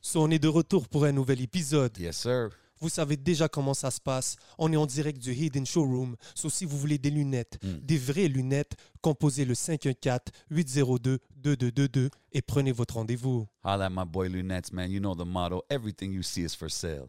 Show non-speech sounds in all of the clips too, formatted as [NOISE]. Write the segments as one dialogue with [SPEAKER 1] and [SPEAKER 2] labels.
[SPEAKER 1] So, on est de retour pour un nouvel épisode.
[SPEAKER 2] Yes, sir.
[SPEAKER 1] Vous savez déjà comment ça se passe. On est en direct du Hidden Showroom. So, si vous voulez des lunettes,
[SPEAKER 2] Hmm.
[SPEAKER 1] des vraies lunettes, composez le 514-802-2222 et prenez votre rendez-vous.
[SPEAKER 2] Holla at my boy Lunettes, man. You know the motto. Everything you see is for sale.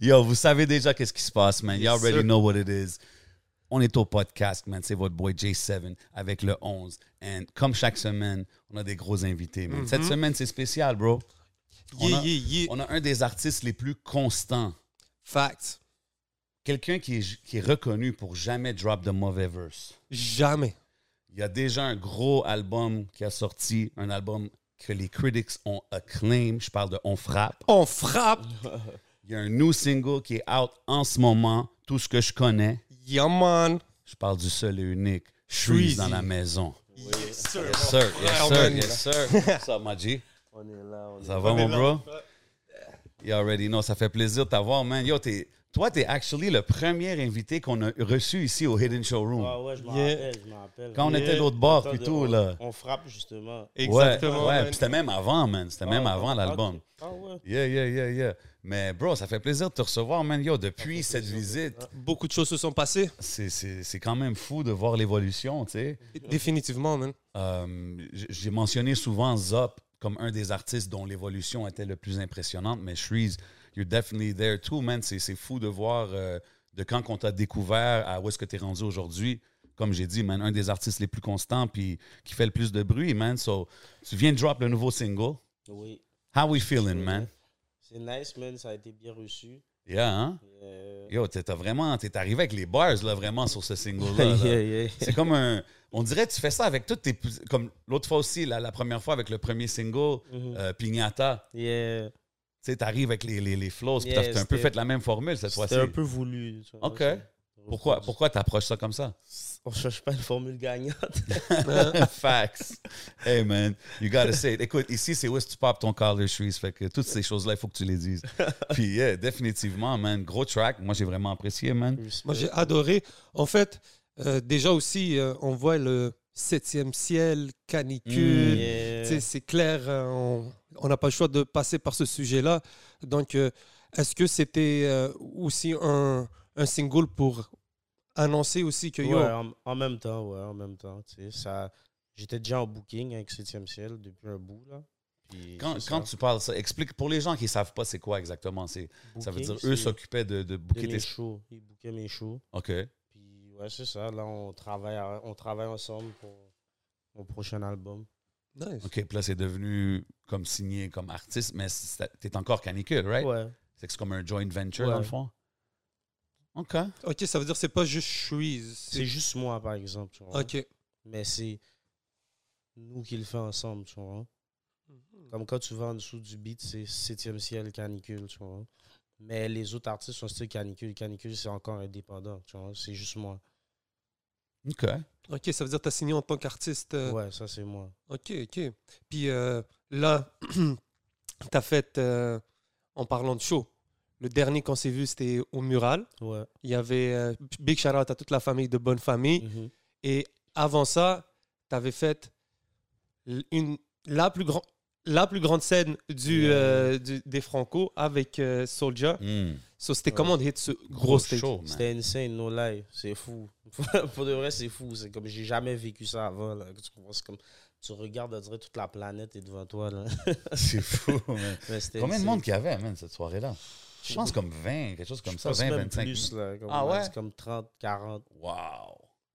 [SPEAKER 2] Yo, vous savez déjà qu'est-ce qui se passe, man. You
[SPEAKER 1] Yes,
[SPEAKER 2] already
[SPEAKER 1] sir.
[SPEAKER 2] know what it is. On est au podcast, man. C'est votre boy J7 avec le 11. And comme chaque semaine, on a des gros invités, man. Cette semaine, c'est spécial, bro. On
[SPEAKER 1] Mm-hmm. Yeah,
[SPEAKER 2] a-
[SPEAKER 1] yeah, yeah.
[SPEAKER 2] On a un des artistes les plus constants.
[SPEAKER 1] Fact.
[SPEAKER 2] Quelqu'un qui est, qui est reconnu pour jamais drop de mauvais verse.
[SPEAKER 1] Jamais.
[SPEAKER 2] Il y a déjà un gros album qui a sorti, un album que les critics ont acclaim. Je parle de On Frappe.
[SPEAKER 1] On
[SPEAKER 2] [LAUGHS]
[SPEAKER 1] frappe.
[SPEAKER 2] Il y a un new single qui est out en ce moment, Tout ce que je connais.
[SPEAKER 1] Yaman.
[SPEAKER 2] Je parle du seul et unique, Shreeze dans
[SPEAKER 1] Shreezy.
[SPEAKER 2] la maison.
[SPEAKER 1] Yes, sir.
[SPEAKER 2] Yes, sir. Yes, sir.
[SPEAKER 1] man.
[SPEAKER 2] Yes, sir. What's up, my G? Ça va, mon bro? You already know. Ça fait plaisir de t'avoir, man. Yo, t'es- toi, t'es actually le premier invité qu'on a reçu ici au Hidden Showroom.
[SPEAKER 3] Ah ouais, je m'en
[SPEAKER 1] Yeah.
[SPEAKER 3] rappelle, je m'en rappelle.
[SPEAKER 2] Quand on
[SPEAKER 3] Yeah.
[SPEAKER 2] était de l'autre bord,
[SPEAKER 3] Attends,
[SPEAKER 2] puis tout,
[SPEAKER 3] on-
[SPEAKER 2] là.
[SPEAKER 3] On frappe, justement.
[SPEAKER 1] Exactement.
[SPEAKER 2] Ouais, ouais.
[SPEAKER 1] man.
[SPEAKER 2] puis c'était même avant, man. C'était même
[SPEAKER 3] Ah,
[SPEAKER 2] avant
[SPEAKER 3] ah,
[SPEAKER 2] l'album.
[SPEAKER 3] ok. Ah ouais.
[SPEAKER 2] Yeah, yeah, yeah, yeah. Mais bro, ça fait plaisir de te recevoir, man. Yo, depuis cette visite,
[SPEAKER 1] Beaucoup de choses se sont passées.
[SPEAKER 2] c'est- c'est c'est quand même fou de voir l'évolution, tu sais.
[SPEAKER 1] Définitivement, man.
[SPEAKER 2] Euh, j- J'ai mentionné souvent Zop comme un des artistes dont l'évolution était le plus impressionnante, mais Shreeze, you're definitely there too, man. C'est c'est fou de voir euh, de quand on t'a découvert à où est-ce que t'es rendu aujourd'hui. Comme j'ai dit, man, un des artistes les plus constants puis qui fait le plus de bruit, man. So, tu viens de drop le nouveau single.
[SPEAKER 3] Oui.
[SPEAKER 2] How we feeling, man?
[SPEAKER 3] C'est nice, man. Ça a été bien reçu.
[SPEAKER 2] Yeah, hein?
[SPEAKER 3] Euh,
[SPEAKER 2] Yo, t'es t'as vraiment, t'es arrivé avec les bars là, vraiment sur ce single-là.
[SPEAKER 3] [LAUGHS]
[SPEAKER 2] là. C'est comme un, on dirait que tu fais ça avec toutes tes, p- comme l'autre fois aussi, la, la première fois avec le premier single,
[SPEAKER 3] Mhm.
[SPEAKER 2] euh, Pignata.
[SPEAKER 3] Yeah.
[SPEAKER 2] Tu sais, t'arrives avec les, les, les flows, puis t'as
[SPEAKER 3] Yeah,
[SPEAKER 2] t'as un peu
[SPEAKER 3] c'était-
[SPEAKER 2] fait la même formule cette fois-ci.
[SPEAKER 3] C'était un peu voulu. tu vois,
[SPEAKER 2] Ok.
[SPEAKER 3] c'est-
[SPEAKER 2] Pourquoi, pourquoi t'approches ça comme ça?
[SPEAKER 3] On cherche pas une formule gagnante.
[SPEAKER 2] [LAUGHS] Facts. Hey man, you gotta say it. Écoute, ici, c'est où est-ce que tu popes ton collar Shreeze. Fait que toutes ces choses-là, il faut que tu les
[SPEAKER 3] [LAUGHS]
[SPEAKER 2] dises. Puis yeah, définitivement, man, gros track. Moi, j'ai vraiment apprécié, man.
[SPEAKER 1] Moi, j'ai adoré. En fait, euh, déjà aussi, euh, on voit le septième ciel, canicule.
[SPEAKER 3] Mm, Yeah.
[SPEAKER 1] Tu sais, C'est clair, euh, on- on n'a pas le choix de passer par ce sujet-là. Donc, euh, est-ce que c'était euh, aussi un, un single pour annoncer aussi que yo,
[SPEAKER 3] Ouais, en, en même temps, ouais, en même temps. tu sais, ça- J'étais déjà en booking avec 7e ciel depuis un bout, là. Puis
[SPEAKER 2] Quand,
[SPEAKER 3] c'est
[SPEAKER 2] quand
[SPEAKER 3] ça.
[SPEAKER 2] tu parles ça, explique pour les gens qui savent pas c'est quoi exactement. C'est, ça veut
[SPEAKER 3] Booking,
[SPEAKER 2] dire eux
[SPEAKER 3] c'est
[SPEAKER 2] s'occupaient de, de
[SPEAKER 3] de
[SPEAKER 2] booker
[SPEAKER 3] mes
[SPEAKER 2] tes.
[SPEAKER 3] shows. Ils bookaient mes shows.
[SPEAKER 2] Ok.
[SPEAKER 3] Puis ouais, c'est ça. Là, on travaille, à- on travaille ensemble pour mon prochain album.
[SPEAKER 1] nice.
[SPEAKER 2] Ok, puis là, c'est devenu comme signé comme artiste, mais c'est- t'es encore canicule, right?
[SPEAKER 3] Ouais.
[SPEAKER 2] C'est que c'est comme un joint venture,
[SPEAKER 3] Ouais.
[SPEAKER 2] dans le fond. OK.
[SPEAKER 1] Ok, ça veut dire que c'est pas juste Shreeze.
[SPEAKER 3] C'est
[SPEAKER 1] c'est-
[SPEAKER 3] juste moi, par exemple. tu vois.
[SPEAKER 1] Ok.
[SPEAKER 3] Mais c'est nous qui le fait ensemble, tu vois.
[SPEAKER 1] Mhm.
[SPEAKER 3] Comme quand tu vas en dessous du beat, c'est 7e ciel, canicule, tu vois. Mais les autres artistes sont style canicule. Canicule, c'est encore indépendant, tu vois. C'est juste moi.
[SPEAKER 2] OK.
[SPEAKER 1] Ok, ça veut dire que tu as signé en tant qu'artiste. euh,
[SPEAKER 3] Ouais, ça, c'est moi.
[SPEAKER 1] Ok, ok. Puis euh, là, [CLEARS THROAT] tu as fait, euh, en parlant de show, le dernier qu'on s'est vu, c'était au Mural.
[SPEAKER 3] Ouais.
[SPEAKER 1] Il y avait euh, Big Shout Out à toute la famille de Bonne Famille.
[SPEAKER 3] Mhm.
[SPEAKER 1] Et avant ça, tu avais fait l- une, la, plus grand, la plus grande scène du,
[SPEAKER 3] Yeah.
[SPEAKER 1] euh, du- des Franco avec euh, Soldier.
[SPEAKER 2] Hmm.
[SPEAKER 1] So, c'était
[SPEAKER 3] Ouais.
[SPEAKER 1] comment de hit ce gros, stage?
[SPEAKER 2] show, man.
[SPEAKER 3] C'était insane, no lie. C'est fou. [LAUGHS] Pour de vrai, c'est fou. C'est comme j'ai jamais vécu ça avant. Là. Tu comprends? C'est comme tu regardes, on dirait toute la planète est devant toi. Là.
[SPEAKER 2] [LAUGHS] [LAUGHS] C'est fou, man.
[SPEAKER 3] Mais [LAUGHS] c'était
[SPEAKER 2] Combien de
[SPEAKER 3] insane.
[SPEAKER 2] monde qu'il y avait, man, cette soirée-là? Je pense comme 20, quelque chose comme
[SPEAKER 3] Je
[SPEAKER 2] ça,
[SPEAKER 3] pense
[SPEAKER 2] 20,
[SPEAKER 3] même
[SPEAKER 2] 25.
[SPEAKER 3] plus, là, comme,
[SPEAKER 2] Ah ouais?
[SPEAKER 3] C'est comme 30, 40.
[SPEAKER 2] Wow.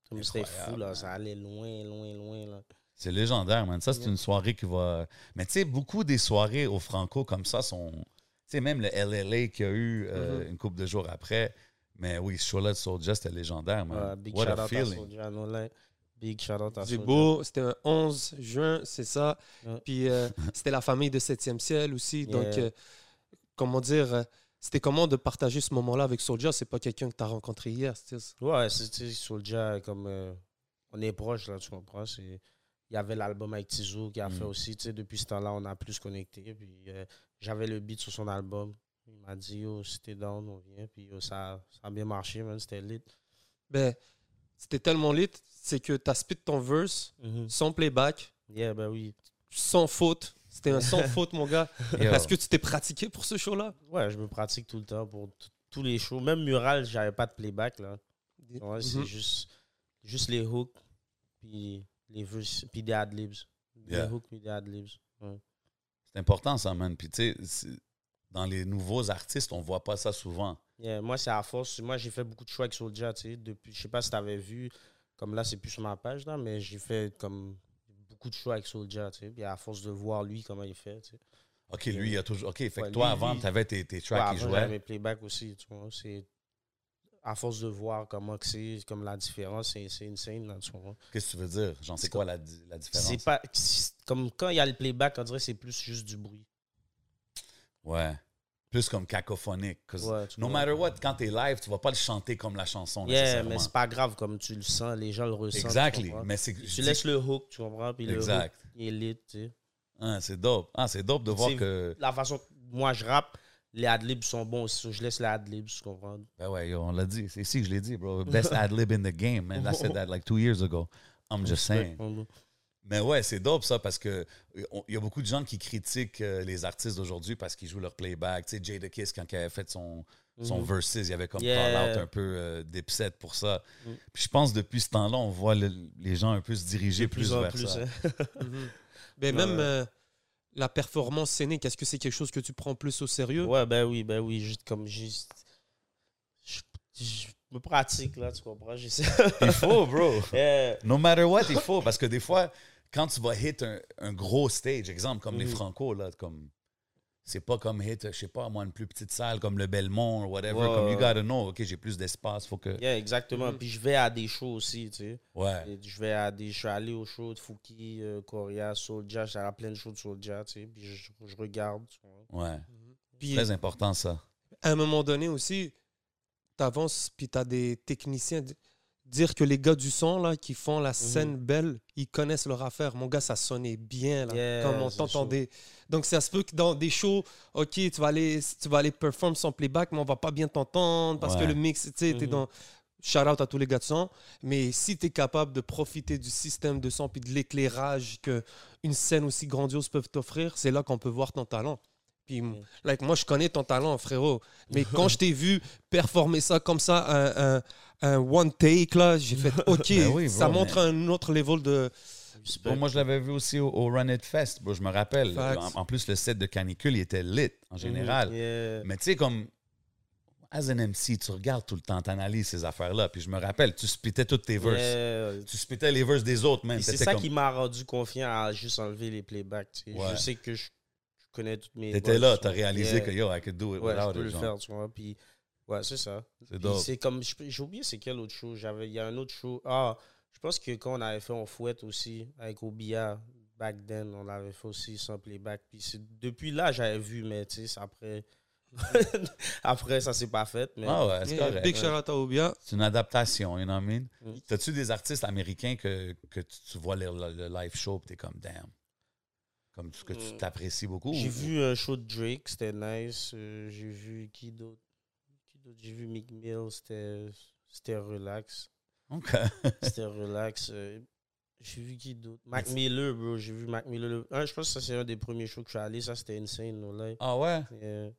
[SPEAKER 3] Comme c'était
[SPEAKER 2] Incroyable,
[SPEAKER 3] fou, là.
[SPEAKER 2] man.
[SPEAKER 3] Ça allait loin, loin, loin, là.
[SPEAKER 2] C'est légendaire, man. Ça, c'est une soirée qui va. Mais tu sais, beaucoup des soirées au Franco comme ça sont. Tu sais, même le LLA qu'il y a eu euh,
[SPEAKER 3] Mm-hmm.
[SPEAKER 2] une couple de jours après. Mais oui, ce show-là de Soulja, c'était légendaire, man.
[SPEAKER 3] Ouais, Ah, big
[SPEAKER 2] What
[SPEAKER 3] shout-out
[SPEAKER 2] a
[SPEAKER 3] à
[SPEAKER 2] feeling.
[SPEAKER 3] Soulja, no lie. Big shout-out à
[SPEAKER 1] C'est
[SPEAKER 3] Soulja.
[SPEAKER 1] beau, c'était un 11 juin, c'est ça.
[SPEAKER 3] Ouais. [LAUGHS]
[SPEAKER 1] Puis euh, c'était la famille de 7e ciel aussi. Donc,
[SPEAKER 3] Yeah.
[SPEAKER 1] euh, comment dire, euh, c'était comment de partager ce moment-là avec Soldier C'est pas quelqu'un que tu as rencontré hier. c'est- c'est-
[SPEAKER 3] Ouais, c'est tu sais, Soulja, comme euh, on est proche, là, tu comprends. c'est- Il y avait l'album avec Tizou qui a
[SPEAKER 2] Mm.
[SPEAKER 3] fait aussi. Tu sais, depuis ce temps-là, on a plus connecté. Puis euh, j'avais le beat sur son album. Il m'a dit, yo, si t'es down, on vient. Puis yo, ça, ça a bien marché, man. C'était lit.
[SPEAKER 1] Ben, c'était tellement lit, c'est que tu as spit ton verse
[SPEAKER 3] Mm.
[SPEAKER 2] Mm-hmm.
[SPEAKER 1] sans playback,
[SPEAKER 3] Yeah, ben oui.
[SPEAKER 1] sans faute. C'était un
[SPEAKER 3] [LAUGHS]
[SPEAKER 1] sans faute, mon gars.
[SPEAKER 2] Yo.
[SPEAKER 1] Est-ce que tu t'es pratiqué pour ce show-là
[SPEAKER 3] Ouais, je me pratique tout le temps pour t- tous les shows. Même Mural, j'avais pas de playback, là. Ouais, c'est
[SPEAKER 2] Mm-hmm.
[SPEAKER 1] Mhm.
[SPEAKER 3] juste, juste les hooks, puis les verses, puis des adlibs.
[SPEAKER 2] Yeah.
[SPEAKER 3] Les hooks, puis des adlibs. Ouais.
[SPEAKER 2] C'est important, ça, man. Puis, tu sais, c'est- dans les nouveaux artistes, on voit pas ça souvent.
[SPEAKER 3] Yeah, moi, c'est à force. Moi, j'ai fait beaucoup de choix avec Soulja, tu sais. Depuis, je sais pas si t'avais vu, comme là, c'est plus sur ma page, là, mais j'ai fait comme beaucoup de choix avec Soulja, tu sais. Puis à force de voir lui, comment il fait, tu sais.
[SPEAKER 2] OK, lui, il a toujours. OK, fait que
[SPEAKER 3] Ouais,
[SPEAKER 2] toi,
[SPEAKER 3] lui,
[SPEAKER 2] avant,
[SPEAKER 3] lui-
[SPEAKER 2] tu avais tes, tes tracks
[SPEAKER 3] Ouais,
[SPEAKER 2] qui
[SPEAKER 3] avant,
[SPEAKER 2] jouaient.
[SPEAKER 3] j'avais playback aussi, tu vois. C'est à force de voir comment que c'est, comme la différence, c'est c'est insane, là, tu vois.
[SPEAKER 2] Qu'est-ce que tu veux dire? J'en sais
[SPEAKER 3] C'est
[SPEAKER 2] quoi la, di- la différence?
[SPEAKER 3] C'est pas... c'est- Comme quand il y a le playback, on dirait que c'est plus juste du bruit.
[SPEAKER 2] Ouais. Plus comme cacophonique. 'cause
[SPEAKER 3] Ouais, tu
[SPEAKER 2] no
[SPEAKER 3] vois.
[SPEAKER 2] matter what, quand t'es live, tu vas pas le chanter comme la chanson.
[SPEAKER 3] Yeah,
[SPEAKER 2] nécessairement.
[SPEAKER 3] mais c'est pas grave comme tu le sens, les gens le ressentent. tu
[SPEAKER 2] Exactly.
[SPEAKER 3] comprends?
[SPEAKER 2] Mais c'est.
[SPEAKER 3] tu
[SPEAKER 2] je dis-
[SPEAKER 3] laisses le hook, tu comprends, puis le hook,
[SPEAKER 2] Exact.
[SPEAKER 3] il est lit, tu sais.
[SPEAKER 2] Ah, c'est dope. Ah, c'est dope de voir
[SPEAKER 3] C'est-
[SPEAKER 2] que.
[SPEAKER 3] La façon que moi je rappe, les adlibs sont bons aussi, so je laisse les adlibs, tu comprends.
[SPEAKER 2] Ben ouais, yo, on l'a dit. C'est ici que je l'ai dit, bro. Best ad lib in the game, man. I said that like two years ago. I'm just saying. Mais ouais, c'est dope ça parce que euh, on- il y a beaucoup de gens qui critiquent euh, les artistes d'aujourd'hui parce qu'ils jouent leur playback. Tu sais, Jada Kiss, quand elle avait fait son, son versus, il y avait comme
[SPEAKER 3] Mm-hmm. Yeah.
[SPEAKER 2] call-out un peu euh, d'Ipset pour ça.
[SPEAKER 3] Mhm.
[SPEAKER 2] Puis je pense depuis ce temps-là, on voit le- les gens un peu se diriger
[SPEAKER 3] J'ai
[SPEAKER 2] plus,
[SPEAKER 3] plus en
[SPEAKER 2] vers
[SPEAKER 3] plus.
[SPEAKER 2] ça.
[SPEAKER 3] hein.
[SPEAKER 1] Mhm. Ben,
[SPEAKER 3] Ouais,
[SPEAKER 1] même
[SPEAKER 3] ouais.
[SPEAKER 1] euh, la performance scénique, est-ce que c'est quelque chose que tu prends plus au sérieux
[SPEAKER 3] Ouais, ben oui, ben oui, juste comme juste. Je, je me pratique là, tu
[SPEAKER 2] [LAUGHS]
[SPEAKER 3] comprends, j'essaie.
[SPEAKER 2] Il faut, bro.
[SPEAKER 3] Yeah.
[SPEAKER 2] No matter what, il faut parce que des fois, quand tu vas hit un, un gros stage, exemple comme les
[SPEAKER 3] Mhm.
[SPEAKER 2] Franco, là, comme. C'est pas comme hit, je sais pas, moi, une plus petite salle comme le Belmont ou whatever.
[SPEAKER 3] Ouais,
[SPEAKER 2] Comme you
[SPEAKER 3] ouais.
[SPEAKER 2] gotta know, OK, j'ai plus d'espace, faut que.
[SPEAKER 3] Yeah, exactement.
[SPEAKER 1] Mhm.
[SPEAKER 3] Puis je vais à des shows aussi, tu sais.
[SPEAKER 2] Ouais.
[SPEAKER 3] Et Je vais à des, je suis allé aux shows de Fouki, euh, Coria, Soulja, j'étais à plein de shows de Soulja, tu sais. Puis je, je regarde, tu vois.
[SPEAKER 2] Ouais.
[SPEAKER 1] Puis,
[SPEAKER 2] Très important, ça.
[SPEAKER 1] à un moment donné aussi, tu avances, puis tu as des techniciens. di- Dire que les gars du son là, qui font
[SPEAKER 3] Mhm.
[SPEAKER 1] la scène belle, ils connaissent leur affaire. Mon gars, ça sonnait bien, là,
[SPEAKER 3] Yeah,
[SPEAKER 1] comme on
[SPEAKER 3] c'est
[SPEAKER 1] t'entendait. Donc, ça se peut que dans des shows, OK, tu vas aller, tu vas aller perform sans playback, mais on va pas bien t'entendre parce que
[SPEAKER 2] Ouais.
[SPEAKER 1] le mix, tu sais, t'es
[SPEAKER 3] Mhm.
[SPEAKER 1] dans... Shout out à tous les gars de son. Mais si tu es capable de profiter du système de son puis de l'éclairage que une scène aussi grandiose peut t'offrir, c'est là qu'on peut voir ton talent. Puis,
[SPEAKER 2] Mm.
[SPEAKER 1] m- like, moi, je connais ton talent,
[SPEAKER 2] [LAUGHS]
[SPEAKER 1] frérot. Mais quand je t'ai vu performer ça comme ça, un, un- un one take, là, j'ai
[SPEAKER 2] [LAUGHS]
[SPEAKER 1] fait OK,
[SPEAKER 2] Ben oui,
[SPEAKER 1] ça
[SPEAKER 2] bro,
[SPEAKER 1] montre
[SPEAKER 2] mais-
[SPEAKER 1] un autre level de.
[SPEAKER 3] Respect.
[SPEAKER 2] Bon, moi, je l'avais vu aussi au, au Run It Fest. Bon, je me rappelle.
[SPEAKER 1] Facts.
[SPEAKER 2] En, en plus, le set de canicule, il était lit en général.
[SPEAKER 3] Mm, Yeah.
[SPEAKER 2] Mais tu sais, comme. As an MC, tu regardes tout le temps, t'analyses ces affaires-là. Puis je me rappelle, tu spitais toutes tes verses.
[SPEAKER 3] Yeah.
[SPEAKER 2] Tu spitais les verses des autres, même.
[SPEAKER 3] Puis C'est
[SPEAKER 2] T'étais
[SPEAKER 3] ça
[SPEAKER 2] comme-
[SPEAKER 3] qui m'a rendu confiant à juste enlever les playbacks. tu sais.
[SPEAKER 2] Ouais.
[SPEAKER 3] Je sais que je, je connais toutes mes.
[SPEAKER 2] T'étais
[SPEAKER 3] voices,
[SPEAKER 2] là,
[SPEAKER 3] tu
[SPEAKER 2] t'as
[SPEAKER 3] vois.
[SPEAKER 2] réalisé
[SPEAKER 3] Yeah.
[SPEAKER 2] que yo, I could do it
[SPEAKER 3] Ouais, je
[SPEAKER 2] without
[SPEAKER 3] peux
[SPEAKER 2] it,
[SPEAKER 3] le
[SPEAKER 2] genre.
[SPEAKER 3] faire, tu vois. Puis, ouais, c'est ça.
[SPEAKER 2] C'est
[SPEAKER 3] Puis
[SPEAKER 2] dope.
[SPEAKER 3] C'est comme. je peux- J'ai oublié c'est quel autre show. J'avais, il y a un autre show. Ah, je pense que quand on avait fait On Fouette aussi, avec Obia, back then, on l'avait fait aussi sans playback. Puis c'est- depuis là, j'avais vu, mais tu sais, c'est après. [LAUGHS] après, ça s'est pas fait. Mais
[SPEAKER 2] Ah ouais, c'est
[SPEAKER 1] Yeah,
[SPEAKER 2] correct.
[SPEAKER 1] Big shout out à Obia.
[SPEAKER 2] C'est une adaptation, you know what I mean?
[SPEAKER 3] Mm.
[SPEAKER 2] T'as-tu des artistes américains que, que tu, tu vois le, le- le live show et t'es comme damn? Comme tu- que tu
[SPEAKER 3] Mm.
[SPEAKER 2] t'apprécies beaucoup?
[SPEAKER 3] J'ai
[SPEAKER 2] ou-
[SPEAKER 3] vu un show de Drake, c'était nice. Euh, j'ai vu qui d'autre Qui d'autre J'ai vu Mick Mill, c'était
[SPEAKER 2] [LAUGHS]
[SPEAKER 3] c'était relax.
[SPEAKER 2] OK.
[SPEAKER 3] C'était relax. Euh, j'ai vu qui d'autre Mac Miller, bro. J'ai vu Mac Miller. Le- un, je pense que ça, c'est un des premiers shows que je suis allé. Ça, c'était insane, no lie.
[SPEAKER 2] Ah ouais?
[SPEAKER 3] Euh,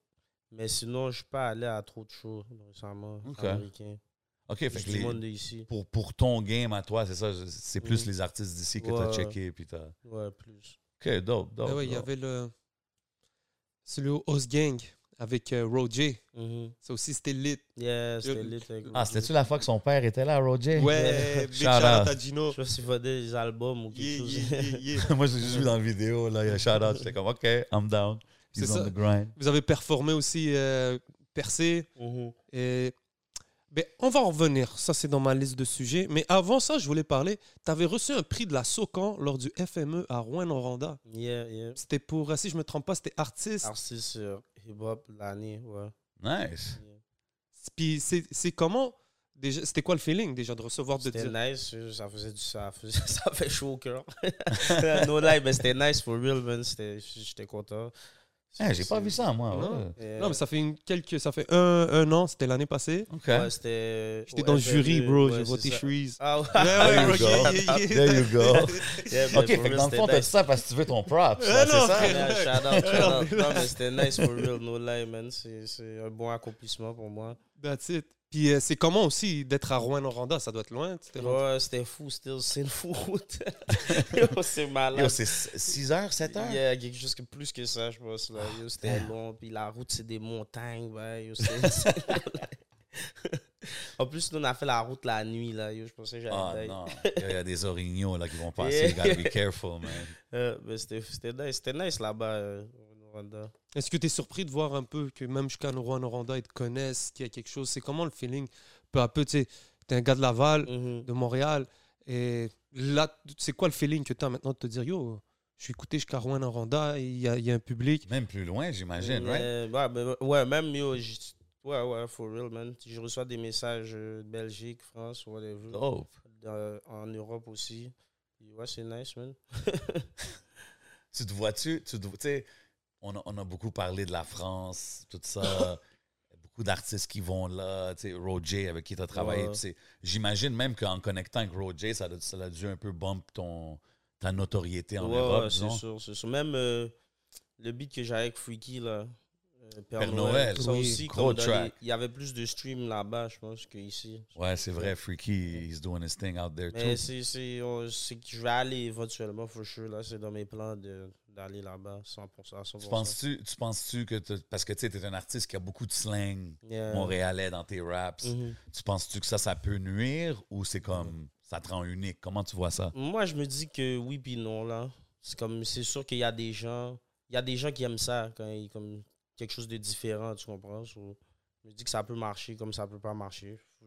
[SPEAKER 3] mais sinon, je suis pas allé à trop de shows récemment
[SPEAKER 2] Ok.
[SPEAKER 3] américains.
[SPEAKER 2] OK, fait
[SPEAKER 3] Juste
[SPEAKER 2] que
[SPEAKER 3] du
[SPEAKER 2] les-
[SPEAKER 3] monde d'ici.
[SPEAKER 2] pour, pour ton game à toi, c'est ça, c'est plus
[SPEAKER 3] Mm.
[SPEAKER 2] les artistes d'ici que
[SPEAKER 3] Ouais,
[SPEAKER 2] t'as
[SPEAKER 3] ouais.
[SPEAKER 2] checké puis t'as...
[SPEAKER 3] Ouais, plus.
[SPEAKER 2] OK, dope, dope.
[SPEAKER 1] Ah ouais, il y
[SPEAKER 2] dope.
[SPEAKER 1] avait le. Celui au House Gang avec euh, Roger.
[SPEAKER 3] Mhm.
[SPEAKER 1] Ça aussi, c'était
[SPEAKER 2] [LAUGHS]
[SPEAKER 1] lit.
[SPEAKER 3] Yeah, c'était lit. avec
[SPEAKER 2] Ah,
[SPEAKER 3] Roger.
[SPEAKER 2] c'était-tu la fois que son père était là, Roger?
[SPEAKER 1] Ouais, big
[SPEAKER 2] Shout
[SPEAKER 1] shout out
[SPEAKER 2] out.
[SPEAKER 1] à Gino.
[SPEAKER 3] Je sais pas s'il vendait des albums ou quelque
[SPEAKER 1] Yeah,
[SPEAKER 3] chose.
[SPEAKER 1] yeah,
[SPEAKER 3] [LAUGHS]
[SPEAKER 1] yeah, yeah.
[SPEAKER 2] [LAUGHS] Moi, j'ai juste vu dans la vidéo, là, il y a shout-out. J'étais comme, OK, I'm down. He's
[SPEAKER 1] C'est
[SPEAKER 2] on
[SPEAKER 1] ça.
[SPEAKER 2] the grind.
[SPEAKER 3] Mm-hmm.
[SPEAKER 1] Vous avez performé aussi euh, Percé
[SPEAKER 3] Mhm.
[SPEAKER 1] et Ben, on va en revenir. Ça, c'est dans ma liste de sujets. Mais avant ça, je voulais parler. Tu avais reçu un prix de la SOCAN lors du FME à Rouen-Noranda.
[SPEAKER 3] Yeah, yeah.
[SPEAKER 1] C'était pour, euh, si je me trompe pas, c'était artiste.
[SPEAKER 3] Artiste sur hip-hop l'année, ouais.
[SPEAKER 2] Nice.
[SPEAKER 1] Puis c'est c'est comment déjà C'était quoi le feeling déjà de recevoir de
[SPEAKER 3] C'était
[SPEAKER 1] dire
[SPEAKER 3] nice, euh, ça faisait du ça, faisait- [LAUGHS] ça fait chaud au cœur. no lie, mais c'était nice for real, man. C'était- J'étais content.
[SPEAKER 2] Hey, Hein, Eh, J'ai pas vu ça, moi.
[SPEAKER 1] Non.
[SPEAKER 2] ouais.
[SPEAKER 3] Euh,
[SPEAKER 1] Non, mais ça fait une, quelques, ça fait un, un an. C'était l'année passée.
[SPEAKER 2] OK.
[SPEAKER 3] [LAUGHS] ouais, c'était.
[SPEAKER 1] J'étais
[SPEAKER 3] au
[SPEAKER 1] dans le
[SPEAKER 3] FME,
[SPEAKER 1] jury, bro.
[SPEAKER 3] ouais,
[SPEAKER 1] J'ai
[SPEAKER 3] c'est
[SPEAKER 1] voté
[SPEAKER 3] ça.
[SPEAKER 1] Shreeze.
[SPEAKER 3] [LAUGHS] Ah ouais.
[SPEAKER 1] Ouais,
[SPEAKER 2] There
[SPEAKER 1] ouais,
[SPEAKER 2] you
[SPEAKER 1] ok,
[SPEAKER 2] go.
[SPEAKER 1] yeah, yeah.
[SPEAKER 2] There you
[SPEAKER 3] [LAUGHS]
[SPEAKER 2] go.
[SPEAKER 3] Yeah, mais
[SPEAKER 2] OK, fait
[SPEAKER 3] for
[SPEAKER 2] que
[SPEAKER 3] real,
[SPEAKER 2] dans le
[SPEAKER 3] c'était
[SPEAKER 2] fond, t'as [LAUGHS]
[SPEAKER 3] nice.
[SPEAKER 2] dit ça parce que tu veux ton props.
[SPEAKER 1] Ah
[SPEAKER 2] là,
[SPEAKER 1] non,
[SPEAKER 2] C'est ça?
[SPEAKER 1] frère.
[SPEAKER 3] Yeah, shout out, shout
[SPEAKER 2] [LAUGHS]
[SPEAKER 3] out. Non, mais c'était nice for real, no lie, man. C'est c'est un bon accomplissement pour moi.
[SPEAKER 1] That's it. Puis euh, c'est comment aussi d'être à Rouen-Noranda Ça doit être loin. tu t'es rendu-
[SPEAKER 3] Ouais, c'était fou, still, c'est une fou route. [LAUGHS] Yo, c'est malade.
[SPEAKER 2] Yo, C'est 6 heures, 7 heures? Ah,
[SPEAKER 3] Il y a quelque chose que plus que ça, je pense. Là. Yo, c'était
[SPEAKER 2] damn.
[SPEAKER 3] long. Puis la route, c'est des montagnes. ouais, yo, c'est- [LAUGHS] c'est- en plus, nous, on a fait la route la nuit. Là. Yo, je pensais que j'allais
[SPEAKER 2] Ah
[SPEAKER 3] die.
[SPEAKER 2] non, il y a des orignaux là qui vont passer. You gotta be careful, man.
[SPEAKER 3] Euh, mais c'était, c'était nice, c'était nice là-bas, euh, au Rwanda.
[SPEAKER 1] Est-ce que tu es surpris de voir un peu que même jusqu'à Rouen-Noranda, ils te connaissent, qu'il y a quelque chose C'est comment le feeling Peu à peu, tu sais, t'es un gars de Laval,
[SPEAKER 3] Mhm.
[SPEAKER 1] de Montréal. Et là, c'est quoi le feeling que tu as maintenant de te dire, yo, je suis écouté jusqu'à Rouen-Noranda, il y, a- il y a un public.
[SPEAKER 2] Même plus loin, j'imagine,
[SPEAKER 3] Mais,
[SPEAKER 2] right?
[SPEAKER 3] ouais, ben, ouais, même yo, j- ouais, ouais, for real, man. Je reçois des messages euh, de Belgique, France, whatever.
[SPEAKER 2] Dope.
[SPEAKER 3] Dans- en Europe aussi. Puis Ouais, c'est nice, man.
[SPEAKER 2] Tu te vois-tu? Tu te- tu sais, on a, on a beaucoup parlé de la France, tout
[SPEAKER 3] [COUGHS]
[SPEAKER 2] ça. beaucoup d'artistes qui vont là. Tu sais, Roger, avec qui tu as travaillé.
[SPEAKER 3] Ouais.
[SPEAKER 2] puis c'est- J'imagine même qu'en connectant avec Roger, ça, a- ça a dû un peu bump ton, ta notoriété en
[SPEAKER 3] ouais,
[SPEAKER 2] Europe,
[SPEAKER 3] ouais, c'est
[SPEAKER 2] disons.
[SPEAKER 3] sûr, c'est sûr. Même euh, le beat que j'ai avec Freaky, là, euh, Père,
[SPEAKER 2] Père
[SPEAKER 3] Noël,
[SPEAKER 2] Noël,
[SPEAKER 3] ça
[SPEAKER 1] oui,
[SPEAKER 3] aussi,
[SPEAKER 2] gros
[SPEAKER 3] comme dans les-
[SPEAKER 2] track.
[SPEAKER 3] il y avait plus de streams là-bas, je pense, qu'ici.
[SPEAKER 2] Ouais, c'est vrai, Freaky, he's doing his thing out there
[SPEAKER 3] Mais
[SPEAKER 2] too.
[SPEAKER 3] c'est c'est- on- c'est que je vais aller éventuellement, for sure, là, c'est dans mes plans de- d'aller là-bas, 100%. 100%.
[SPEAKER 2] Tu penses-tu tu penses-tu que. t'as- Parce que tu es un artiste qui a beaucoup de slang
[SPEAKER 3] Yeah.
[SPEAKER 2] montréalais dans tes raps.
[SPEAKER 3] Mhm.
[SPEAKER 2] Tu penses-tu que ça, ça peut nuire ou c'est
[SPEAKER 3] Mm.
[SPEAKER 2] comme ça te rend unique? Comment tu vois ça?
[SPEAKER 3] Moi, je me dis que oui puis non, là. C'est comme, c'est sûr qu'il y a des gens, il y a des gens qui aiment ça, quand ils, comme quelque chose de différent, tu comprends? So, je me dis que ça peut marcher comme ça peut pas marcher. Faut,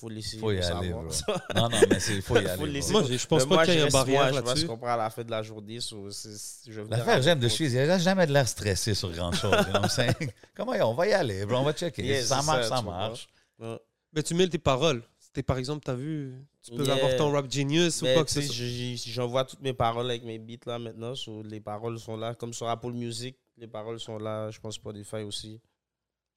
[SPEAKER 3] faut laisser
[SPEAKER 2] Faut y
[SPEAKER 3] pour
[SPEAKER 2] aller,
[SPEAKER 3] [LAUGHS] savoir.
[SPEAKER 2] Non, non, mais il faut y
[SPEAKER 3] [LAUGHS] Faut
[SPEAKER 2] aller.
[SPEAKER 3] le laisser.
[SPEAKER 2] bro.
[SPEAKER 1] Moi, je je pense
[SPEAKER 3] Mais
[SPEAKER 1] pas
[SPEAKER 3] moi,
[SPEAKER 1] qu'il y
[SPEAKER 3] je
[SPEAKER 1] ait un
[SPEAKER 3] reste moi,
[SPEAKER 1] barrière
[SPEAKER 3] Je pense
[SPEAKER 1] là-dessus.
[SPEAKER 3] qu'on prend à la fin de la journée. so, c'est- c'est- je vais
[SPEAKER 2] L'affaire
[SPEAKER 3] venir
[SPEAKER 2] que j'aime de
[SPEAKER 3] raconter.
[SPEAKER 2] Cheese, il n'a jamais de l'air stressé sur grand-chose. you know what I'm
[SPEAKER 3] [LAUGHS]
[SPEAKER 2] saying? Comment on va y aller, bro, on va checker.
[SPEAKER 3] Yeah,
[SPEAKER 2] ça
[SPEAKER 3] c'est
[SPEAKER 2] marche,
[SPEAKER 3] ça,
[SPEAKER 2] ça,
[SPEAKER 3] tu vois.
[SPEAKER 2] marche.
[SPEAKER 3] Ouais.
[SPEAKER 1] Mais tu mêles tes paroles. C'était par exemple, tu as vu, tu peux
[SPEAKER 3] Yeah.
[SPEAKER 1] avoir ton rap genius
[SPEAKER 3] Mais
[SPEAKER 1] ou quoi que
[SPEAKER 3] tu
[SPEAKER 1] ce
[SPEAKER 3] sais,
[SPEAKER 1] soit.
[SPEAKER 3] j'ai- j'ai- J'envoie toutes mes paroles avec mes beats là maintenant. so, les paroles sont là. Comme sur Apple Music, les paroles sont là. Je pense Spotify aussi.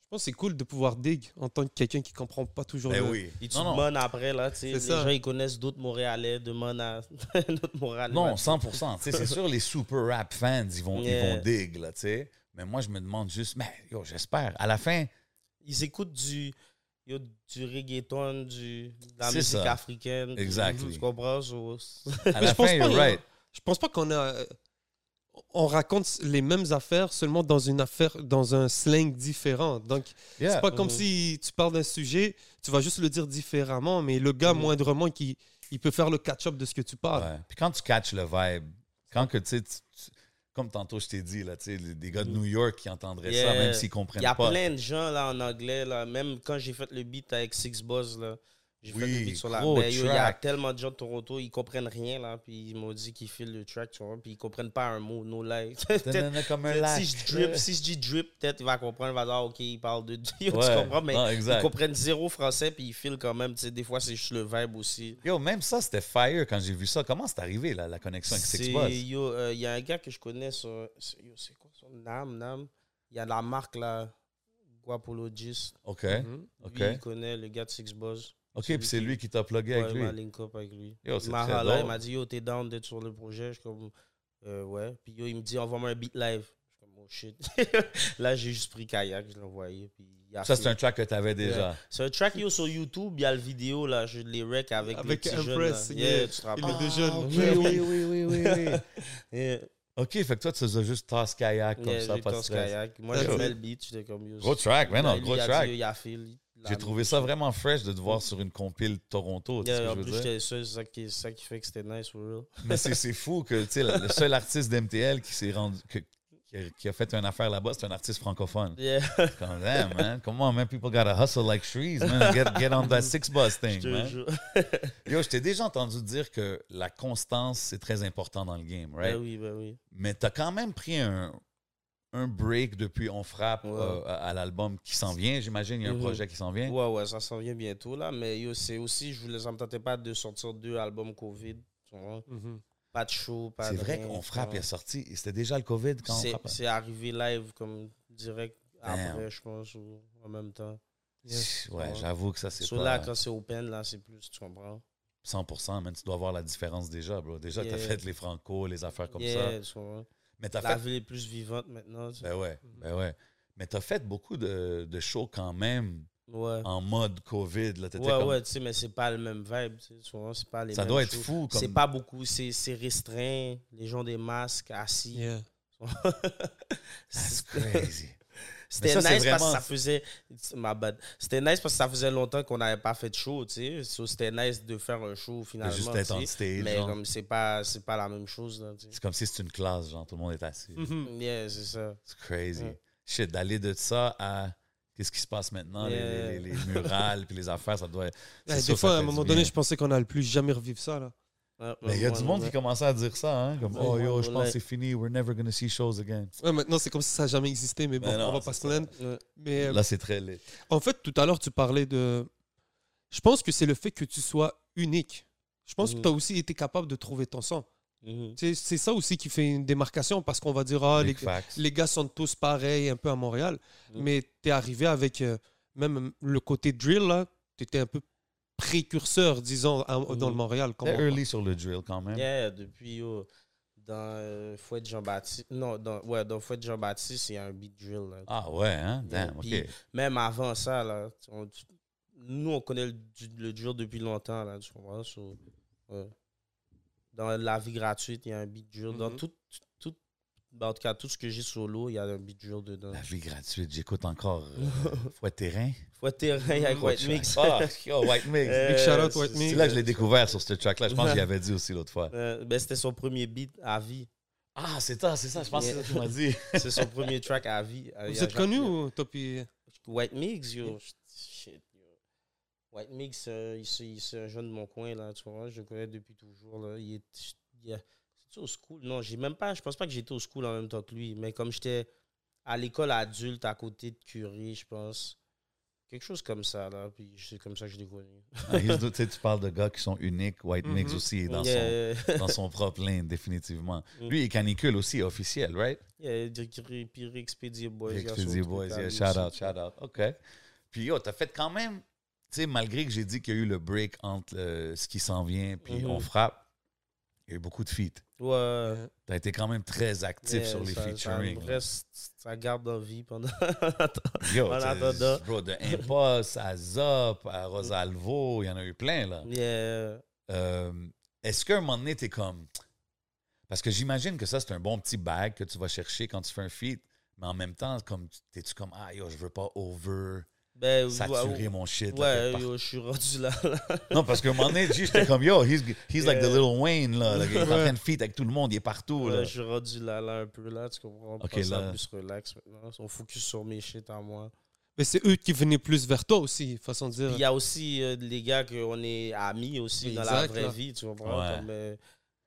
[SPEAKER 1] Je pense que c'est cool de pouvoir dig en tant que quelqu'un qui comprend pas toujours
[SPEAKER 2] Ben
[SPEAKER 1] le-
[SPEAKER 2] oui.
[SPEAKER 3] Et tu
[SPEAKER 2] Non, non.
[SPEAKER 3] demandes après, là, tu sais,
[SPEAKER 1] C'est
[SPEAKER 3] les
[SPEAKER 1] ça.
[SPEAKER 3] gens, ils connaissent d'autres Montréalais, demandent à [LAUGHS] d'autres Montréalais.
[SPEAKER 2] Non, 100%. Tu sais, c'est sûr, les super rap fans, ils vont, ils
[SPEAKER 3] Yeah.
[SPEAKER 2] vont dig, là, tu sais. Mais moi, je me demande juste, mais yo, j'espère. À la fin,
[SPEAKER 3] Ils écoutent du, yo, du reggaeton, du, de la
[SPEAKER 2] C'est
[SPEAKER 3] musique
[SPEAKER 2] ça.
[SPEAKER 3] africaine.
[SPEAKER 2] Exactly.
[SPEAKER 3] Tu comprends? so,
[SPEAKER 2] à
[SPEAKER 1] Mais
[SPEAKER 2] la
[SPEAKER 1] je pense
[SPEAKER 2] fin,
[SPEAKER 1] pas,
[SPEAKER 2] you're
[SPEAKER 1] il-
[SPEAKER 2] right.
[SPEAKER 3] euh,
[SPEAKER 1] Je pense pas qu'on a. euh, On raconte les mêmes affaires seulement dans une affaire, dans un slang différent. Donc,
[SPEAKER 2] Yeah. Mm-hmm.
[SPEAKER 1] C'est pas comme
[SPEAKER 3] Mhm.
[SPEAKER 1] si tu parles d'un sujet, tu vas juste le dire différemment, mais le gars,
[SPEAKER 3] Mhm.
[SPEAKER 1] moindrement, qui, il peut faire le catch-up de ce que tu parles.
[SPEAKER 2] Mm-hmm. Ouais. Puis quand tu catches le vibe, quand que tu sais, tu- tu- comme tantôt je t'ai dit, là, tu sais, les- des gars de New York qui entendraient ça,
[SPEAKER 3] Yeah.
[SPEAKER 2] même s'ils
[SPEAKER 3] Il
[SPEAKER 2] comprennent
[SPEAKER 3] y a
[SPEAKER 2] pas.
[SPEAKER 3] plein de gens là en anglais, là. même quand j'ai fait le beat avec Six Buzz, là, j'ai fait
[SPEAKER 2] Oui,
[SPEAKER 3] le beat sur la
[SPEAKER 2] gros
[SPEAKER 3] ben, yo, Il y a
[SPEAKER 2] track.
[SPEAKER 3] tellement de gens de Toronto, ils comprennent rien, là, puis ils m'ont dit qu'ils filent le track, tu vois, puis ils comprennent pas un mot, no like. [LAUGHS] Peut-être-
[SPEAKER 2] Tadana, comme un
[SPEAKER 3] peut-être
[SPEAKER 2] lac.
[SPEAKER 3] si, je drip, si je dis drip, peut-être il va comprendre, il va dire, Ah, ok, il parle de [LAUGHS] Dieu,
[SPEAKER 2] Ouais.
[SPEAKER 3] tu comprends, mais
[SPEAKER 2] Non, exact.
[SPEAKER 3] ils comprennent zéro français, puis ils filent quand même, tu sais, des fois c'est juste le vibe aussi.
[SPEAKER 2] Yo, même ça, c'était fire quand j'ai vu ça. Comment c'est arrivé, là, la connexion avec Six
[SPEAKER 3] C'est-
[SPEAKER 2] Buzz?
[SPEAKER 3] yo, euh, Il y a un gars que je connais sur. sur- yo, C'est quoi son Nam, Nam. Il y a la marque là, Guapologist.
[SPEAKER 2] OK.
[SPEAKER 1] Mhm.
[SPEAKER 2] OK.
[SPEAKER 3] Lui, il connaît le gars de Six Buzz.
[SPEAKER 2] OK, puis c'est lui qui t'a plugué avec
[SPEAKER 3] ouais,
[SPEAKER 2] lui.
[SPEAKER 3] il m'a link up avec lui.
[SPEAKER 2] Yo, c'est
[SPEAKER 3] il m'a
[SPEAKER 2] très
[SPEAKER 3] râlé, il
[SPEAKER 2] drôle.
[SPEAKER 3] m'a dit Yo, t'es down d'être sur le projet. Je suis comme Euh, Ouais. Puis yo, il me dit Envoie-moi un beat live. Je suis comme Oh shit. [LAUGHS] là, j'ai juste pris kayak, je l'ai envoyé. Puis il a
[SPEAKER 2] Ça,
[SPEAKER 3] fait-
[SPEAKER 2] c'est un track que t'avais déjà.
[SPEAKER 3] C'est un track yo sur YouTube. Il y a le vidéo là, je les rec avec,
[SPEAKER 1] Avec
[SPEAKER 3] les petits jeunes,
[SPEAKER 1] Empress,
[SPEAKER 3] là.
[SPEAKER 1] yeah.
[SPEAKER 3] Yeah, tu te
[SPEAKER 1] Et
[SPEAKER 3] rappelles.
[SPEAKER 1] le deux jeunes.
[SPEAKER 2] Ah, oui, oui, oui, oui. oui.
[SPEAKER 3] Yeah.
[SPEAKER 2] OK, fait que toi, tu faisais juste tasse kayak comme
[SPEAKER 3] Yeah,
[SPEAKER 2] ça.
[SPEAKER 3] j'ai
[SPEAKER 2] pas de
[SPEAKER 3] torse
[SPEAKER 2] stress.
[SPEAKER 3] kayak. Moi,
[SPEAKER 2] That's
[SPEAKER 3] je
[SPEAKER 2] it.
[SPEAKER 3] mets le beat, j'étais comme yo.
[SPEAKER 2] Gros
[SPEAKER 3] c'est-
[SPEAKER 2] track, man,
[SPEAKER 3] Là,
[SPEAKER 2] non,
[SPEAKER 3] il
[SPEAKER 2] gros
[SPEAKER 3] a dit,
[SPEAKER 2] track.
[SPEAKER 3] yo, il a fait l- la
[SPEAKER 2] J'ai
[SPEAKER 3] mou-
[SPEAKER 2] trouvé ça vraiment fresh de te voir sur une compile Toronto. tu sais ce
[SPEAKER 3] Yeah,
[SPEAKER 2] que
[SPEAKER 3] en
[SPEAKER 2] je veux
[SPEAKER 3] plus,
[SPEAKER 2] dire?
[SPEAKER 3] j'étais seul, c'est ça qui, c'est ça qui fait que c'était nice, for real.
[SPEAKER 2] Mais c'est c'est fou que tu sais, le seul artiste d'MTL qui s'est rendu que- qui a, qui a fait une affaire là-bas, c'est un artiste francophone.
[SPEAKER 3] Yeah.
[SPEAKER 2] Comme, damn, man, come on, man, people gotta hustle like trees, man, get, get on that six bus
[SPEAKER 3] [LAUGHS] Je
[SPEAKER 2] thing,
[SPEAKER 3] te
[SPEAKER 2] man.
[SPEAKER 3] jure.
[SPEAKER 2] Yo, je t'ai déjà entendu dire que la constance, c'est très important dans le game, right?
[SPEAKER 3] Ben oui, ben oui.
[SPEAKER 2] Mais t'as quand même pris un, un break depuis On Frappe
[SPEAKER 3] Ouais.
[SPEAKER 2] euh, à, à l'album qui s'en vient, j'imagine, il y a un
[SPEAKER 3] Mhm.
[SPEAKER 2] projet qui s'en vient.
[SPEAKER 3] Ouais, ouais, ça s'en vient bientôt, là. Mais yo, c'est aussi, je voulais, ça me tentait pas de sortir deux albums COVID. tu vois.
[SPEAKER 2] Mm-hmm.
[SPEAKER 1] Mhm.
[SPEAKER 3] Pas de show, pas
[SPEAKER 2] C'est
[SPEAKER 3] de
[SPEAKER 2] vrai
[SPEAKER 3] rien,
[SPEAKER 2] qu'on
[SPEAKER 3] tu
[SPEAKER 2] frappe, il
[SPEAKER 3] vois.
[SPEAKER 2] est sorti. C'était déjà le COVID quand on
[SPEAKER 3] C'est-
[SPEAKER 2] frappe. hein.
[SPEAKER 3] C'est arrivé live, comme direct
[SPEAKER 2] Damn.
[SPEAKER 3] après, je pense, ou en même temps.
[SPEAKER 1] Yes.
[SPEAKER 2] Ouais,
[SPEAKER 3] Ouais.
[SPEAKER 2] j'avoue que ça, c'est
[SPEAKER 3] So,
[SPEAKER 2] pas
[SPEAKER 3] là, quand c'est open, là, c'est plus, tu comprends?
[SPEAKER 2] 100%, man. Tu dois voir la différence déjà, bro. Déjà, t'as
[SPEAKER 3] Yeah.
[SPEAKER 2] fait les franco, les affaires comme ça.
[SPEAKER 3] Yeah, tu comprends?
[SPEAKER 2] Mais t'as
[SPEAKER 3] La Mm-hmm.
[SPEAKER 2] fait...
[SPEAKER 3] ville est plus vivante maintenant. tu-
[SPEAKER 2] Ben ouais, ben ouais. Mais t'as fait beaucoup de, de shows quand même
[SPEAKER 3] Ouais.
[SPEAKER 2] en mode COVID. Là. T'étais
[SPEAKER 3] Ouais,
[SPEAKER 2] comme-
[SPEAKER 3] ouais, tu sais, mais c'est pas le même vibe. tu sais, tu comprends? C'est pas les
[SPEAKER 2] ça
[SPEAKER 3] mêmes
[SPEAKER 2] doit être
[SPEAKER 3] shows.
[SPEAKER 2] fou.
[SPEAKER 3] C'est
[SPEAKER 2] Comme...
[SPEAKER 3] pas beaucoup, c'est c'est restreint. Les gens des masques assis.
[SPEAKER 1] Yeah.
[SPEAKER 2] That's
[SPEAKER 3] [LAUGHS] C'était- [LAUGHS]
[SPEAKER 2] crazy.
[SPEAKER 3] C'était
[SPEAKER 2] [LAUGHS] Mais
[SPEAKER 3] nice
[SPEAKER 2] ça, c'est
[SPEAKER 3] parce que
[SPEAKER 2] vraiment-
[SPEAKER 3] ça faisait. ma bad. C'était nice parce que ça faisait longtemps qu'on n'avait pas fait de show, tu sais. So, c'était nice de faire un show finalement.
[SPEAKER 2] juste
[SPEAKER 3] tu
[SPEAKER 2] être on
[SPEAKER 3] sais.
[SPEAKER 2] stage,
[SPEAKER 3] Mais
[SPEAKER 2] genre.
[SPEAKER 3] comme c'est pas, c'est pas la même chose, là, tu sais.
[SPEAKER 2] [LAUGHS] C'est comme si c'était une classe, genre. Tout le monde est assis.
[SPEAKER 3] Yeah, c'est ça.
[SPEAKER 2] C'est crazy.
[SPEAKER 3] Mm-hmm. Ouais.
[SPEAKER 2] Shit, d'aller de ça à qu'est-ce qui se passe maintenant, les-
[SPEAKER 3] Yeah.
[SPEAKER 2] les, les- les murales puis les affaires, ça doit être. c'est
[SPEAKER 1] Ouais,
[SPEAKER 2] sûr
[SPEAKER 1] des
[SPEAKER 2] que
[SPEAKER 1] fois,
[SPEAKER 2] ça
[SPEAKER 1] à un
[SPEAKER 2] fait
[SPEAKER 1] moment
[SPEAKER 2] du
[SPEAKER 1] donné,
[SPEAKER 2] bien.
[SPEAKER 1] je pensais qu'on allait plus jamais revivre ça. Là.
[SPEAKER 3] Ouais,
[SPEAKER 2] Mais il y a
[SPEAKER 3] ouais,
[SPEAKER 2] du monde
[SPEAKER 3] ouais.
[SPEAKER 2] qui commençait à dire ça, hein? Comme,
[SPEAKER 3] Ouais,
[SPEAKER 2] oh yo,
[SPEAKER 3] ouais,
[SPEAKER 2] je pense que
[SPEAKER 3] ouais.
[SPEAKER 2] c'est fini, we're never gonna see shows again.
[SPEAKER 1] Ouais, maintenant, c'est comme si ça n'a jamais existé, mais bon,
[SPEAKER 2] Mais non,
[SPEAKER 1] on va
[SPEAKER 2] c'est
[SPEAKER 1] pas
[SPEAKER 2] ça.
[SPEAKER 1] se plaindre.
[SPEAKER 3] Ouais.
[SPEAKER 1] Mais euh,
[SPEAKER 2] Là, c'est très laid.
[SPEAKER 1] en fait, tout à l'heure, tu parlais de. Je pense que c'est le fait que tu sois unique. Je pense
[SPEAKER 2] Mm-hmm.
[SPEAKER 1] que
[SPEAKER 3] Mhm.
[SPEAKER 1] tu as aussi été capable de trouver ton sang.
[SPEAKER 3] Mhm.
[SPEAKER 1] Tu sais, C'est ça aussi qui fait une démarcation parce qu'on va dire, ah, les,
[SPEAKER 2] Big facts.
[SPEAKER 1] les gars sont tous pareils un peu à Montréal.
[SPEAKER 3] Mhm.
[SPEAKER 1] Mais tu es arrivé avec euh, même le côté drill, là, tu étais un peu précurseur, disons, à- dans le
[SPEAKER 3] Mhm.
[SPEAKER 1] Montréal. comme
[SPEAKER 2] C'était
[SPEAKER 1] on-
[SPEAKER 2] early sur le drill quand même.
[SPEAKER 3] Yeah, depuis yo, dans euh, Fouet de Jean-Baptiste. Non, dans, ouais, dans Fouet de Jean-Baptiste, il y a un beat drill. là.
[SPEAKER 2] Ah ouais, hein?
[SPEAKER 3] Yeah,
[SPEAKER 2] Damn,
[SPEAKER 3] puis
[SPEAKER 2] ok.
[SPEAKER 3] Même avant ça, là, on- tu- nous, on connaît le, du- le drill depuis longtemps. Là, tu comprends? So, ouais. Dans la vie gratuite, il y a un beat drill. Dans
[SPEAKER 1] Mhm.
[SPEAKER 3] tout, tout, ben, en tout cas, tout ce que j'ai solo, il y a un beat drill dedans.
[SPEAKER 2] La vie gratuite, j'écoute encore
[SPEAKER 3] [LAUGHS]
[SPEAKER 2] euh, Fouet Terrain.
[SPEAKER 3] Fouet terrain avec White
[SPEAKER 2] Fouet
[SPEAKER 3] Mix.
[SPEAKER 2] Terrain. Ah, yo, White Mix.
[SPEAKER 3] Euh,
[SPEAKER 1] shout-out,
[SPEAKER 3] c'est-
[SPEAKER 1] White Mix.
[SPEAKER 2] C'est là que je l'ai découvert sur ce track-là. Je pense que
[SPEAKER 3] Ouais.
[SPEAKER 2] j'y avais dit aussi l'autre fois.
[SPEAKER 3] Euh, ben, c'était son premier beat à vie.
[SPEAKER 2] Ah, c'est ça, c'est ça. Je pense que c'est ça que tu m'as dit.
[SPEAKER 3] C'est son premier track à vie. Euh, il y
[SPEAKER 1] Vous
[SPEAKER 3] a
[SPEAKER 1] êtes connu
[SPEAKER 3] Jacques-
[SPEAKER 1] ou Topi
[SPEAKER 3] White Mix, yo. Shit, yo. White Mix, euh, il se- il se- c'est un jeune de mon coin, là, tu vois. Je le connais depuis toujours, là. Il est. il a- c'est-tu au school? Non, j'ai même pas. Je pense pas que j'étais au school en même temps que lui. Mais comme j'étais à l'école adulte à côté de Curie, je pense. Quelque chose comme ça, là. Puis c'est comme ça que je l'ai connu.
[SPEAKER 2] Ah, Heels Do- tu sais, tu parles de gars qui sont uniques. White Mix
[SPEAKER 1] Mhm.
[SPEAKER 2] aussi est dans,
[SPEAKER 3] Mm-hmm. Yeah, [LAUGHS]
[SPEAKER 2] son, dans son propre lane, définitivement.
[SPEAKER 3] Mhm.
[SPEAKER 2] Lui, il est canicule aussi, officiel, right?
[SPEAKER 3] yeah, de Curie, puis Réexpédier Boys. il y a son
[SPEAKER 2] Expedie
[SPEAKER 3] truc
[SPEAKER 2] Boys,
[SPEAKER 3] à
[SPEAKER 2] yeah,
[SPEAKER 3] lui
[SPEAKER 2] shout out,
[SPEAKER 3] aussi.
[SPEAKER 2] shout out. OK. Puis yo, t'as fait quand même, tu sais, malgré que j'ai dit qu'il y a eu le break entre euh, ce qui s'en vient puis
[SPEAKER 3] Mhm.
[SPEAKER 2] on frappe, il y a eu beaucoup de feats.
[SPEAKER 3] Ouais.
[SPEAKER 2] T'as été quand même très actif
[SPEAKER 3] Yeah,
[SPEAKER 2] sur les
[SPEAKER 3] ça- ça
[SPEAKER 2] featuring.
[SPEAKER 3] me
[SPEAKER 2] là.
[SPEAKER 3] reste- ça garde en vie pendant. [LAUGHS]
[SPEAKER 2] Yo,
[SPEAKER 3] en
[SPEAKER 2] t'sais,
[SPEAKER 3] attendant.
[SPEAKER 2] bro,
[SPEAKER 3] [LAUGHS]
[SPEAKER 2] de Impulse à Zop, à Rosalvo, il y en a eu plein, là.
[SPEAKER 3] yeah.
[SPEAKER 2] Euh, Est-ce qu'à un moment donné, t'es comme. Parce que j'imagine que ça, c'est un bon petit bag que tu vas chercher quand tu fais un feat, mais en même temps, comme t'es-tu comme Ah, yo, je veux pas over
[SPEAKER 3] Ben,
[SPEAKER 2] saturer
[SPEAKER 3] ouais,
[SPEAKER 2] mon shit. là, quelque
[SPEAKER 3] Ouais,
[SPEAKER 2] part.
[SPEAKER 3] yo, je suis rendu là. là.
[SPEAKER 2] Non, parce qu'à un moment donné, G, j'étais comme Yo, he's, he's like the
[SPEAKER 3] Yeah.
[SPEAKER 2] little Wayne, là. Like, il est en
[SPEAKER 1] Ouais.
[SPEAKER 2] train de feat avec tout le monde, il est partout,
[SPEAKER 3] Ouais,
[SPEAKER 2] là.
[SPEAKER 3] je suis rendu là, là, un peu là, tu comprends?
[SPEAKER 2] hein. Ok,
[SPEAKER 3] Pense à
[SPEAKER 2] là.
[SPEAKER 3] plus relax maintenant. On focus sur mes shit à moi.
[SPEAKER 1] Mais c'est eux qui venaient plus vers toi aussi, façon de
[SPEAKER 3] Puis
[SPEAKER 1] dire.
[SPEAKER 3] il y a aussi euh, les gars qu'on est amis aussi
[SPEAKER 1] Oui,
[SPEAKER 3] dans la
[SPEAKER 1] exact,
[SPEAKER 3] vraie
[SPEAKER 1] là.
[SPEAKER 3] vie, tu comprends?
[SPEAKER 2] Ouais.
[SPEAKER 3] Comme, euh,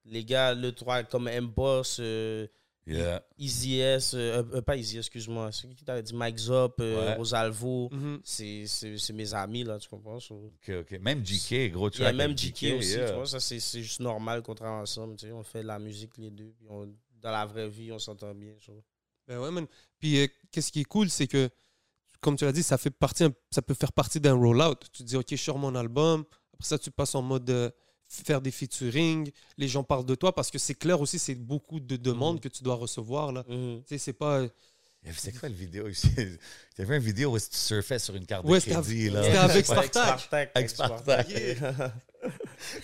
[SPEAKER 3] les gars, le 3, comme M-Boss, euh,
[SPEAKER 2] Yeah.
[SPEAKER 3] Easy S, euh, euh, pas Easy, excuse-moi, c'est qui t'avait dit Mike Zop, euh,
[SPEAKER 2] Ouais.
[SPEAKER 3] Rosalvo,
[SPEAKER 1] Mhm.
[SPEAKER 3] c'est- c'est c'est mes amis, là, tu comprends? So,
[SPEAKER 2] OK, OK. Même GK, gros
[SPEAKER 3] Il y a
[SPEAKER 2] track.
[SPEAKER 3] même
[SPEAKER 2] avec
[SPEAKER 3] GK aussi,
[SPEAKER 2] yeah.
[SPEAKER 3] tu vois, ça c'est c'est juste normal qu'on travaille ensemble, tu sais, on fait de la musique les deux, puis on- dans la vraie vie, on s'entend bien, so.
[SPEAKER 1] Ben ouais, man. Puis euh, qu'est-ce qui est cool, c'est que, comme tu l'as dit, ça, fait partie, ça peut faire partie d'un rollout. Tu dis, OK, je sors mon album. Après ça, tu passes en mode euh, faire des featuring. Les gens parlent de toi parce que c'est clair aussi, c'est beaucoup de demandes
[SPEAKER 3] Mhm.
[SPEAKER 1] que tu dois recevoir. là.
[SPEAKER 3] Mhm.
[SPEAKER 2] Mm-hmm.
[SPEAKER 1] Tu sais, c'est pas. euh,
[SPEAKER 2] Il y avait- C'était quoi le vidéo ici? [LAUGHS] Il y avait une vidéo où tu surfais sur une carte
[SPEAKER 1] Ouais,
[SPEAKER 2] de
[SPEAKER 1] c'était avec-
[SPEAKER 2] crédit, là.
[SPEAKER 1] c'était avec
[SPEAKER 2] [LAUGHS]
[SPEAKER 1] Spartak.
[SPEAKER 2] Avec Spartak.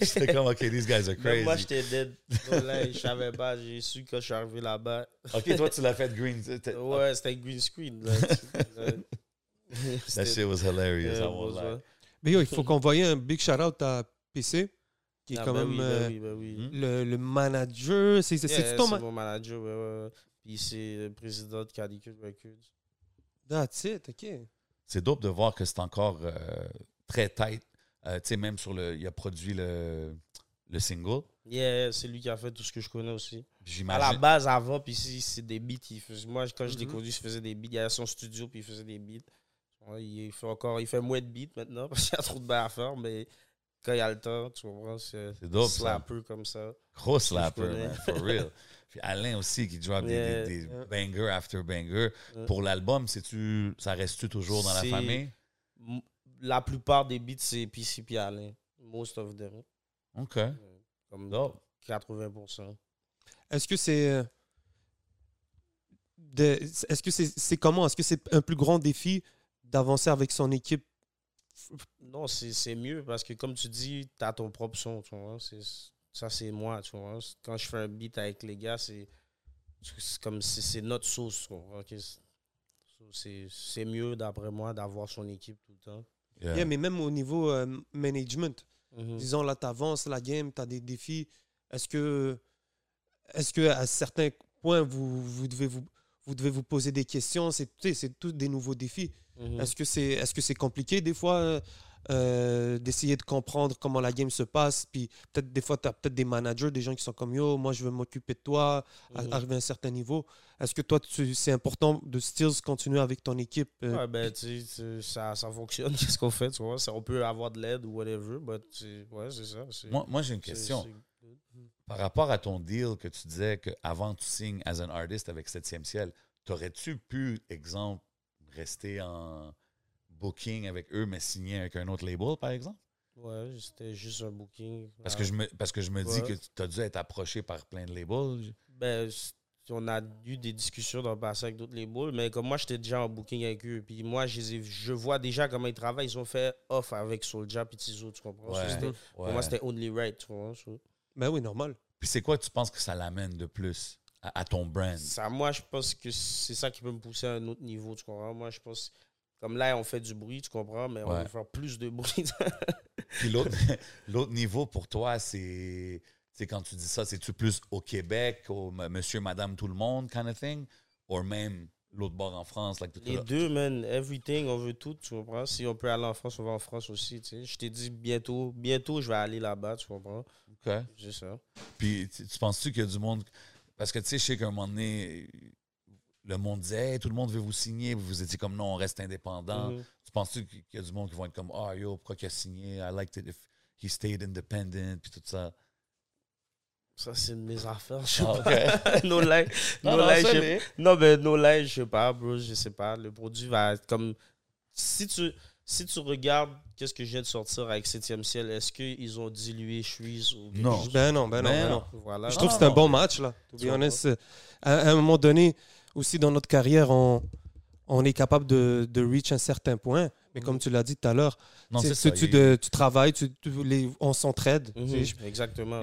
[SPEAKER 2] J'étais comme, OK, these guys are
[SPEAKER 3] [LAUGHS] Même
[SPEAKER 2] crazy.
[SPEAKER 3] moi, j'étais dead. Donc Là, je savais pas. J'ai su quand je suis arrivé là-bas.
[SPEAKER 2] OK, toi, tu l'as fait green. T'as-
[SPEAKER 3] Ouais, c'était green
[SPEAKER 2] [LAUGHS]
[SPEAKER 3] screen. Là.
[SPEAKER 2] That
[SPEAKER 3] C'était-
[SPEAKER 2] shit was hilarious,
[SPEAKER 3] euh,
[SPEAKER 2] I won't lie.
[SPEAKER 3] [LAUGHS]
[SPEAKER 1] Mais yo, il faut qu'on voyait un big shout-out à PC qui est
[SPEAKER 3] Ah,
[SPEAKER 1] quand
[SPEAKER 3] ben
[SPEAKER 1] même
[SPEAKER 3] oui, ben
[SPEAKER 1] euh,
[SPEAKER 3] oui, ben oui.
[SPEAKER 2] hmm?
[SPEAKER 1] le, le manager. C'est c'est-
[SPEAKER 3] Yeah,
[SPEAKER 1] c'est-tu ton ma-
[SPEAKER 3] mon manager, ouais, ouais, ouais. Puis c'est le président de Canicule Records.
[SPEAKER 1] That's it, OK.
[SPEAKER 2] C'est dope de voir que c'est encore euh, très tight. Euh, tu sais, même sur le. Il a produit le, le single.
[SPEAKER 3] Yeah, c'est lui qui a fait tout ce que je connais aussi. À la
[SPEAKER 2] J'imagine.
[SPEAKER 3] base, avant, puis c'est c'est des beats. qu'il faisait. Moi, quand je l'ai
[SPEAKER 2] Mm-hmm.
[SPEAKER 1] Mhm.
[SPEAKER 3] connu, je faisais des beats. Il y avait son studio, puis il faisait des beats. Ouais, il fait encore, il fait moins de beats maintenant, [LAUGHS] parce qu'il y a trop de bails à faire, mais quand il y a le temps, tu comprends, c'est
[SPEAKER 2] C'est dope, ça.
[SPEAKER 3] slapper comme ça.
[SPEAKER 2] Gros
[SPEAKER 3] Je
[SPEAKER 2] slapper,
[SPEAKER 3] connais. [LAUGHS]
[SPEAKER 2] man, for real. Puis Alain aussi qui drop des-
[SPEAKER 3] Yeah.
[SPEAKER 2] des, des
[SPEAKER 1] Yeah.
[SPEAKER 2] bangers after bangers.
[SPEAKER 3] Yeah.
[SPEAKER 2] Pour l'album, c'est-tu, ça reste-tu toujours dans la
[SPEAKER 3] C'est-
[SPEAKER 2] famille?
[SPEAKER 3] M- La plupart des beats, c'est PC puis Alain. Most of them.
[SPEAKER 2] OK.
[SPEAKER 3] Comme
[SPEAKER 2] Dope.
[SPEAKER 3] 80%.
[SPEAKER 1] Est-ce que c'est. euh, de- Est-ce que c'est c'est comment? Est-ce que c'est un plus grand défi d'avancer avec son équipe?
[SPEAKER 3] Non, c'est c'est mieux parce que, comme tu dis, tu as ton propre son, tu vois. C'est- Ça, c'est moi, tu vois. C'est- Quand je fais un beat avec les gars, c'est c'est comme si c'est notre sauce, tu comprends? Ok, c'est- C'est c'est mieux, d'après moi, d'avoir son équipe tout le temps.
[SPEAKER 2] Yeah.
[SPEAKER 1] Yeah, mais même au niveau euh, management,
[SPEAKER 3] Mhm.
[SPEAKER 1] disons là, tu avances la game, tu as des défis. Est-ce que, est que à certains points, vous, vous, devez vous, vous devez vous poser des questions? C'est tu sais, c'est tous des nouveaux défis.
[SPEAKER 3] Mhm.
[SPEAKER 1] Est-ce que c'est est -ce c'est compliqué des fois euh, euh, d'essayer de comprendre comment la game se passe? Puis peut-être des fois, tu as peut-être des managers, des gens qui sont comme Yo, moi je veux m'occuper de toi, à-
[SPEAKER 3] Mhm.
[SPEAKER 1] arriver à un certain niveau. Est-ce que toi, tu- c'est important de Steels continuer avec ton équipe? euh,
[SPEAKER 3] Ouais, ben, tu sais, tu- ça, ça fonctionne, [LAUGHS] qu'est-ce qu'on fait, tu vois. Ça, on peut avoir de l'aide ou whatever, mais tu- ouais, c'est ça. c'est-
[SPEAKER 2] Moi, moi, j'ai une
[SPEAKER 3] c'est-
[SPEAKER 2] question.
[SPEAKER 3] c'est good.
[SPEAKER 2] Par rapport à ton deal que tu disais qu'avant tu signes as an artist avec 7e ciel, t'aurais-tu pu, exemple, rester en booking avec eux, mais signer avec un autre label, par exemple?
[SPEAKER 3] Ouais, c'était juste un booking.
[SPEAKER 2] Parce que je me, parce que je me dis
[SPEAKER 3] Ah. Ouais.
[SPEAKER 2] que tu as dû être approché par plein de labels.
[SPEAKER 3] Ben, c- on a eu des discussions dans le passé avec d'autres les boules, mais comme moi, j'étais déjà en booking avec eux. Puis moi, je, les ai- je vois déjà comment ils travaillent. Ils ont fait off avec Soulja et Tizo, tu comprends? So,
[SPEAKER 2] Ouais.
[SPEAKER 3] c'était- Pour
[SPEAKER 2] Ouais.
[SPEAKER 3] moi, c'était only right, tu comprends? So,
[SPEAKER 1] Ben oui, normal.
[SPEAKER 2] Puis c'est quoi que tu penses que ça l'amène de plus à, à ton brand?
[SPEAKER 3] Ça, moi, je pense que c'est ça qui peut me pousser à un autre niveau, tu comprends? Moi, je pense... Comme là, on fait du bruit, tu comprends? Mais on
[SPEAKER 2] Ouais.
[SPEAKER 3] veut faire plus de bruit. [LAUGHS]
[SPEAKER 2] Puis l'autre [LAUGHS] l'autre niveau pour toi, c'est c'est quand tu dis ça, c'est-tu plus au Québec, au m- monsieur, madame, tout le monde kind of thing? Ou même l'autre bord en France? Like,
[SPEAKER 3] Les deux, man, everything, on veut tout, tu comprends? Si on peut aller en France, on va en France aussi, tu sais. Je t'ai dit bientôt, bientôt, je vais aller là-bas, tu comprends?
[SPEAKER 2] OK.
[SPEAKER 3] C'est ça.
[SPEAKER 2] Puis tu, tu penses-tu qu'il y a du monde... Parce que tu sais, je sais qu'à un moment donné, le monde disait Hey, tout le monde veut vous signer », vous vous étiez comme « non, on reste indépendant
[SPEAKER 3] Mhm.
[SPEAKER 2] Tu penses-tu qu'il y a du monde qui vont être comme « ah, yo, pourquoi qu'il a signé? I liked it if he stayed independent », puis tout [LAUGHS] ça.
[SPEAKER 3] Ça, c'est de mes affaires, je sais
[SPEAKER 2] Ah,
[SPEAKER 3] pas.
[SPEAKER 2] OK.
[SPEAKER 3] [LAUGHS] no lie.
[SPEAKER 2] [LAUGHS] Non,
[SPEAKER 3] No
[SPEAKER 2] non,
[SPEAKER 3] lie,
[SPEAKER 2] ça
[SPEAKER 3] je-
[SPEAKER 2] l'est.
[SPEAKER 3] non, mais no lie, je sais pas, bro. Je sais pas. Le produit va être comme. Si tu, si tu regardes qu'est-ce que je viens de sortir avec 7e ciel, est-ce qu'ils ont dilué Chuise ou quelque
[SPEAKER 2] Non.
[SPEAKER 3] chose?
[SPEAKER 1] Ben non, ben non,
[SPEAKER 2] Ben
[SPEAKER 1] ben
[SPEAKER 2] non.
[SPEAKER 1] non.
[SPEAKER 3] Voilà.
[SPEAKER 1] Je trouve
[SPEAKER 2] non,
[SPEAKER 1] que c'est un
[SPEAKER 2] non,
[SPEAKER 1] bon match, là. To be
[SPEAKER 3] vois
[SPEAKER 1] honest, euh, à, à un moment donné, aussi dans notre carrière, on, on est capable de, de reach un certain point.
[SPEAKER 3] Mm.
[SPEAKER 1] Mais comme tu l'as dit tout à l'heure,
[SPEAKER 2] Non,
[SPEAKER 1] tu sais,
[SPEAKER 2] c'est ça.
[SPEAKER 1] tu, tu
[SPEAKER 2] il-
[SPEAKER 1] de- tu travailles, tu, tu- les, on s'entraide.
[SPEAKER 3] Mhm,
[SPEAKER 1] Tu sais, je-
[SPEAKER 3] Exactement.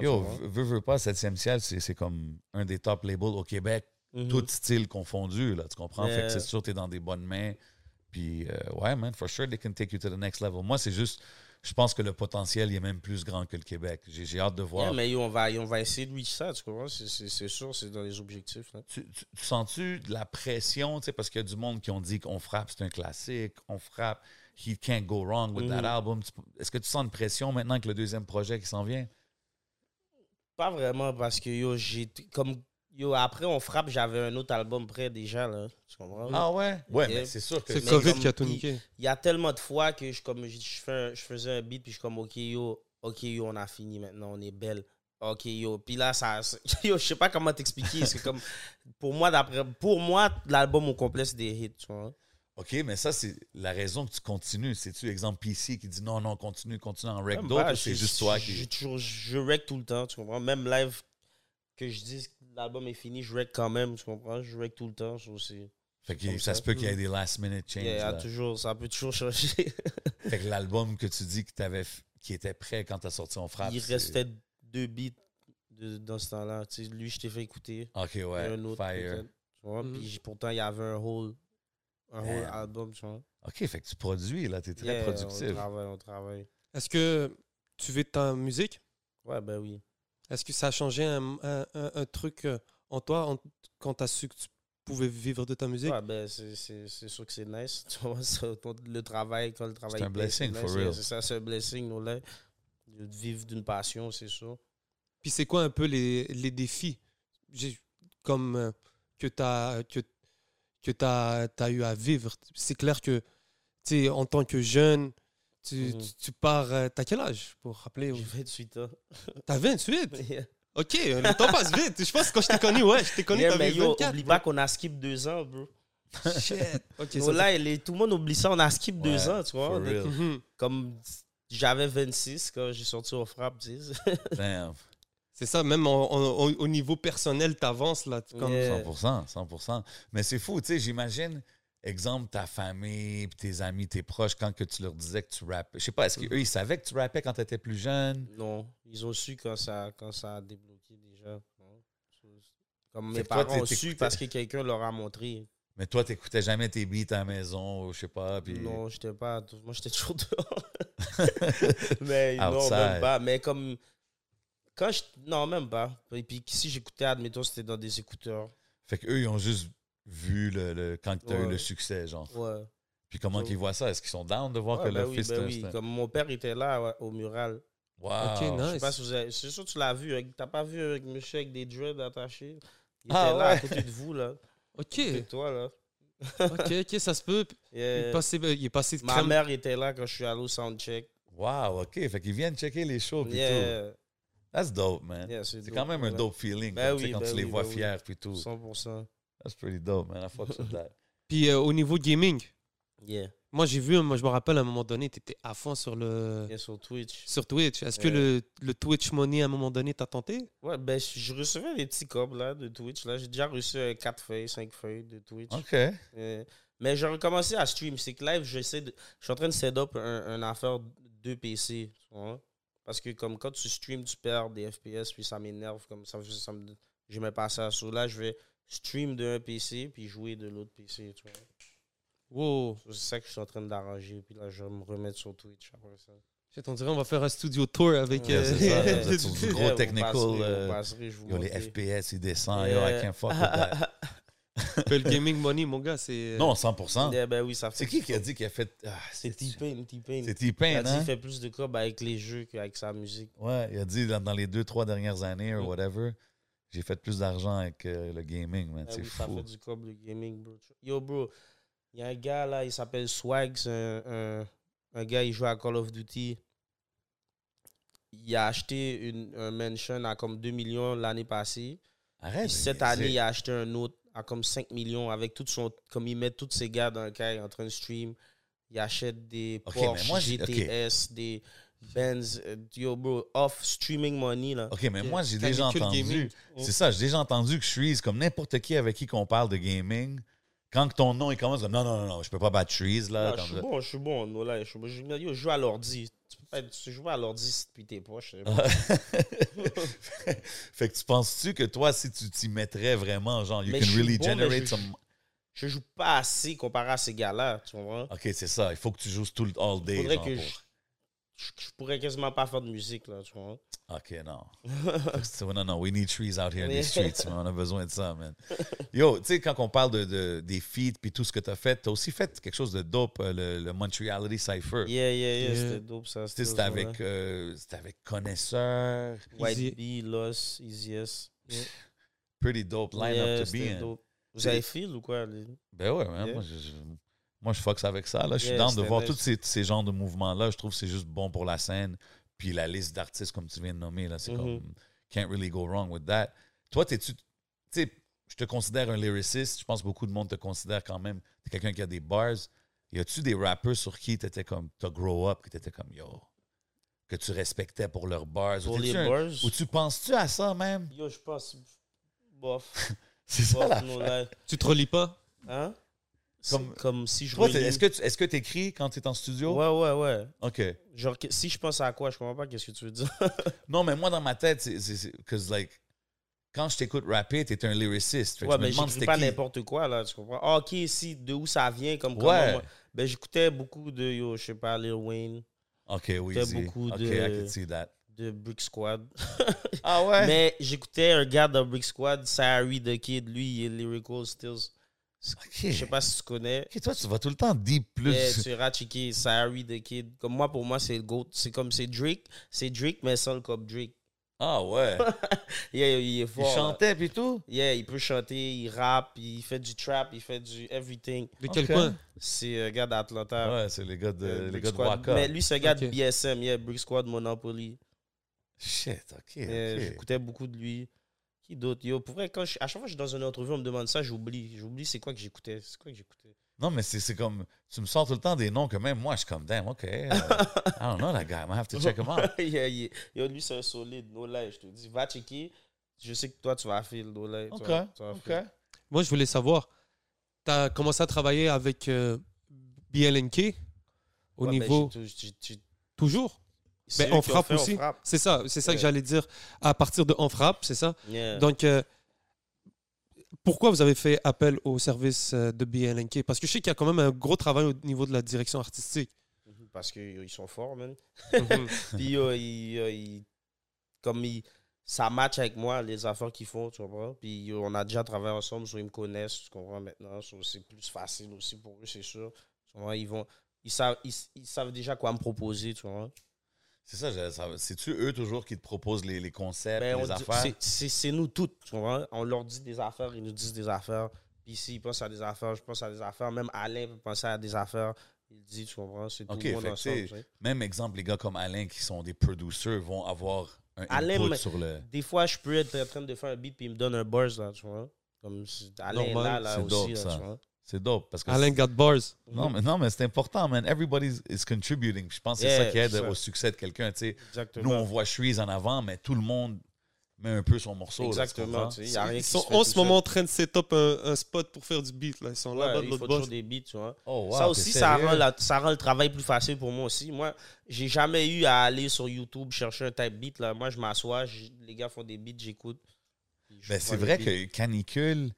[SPEAKER 2] Yo,
[SPEAKER 3] tu
[SPEAKER 2] veux,
[SPEAKER 3] vois.
[SPEAKER 2] veux veux pas, 7e ciel, c'est c'est comme un des top labels au Québec,
[SPEAKER 3] Mhm.
[SPEAKER 2] tout style confondu, là, tu comprends? Fait que
[SPEAKER 3] Yeah.
[SPEAKER 2] c'est sûr que t'es dans des bonnes mains. Puis, euh, ouais, man, for sure, they can take you to the next level. Moi, c'est juste, je pense que le potentiel, il est même plus grand que le Québec. J'ai j'ai hâte de voir.
[SPEAKER 3] Yeah, mais yo, on va, on va essayer de reach ça, tu comprends? C'est- C'est c'est sûr, c'est dans les objectifs. là.
[SPEAKER 2] Tu, tu- tu sens-tu de la pression, tu sais, parce qu'il y a du monde qui ont dit qu'on frappe, c'est un classique, on frappe, he can't go wrong with that
[SPEAKER 3] Mhm.
[SPEAKER 2] album. Tu- Est-ce que tu sens une pression maintenant que le deuxième projet qui s'en vient?
[SPEAKER 3] Pas vraiment parce que yo, j'ai. t- Comme. Yo, après, on frappe, j'avais un autre album prêt déjà, là. Tu comprends?
[SPEAKER 2] Ah ouais? Ouais,
[SPEAKER 3] Yeah.
[SPEAKER 2] mais c'est sûr que
[SPEAKER 1] C'est
[SPEAKER 3] Mais
[SPEAKER 1] le COVID
[SPEAKER 3] comme
[SPEAKER 1] qui a tout
[SPEAKER 3] il-
[SPEAKER 1] niqué.
[SPEAKER 3] il y a tellement de fois que je, comme, je, je fais un- je faisais un beat, puis je suis comme, OK, yo, OK, yo, on a fini maintenant, on est belle. OK, yo. Puis là, ça, ça- [LAUGHS] yo, je sais pas comment t'expliquer. C'est comme, pour moi, d'après, pour moi, l'album au complet, c'est des hits, tu vois.
[SPEAKER 2] OK, mais ça, c'est la raison que tu continues. C'est-tu, exemple, PC qui dit non, non, continue, continue en rec
[SPEAKER 3] Même
[SPEAKER 2] d'autres
[SPEAKER 3] pas,
[SPEAKER 2] ou c'est
[SPEAKER 3] Ah, bah, je-
[SPEAKER 2] juste toi
[SPEAKER 3] je- j'ai
[SPEAKER 2] qui.
[SPEAKER 3] toujours, je rec tout le temps, tu comprends. Même live, que je dise que l'album est fini, je rec quand même, tu comprends. Je rec tout le temps, ça aussi.
[SPEAKER 2] Fait que
[SPEAKER 3] comme
[SPEAKER 2] ça,
[SPEAKER 3] ça. Mm.
[SPEAKER 2] se peut qu'il y ait des last minute
[SPEAKER 3] Il
[SPEAKER 2] changes.
[SPEAKER 3] y a
[SPEAKER 2] là.
[SPEAKER 3] toujours, ça peut toujours [LAUGHS] changer.
[SPEAKER 2] Fait que l'album que tu dis que t'avais f- qui était prêt quand t'as sorti On Frappe.
[SPEAKER 3] Il
[SPEAKER 2] c'est-
[SPEAKER 3] restait deux beats de- dans ce temps-là. Tu sais, lui, je t'ai fait écouter.
[SPEAKER 2] OK, ouais.
[SPEAKER 3] et un autre
[SPEAKER 2] Fire. Mm-hmm.
[SPEAKER 3] peut-être, tu vois.
[SPEAKER 1] Mhm.
[SPEAKER 3] Puis j- pourtant, il y avait un whole, un whole
[SPEAKER 2] Damn.
[SPEAKER 3] album, tu vois.
[SPEAKER 2] OK, fait que tu produis, là. T'es très
[SPEAKER 3] Yeah, On
[SPEAKER 2] productif.
[SPEAKER 3] travaille, on travaille.
[SPEAKER 1] Est-ce que tu veux de ta musique?
[SPEAKER 3] Ouais, ben oui.
[SPEAKER 1] Est-ce que ça a changé un, un- un- un truc euh, en toi en- quand tu as su que tu pouvais vivre de ta musique?
[SPEAKER 3] Ouais, ben c'est- c'est c'est sûr que c'est nice. [LAUGHS] Tu vois, ça, ton- le travail, quand le travail.
[SPEAKER 2] C'est un
[SPEAKER 3] paye,
[SPEAKER 2] blessing,
[SPEAKER 3] nice.
[SPEAKER 2] for
[SPEAKER 3] Ouais,
[SPEAKER 2] real.
[SPEAKER 3] C'est ça, c'est un blessing, nous, là. De vivre d'une passion, c'est sûr.
[SPEAKER 1] Puis c'est quoi un peu les, les défis j'ai- comme euh, que tu as, que, que t'as- t'as eu à vivre? C'est clair que, tu sais, en tant que jeune, tu,
[SPEAKER 3] Mhm.
[SPEAKER 1] tu- tu pars... euh, T'as quel âge, pour rappeler?
[SPEAKER 3] J'ai 28 ans.
[SPEAKER 1] T'as 28?
[SPEAKER 3] [LAUGHS] Yeah.
[SPEAKER 1] OK, euh, le temps passe vite. Je pense que quand je t'ai connu, ouais, je t'ai connu,
[SPEAKER 3] Yeah,
[SPEAKER 1] t'avais
[SPEAKER 3] mais yo,
[SPEAKER 1] 24.
[SPEAKER 3] oublie pas qu'on a skip deux ans, bro.
[SPEAKER 2] [LAUGHS]
[SPEAKER 1] Shit. OK, ça
[SPEAKER 3] Nous, là, il est- tout le monde oublie ça, on a skip deux
[SPEAKER 2] Ouais,
[SPEAKER 3] ans, tu vois.
[SPEAKER 2] for
[SPEAKER 3] Donc,
[SPEAKER 1] fait-
[SPEAKER 3] [LAUGHS]
[SPEAKER 2] real.
[SPEAKER 1] Mhm.
[SPEAKER 3] Comme j'avais 26 quand j'ai sorti au frappe 10.
[SPEAKER 2] Damn.
[SPEAKER 1] C'est ça, même en- en- au, au niveau personnel, t'avances, là. tu- Comme...
[SPEAKER 3] Yeah.
[SPEAKER 2] 100%, 100%. Mais c'est fou, tu sais, j'imagine, exemple, ta famille, puis tes amis, tes proches, quand que tu leur disais que tu rappais. Je sais pas, est-ce
[SPEAKER 3] Mm-hmm.
[SPEAKER 2] qu'eux, ils savaient que tu rappais quand tu étais plus jeune?
[SPEAKER 3] Non, ils ont su quand ça, quand ça a débloqué déjà. Non. Comme
[SPEAKER 2] Fait
[SPEAKER 3] mes
[SPEAKER 2] que toi,
[SPEAKER 3] parents
[SPEAKER 2] t'es-
[SPEAKER 3] ont su
[SPEAKER 2] t'écoutais-
[SPEAKER 3] parce que quelqu'un leur a montré.
[SPEAKER 2] Mais toi, t'écoutais jamais tes beats à la maison, ou je sais pas, puis...
[SPEAKER 3] Non, j'étais pas. Moi, j'étais
[SPEAKER 2] [LAUGHS]
[SPEAKER 3] toujours dehors. mais non,
[SPEAKER 2] Outside.
[SPEAKER 3] même pas. Mais comme. Quand je, non, même pas. Et puis si j'écoutais, admettons, c'était dans des écouteurs.
[SPEAKER 2] Fait qu'eux, ils ont juste vu le, le- quand tu as eu
[SPEAKER 3] Ouais.
[SPEAKER 2] le succès, genre.
[SPEAKER 3] Ouais.
[SPEAKER 2] Puis comment
[SPEAKER 3] Ouais.
[SPEAKER 2] qu'ils voient ça? Est-ce qu'ils sont down de voir
[SPEAKER 3] Ouais,
[SPEAKER 2] que
[SPEAKER 3] ben
[SPEAKER 2] leur
[SPEAKER 3] oui,
[SPEAKER 2] fils...
[SPEAKER 3] ben
[SPEAKER 2] te-
[SPEAKER 3] oui.
[SPEAKER 2] c'est un-
[SPEAKER 3] Comme mon père était là ouais, au mural.
[SPEAKER 2] Wow!
[SPEAKER 1] OK,
[SPEAKER 3] Ah, Je sais
[SPEAKER 1] nice.
[SPEAKER 3] pas si vous avez- C'est sûr que tu l'as vu. hein. T'as pas vu avec monsieur avec des dreads attachés. Il
[SPEAKER 2] Ah,
[SPEAKER 3] était là à
[SPEAKER 2] ouais.
[SPEAKER 3] côté de
[SPEAKER 2] [LAUGHS]
[SPEAKER 3] vous, là.
[SPEAKER 1] OK,
[SPEAKER 3] Et toi, là.
[SPEAKER 1] OK, OK, ça se peut.
[SPEAKER 3] Et,
[SPEAKER 1] Il est
[SPEAKER 3] euh,
[SPEAKER 1] passé, il est passé de
[SPEAKER 3] ma
[SPEAKER 1] crème.
[SPEAKER 3] mère était là quand je suis allé au soundcheck.
[SPEAKER 2] Wow, OK. Fait qu'ils viennent checker les shows, puis tout.
[SPEAKER 3] Yeah,
[SPEAKER 2] That's dope, man.
[SPEAKER 3] yeah,
[SPEAKER 2] Oh, C'est quand même un
[SPEAKER 3] ouais.
[SPEAKER 2] dope feeling,
[SPEAKER 3] Ben
[SPEAKER 2] comme, tu sais,
[SPEAKER 3] oui,
[SPEAKER 2] quand
[SPEAKER 3] ben
[SPEAKER 2] tu les
[SPEAKER 3] oui,
[SPEAKER 2] vois
[SPEAKER 3] ben oui.
[SPEAKER 2] fiers, puis tout.
[SPEAKER 3] 100%.
[SPEAKER 2] That's pretty dope, man. I fucks with
[SPEAKER 3] [LAUGHS]
[SPEAKER 2] that.
[SPEAKER 1] Puis euh, au niveau gaming,
[SPEAKER 3] Yeah.
[SPEAKER 1] moi, j'ai vu, moi, je me rappelle, à un moment donné, t'étais à fond sur le...
[SPEAKER 3] yeah, sur Twitch.
[SPEAKER 1] Sur Twitch, est-ce que
[SPEAKER 3] Ouais.
[SPEAKER 1] le, le Twitch Money, à un moment donné, t'as tenté
[SPEAKER 3] Ouais, ben, je je recevais des petits cobs, là, de Twitch. Là, j'ai déjà reçu 4 feuilles, 5 feuilles de Twitch.
[SPEAKER 2] OK.
[SPEAKER 3] Euh, mais j'ai recommencé à stream. C'est que live, j'essaie de- je suis en train de set up un, un affaire de PC. tu vois. Parce que comme quand tu stream, tu perds des FPS, puis ça m'énerve. Comme ça, ça me, j'aimais pas ça. So là, je vais stream d'un PC, puis jouer de l'autre PC. tu vois.
[SPEAKER 1] Wow,
[SPEAKER 3] So, c'est ça que je suis en train d'arranger. Puis là, je vais me remettre sur Twitch après ça.
[SPEAKER 1] Shit, on dirait on va faire un studio tour avec...
[SPEAKER 3] Yeah,
[SPEAKER 1] euh,
[SPEAKER 3] c'est ça,
[SPEAKER 2] là, sur
[SPEAKER 3] [LAUGHS]
[SPEAKER 1] [LAUGHS]
[SPEAKER 2] du gros
[SPEAKER 3] vous
[SPEAKER 2] technical,
[SPEAKER 3] passerez, vous
[SPEAKER 2] euh,
[SPEAKER 3] passerez, je vous
[SPEAKER 2] Yo, les
[SPEAKER 3] montrerai.
[SPEAKER 2] FPS, ils descendent. Yo, I can't fuck with that.
[SPEAKER 3] [LAUGHS]
[SPEAKER 1] que le gaming money, mon gars, c'est... euh,
[SPEAKER 2] Non, 100
[SPEAKER 3] Yeah, ben oui, ça fait
[SPEAKER 2] hein? C'est qui qui a dit qu'il a fait... Ah,
[SPEAKER 3] C'est T-Pain, T-Pain.
[SPEAKER 2] C'est
[SPEAKER 3] Il a
[SPEAKER 2] T-Pain,
[SPEAKER 3] dit qu'il
[SPEAKER 2] hein?
[SPEAKER 3] fait plus de cobs avec les jeux qu'avec sa musique.
[SPEAKER 2] Ouais, il a dit dans, dans les deux, trois dernières années, ou
[SPEAKER 3] Mm.
[SPEAKER 2] whatever, j'ai fait plus d'argent avec euh, le gaming, man.
[SPEAKER 3] Ah
[SPEAKER 2] c'est
[SPEAKER 3] oui, Ça
[SPEAKER 2] fou.
[SPEAKER 3] fait du cob, le gaming, bro. Yo, bro, il y a un gars là, il s'appelle Swag. c'est un, un- un gars, il joue à Call of Duty. Il a acheté une, un mansion à comme 2 millions l'année passée.
[SPEAKER 2] Arrête.
[SPEAKER 3] Puis
[SPEAKER 2] de
[SPEAKER 3] cette
[SPEAKER 2] niaiser.
[SPEAKER 3] année, il a acheté un autre à comme 5 millions avec tout son. Comme il met tous ses gars dans le cas, il est en train de stream. Il achète des
[SPEAKER 2] Ok, mais
[SPEAKER 3] Porsche,
[SPEAKER 2] moi, j'ai- ok.
[SPEAKER 3] GTS, des Benz. euh, Yo, bro, off streaming money là.
[SPEAKER 2] OK, mais moi, j'ai déjà
[SPEAKER 1] Canicule
[SPEAKER 2] entendu.
[SPEAKER 1] gaming.
[SPEAKER 2] C'est ça, j'ai déjà entendu que Shreeze, comme n'importe qui avec qui qu'on parle de gaming, quand que ton nom, il commence comme non, non, non, non, je peux pas battre Shreeze, là.
[SPEAKER 3] Ah, je
[SPEAKER 2] comme
[SPEAKER 3] suis
[SPEAKER 2] ça.
[SPEAKER 3] bon, je suis bon. Non, là, je suis bon. Je, yo, je joue à l'ordi. Tu peux pas être- tu joues à l'ordi si puis t'es poche.
[SPEAKER 2] [LAUGHS] fait que tu penses-tu que toi, si tu t'y mettrais vraiment, genre, you
[SPEAKER 3] Mais je
[SPEAKER 2] can
[SPEAKER 3] suis
[SPEAKER 2] really
[SPEAKER 3] bon, mais
[SPEAKER 2] generate
[SPEAKER 3] je-
[SPEAKER 2] some.
[SPEAKER 3] Je joue pas assez comparé à ces gars-là, tu comprends?
[SPEAKER 2] OK, c'est ça, il faut que tu joues tout le all day.
[SPEAKER 3] Faudrait
[SPEAKER 2] Ah, genre,
[SPEAKER 3] que
[SPEAKER 2] pour-
[SPEAKER 3] je, je, je pourrais quasiment pas faire de musique, là, tu comprends?
[SPEAKER 2] OK, non. So, non, non, we need trees out here in
[SPEAKER 3] Oui. [LAUGHS]
[SPEAKER 2] these streets. man. On a besoin de ça, man. Yo, tu sais, quand on parle de, de- des feats puis tout ce que tu as fait, tu as aussi fait quelque chose de dope, euh, le, le Montreality Cypher.
[SPEAKER 3] Yeah, yeah, yeah,
[SPEAKER 1] Yeah.
[SPEAKER 3] c'était dope, ça.
[SPEAKER 2] Tu sais, C'était
[SPEAKER 3] ce
[SPEAKER 2] avec,
[SPEAKER 3] jour-là.
[SPEAKER 2] euh, c'était avec Connaisseur.
[SPEAKER 3] White
[SPEAKER 1] Easy.
[SPEAKER 3] Bee, Loss, Easy S.
[SPEAKER 2] Pretty dope line
[SPEAKER 3] Yeah,
[SPEAKER 2] up to be
[SPEAKER 3] c'était
[SPEAKER 2] in.
[SPEAKER 3] dope. Vous avez feel ou quoi? les-
[SPEAKER 2] Ben ouais, man,
[SPEAKER 3] Yeah.
[SPEAKER 2] moi, je, je, moi, je fucks avec ça. Là. Je suis
[SPEAKER 3] Yeah,
[SPEAKER 2] down de
[SPEAKER 3] c'était
[SPEAKER 2] voir
[SPEAKER 3] nice.
[SPEAKER 2] tous ces, ces genres de mouvements-là. Je trouve que c'est juste bon pour la scène. Puis la liste d'artistes, comme tu viens de nommer, là, c'est
[SPEAKER 3] Mhm.
[SPEAKER 2] comme can't really go wrong with that. Toi, t'es-tu. Tu sais, je te considère un lyriciste. Je pense que beaucoup de monde te considère quand même. T'es quelqu'un qui a des bars. Y a-tu des rappeurs sur qui t'étais comme. T'as grow up, qui t'étais comme yo. Que tu respectais pour leurs bars.
[SPEAKER 3] Pour
[SPEAKER 2] ou,
[SPEAKER 3] les
[SPEAKER 2] t'es-tu un-
[SPEAKER 3] bars?
[SPEAKER 2] ou tu penses-tu à ça même?
[SPEAKER 3] Yo, je pense. Bof.
[SPEAKER 2] [LAUGHS] C'est ça
[SPEAKER 3] Bof,
[SPEAKER 2] la
[SPEAKER 3] non,
[SPEAKER 2] fin.
[SPEAKER 3] là.
[SPEAKER 1] Tu te relis pas
[SPEAKER 3] Hein?
[SPEAKER 2] Comme-
[SPEAKER 3] Comme, comme si je.
[SPEAKER 2] Toi, t'es-
[SPEAKER 3] relis-
[SPEAKER 2] est-ce que tu est-ce que t'écris quand tu es en studio?
[SPEAKER 3] Ouais, ouais, ouais.
[SPEAKER 2] OK.
[SPEAKER 3] Genre, que- si je pense à quoi, je comprends pas qu'est-ce que tu veux dire.
[SPEAKER 2] Non, mais moi, dans ma tête, c'est. c'est- c'est- Cause, like, quand je t'écoute rapper, t'es un
[SPEAKER 3] [LAUGHS]
[SPEAKER 2] lyriciste. Fait que
[SPEAKER 3] ouais,
[SPEAKER 2] je me
[SPEAKER 3] mais
[SPEAKER 2] demande
[SPEAKER 3] j'écris
[SPEAKER 2] c'était
[SPEAKER 3] pas
[SPEAKER 2] qui.
[SPEAKER 3] n'importe quoi, là, tu comprends? Ah, ok, si, de où ça vient, comme
[SPEAKER 2] Ouais.
[SPEAKER 3] comment moi- Ben, j'écoutais beaucoup de, yo, je sais pas, Lil Wayne,
[SPEAKER 2] Ok, oui,
[SPEAKER 3] T'as
[SPEAKER 2] c'est-
[SPEAKER 3] beaucoup
[SPEAKER 2] Ok,
[SPEAKER 3] de-
[SPEAKER 2] I can see that.
[SPEAKER 3] de Brick Squad.
[SPEAKER 2] Ah ouais?
[SPEAKER 3] [LAUGHS] Mais j'écoutais un gars de Brick Squad, Sari the Kid. Lui, il est Lyrical Stills.
[SPEAKER 2] Ok.
[SPEAKER 3] Je sais pas si tu connais.
[SPEAKER 2] Ok, toi, tu vas tout le temps deep plus.
[SPEAKER 3] Mais tu iras checker Sari the Kid. Comme moi, pour moi, c'est le GOAT. C'est comme c'est Drake. C'est Drake, mais sans le cop Drake.
[SPEAKER 2] [LAUGHS] Ah ouais.
[SPEAKER 3] Yeah, il est fort.
[SPEAKER 2] Il
[SPEAKER 3] là.
[SPEAKER 2] chantait puis tout.
[SPEAKER 3] Yeah, il peut chanter, il rappe, il fait du trap, il fait du everything.
[SPEAKER 1] De
[SPEAKER 2] Ok.
[SPEAKER 1] quel coin?
[SPEAKER 3] C'est un gars d'Atlanta.
[SPEAKER 2] Ouais, c'est les gars de,
[SPEAKER 3] Euh,
[SPEAKER 2] les
[SPEAKER 3] Brick
[SPEAKER 2] gars de
[SPEAKER 3] Squad.
[SPEAKER 2] Waka.
[SPEAKER 3] Mais lui, c'est un gars de
[SPEAKER 1] Ok.
[SPEAKER 3] BSM, yeah, Brick Squad Monopoly.
[SPEAKER 2] Shit, ok.
[SPEAKER 3] Euh,
[SPEAKER 2] ok.
[SPEAKER 3] J'écoutais beaucoup de lui. Qui d'autre Yo, pour vrai, quand je- à chaque fois que je suis dans une entrevue, on me demande ça, j'oublie. J'oublie c'est quoi que j'écoutais. C'est quoi que j'écoutais
[SPEAKER 2] Non, mais c'est c'est comme. Tu me sors tout le temps des noms que même moi, je suis comme, damn, ok. euh, I don't know that guy. I'm gonna have to check him
[SPEAKER 3] [LAUGHS]
[SPEAKER 2] out.
[SPEAKER 3] Yeah, yeah. Yo, lui, c'est un solide. No lie, je te dis. Va checker. Je sais que toi, tu vas à fil. No lie. Tu
[SPEAKER 2] Ok.
[SPEAKER 3] vas- tu vas à
[SPEAKER 2] Ok.
[SPEAKER 3] fil.
[SPEAKER 1] Moi, je voulais savoir, tu as commencé à travailler avec euh, BLNK au
[SPEAKER 3] Ouais, ben,
[SPEAKER 1] niveau.
[SPEAKER 3] j'ai tout- j'ai- j'ai-
[SPEAKER 1] Toujours
[SPEAKER 3] c'est
[SPEAKER 1] ben,
[SPEAKER 3] eux
[SPEAKER 1] On
[SPEAKER 3] qui ont
[SPEAKER 1] frappe
[SPEAKER 3] fait, on
[SPEAKER 1] aussi.
[SPEAKER 3] frappe.
[SPEAKER 1] C'est ça, c'est ça que
[SPEAKER 3] Ouais.
[SPEAKER 1] j'allais dire. À partir de On frappe, c'est ça.
[SPEAKER 3] Yeah.
[SPEAKER 1] Donc, euh, pourquoi vous avez fait appel au service euh, de BLNK Parce que je sais qu'il y a quand même un gros travail au niveau de la direction artistique.
[SPEAKER 3] Mhm. Parce qu'ils sont forts, man.
[SPEAKER 1] Mhm.
[SPEAKER 3] [LAUGHS] Puis, euh, il- euh, il- comme il- ça match avec moi, les affaires qu'ils font, tu comprends? Puis, euh, on a déjà travaillé ensemble, so ils me connaissent, tu comprends maintenant? so c'est plus facile aussi pour eux, c'est sûr. Tu comprends? Ils, vont, ils, savent, ils, ils savent déjà quoi me proposer, tu comprends?
[SPEAKER 2] C'est ça, je- ça- c'est-tu eux toujours qui te proposent les, les concepts,
[SPEAKER 3] Ben, on
[SPEAKER 2] les
[SPEAKER 3] dit-
[SPEAKER 2] affaires?
[SPEAKER 3] c'est- C'est c'est nous toutes, tu comprends? On leur dit des affaires, ils nous disent des affaires. Puis, s'ils pensent à des affaires, je pense à des affaires. Même Alain peut penser à des affaires. Il dit, tu comprends? C'est tout
[SPEAKER 2] Ok,
[SPEAKER 3] le monde
[SPEAKER 2] fait que
[SPEAKER 3] ensemble.
[SPEAKER 2] c'est-
[SPEAKER 3] tu sais.
[SPEAKER 2] Même exemple, les gars comme Alain qui sont des producers vont avoir un
[SPEAKER 3] Alain,
[SPEAKER 2] input
[SPEAKER 3] mais-
[SPEAKER 2] sur le.
[SPEAKER 3] des fois, je peux être en train de faire un beat puis il me donne un buzz, là, tu vois. Comme si- Alain est là,
[SPEAKER 1] Normal,
[SPEAKER 3] là
[SPEAKER 2] c'est
[SPEAKER 3] aussi,
[SPEAKER 2] dope,
[SPEAKER 3] là,
[SPEAKER 2] ça.
[SPEAKER 3] tu vois.
[SPEAKER 2] C'est dope parce que.
[SPEAKER 1] Alain Got Bars.
[SPEAKER 2] Non, mais, non, mais c'est important, man. Everybody is contributing. Puis Je pense que c'est
[SPEAKER 3] Yeah,
[SPEAKER 2] ça qui aide
[SPEAKER 3] c'est ça.
[SPEAKER 2] au succès de quelqu'un. tu sais. Nous, on
[SPEAKER 3] Exactement.
[SPEAKER 2] voit Shreeze en avant, mais tout le monde met un peu son morceau. là, tu
[SPEAKER 3] Exactement,
[SPEAKER 2] comprends?
[SPEAKER 3] tu sais, y a rien
[SPEAKER 1] Ils
[SPEAKER 3] qui
[SPEAKER 1] sont
[SPEAKER 3] se fait
[SPEAKER 1] en
[SPEAKER 3] tout
[SPEAKER 1] ce
[SPEAKER 3] seul.
[SPEAKER 1] moment en train de set-up un, un spot pour faire du beat. Là. Ils sont
[SPEAKER 3] Ouais,
[SPEAKER 1] là-bas de
[SPEAKER 3] il faut
[SPEAKER 1] l'autre
[SPEAKER 3] toujours
[SPEAKER 1] boss.
[SPEAKER 3] des beats, tu vois.
[SPEAKER 2] Oh, wow,
[SPEAKER 3] ça
[SPEAKER 2] t'es
[SPEAKER 3] aussi, ça
[SPEAKER 2] sérieux?
[SPEAKER 3] rend, la- ça rend le travail plus facile pour moi aussi. Moi, j'ai jamais eu à aller sur YouTube chercher un type beat, là. Moi, je m'assois, j- les gars font des beats, j'écoute. Je
[SPEAKER 2] Ben,
[SPEAKER 3] prends
[SPEAKER 2] c'est
[SPEAKER 3] les
[SPEAKER 2] vrai
[SPEAKER 3] beats.
[SPEAKER 2] que Canicule,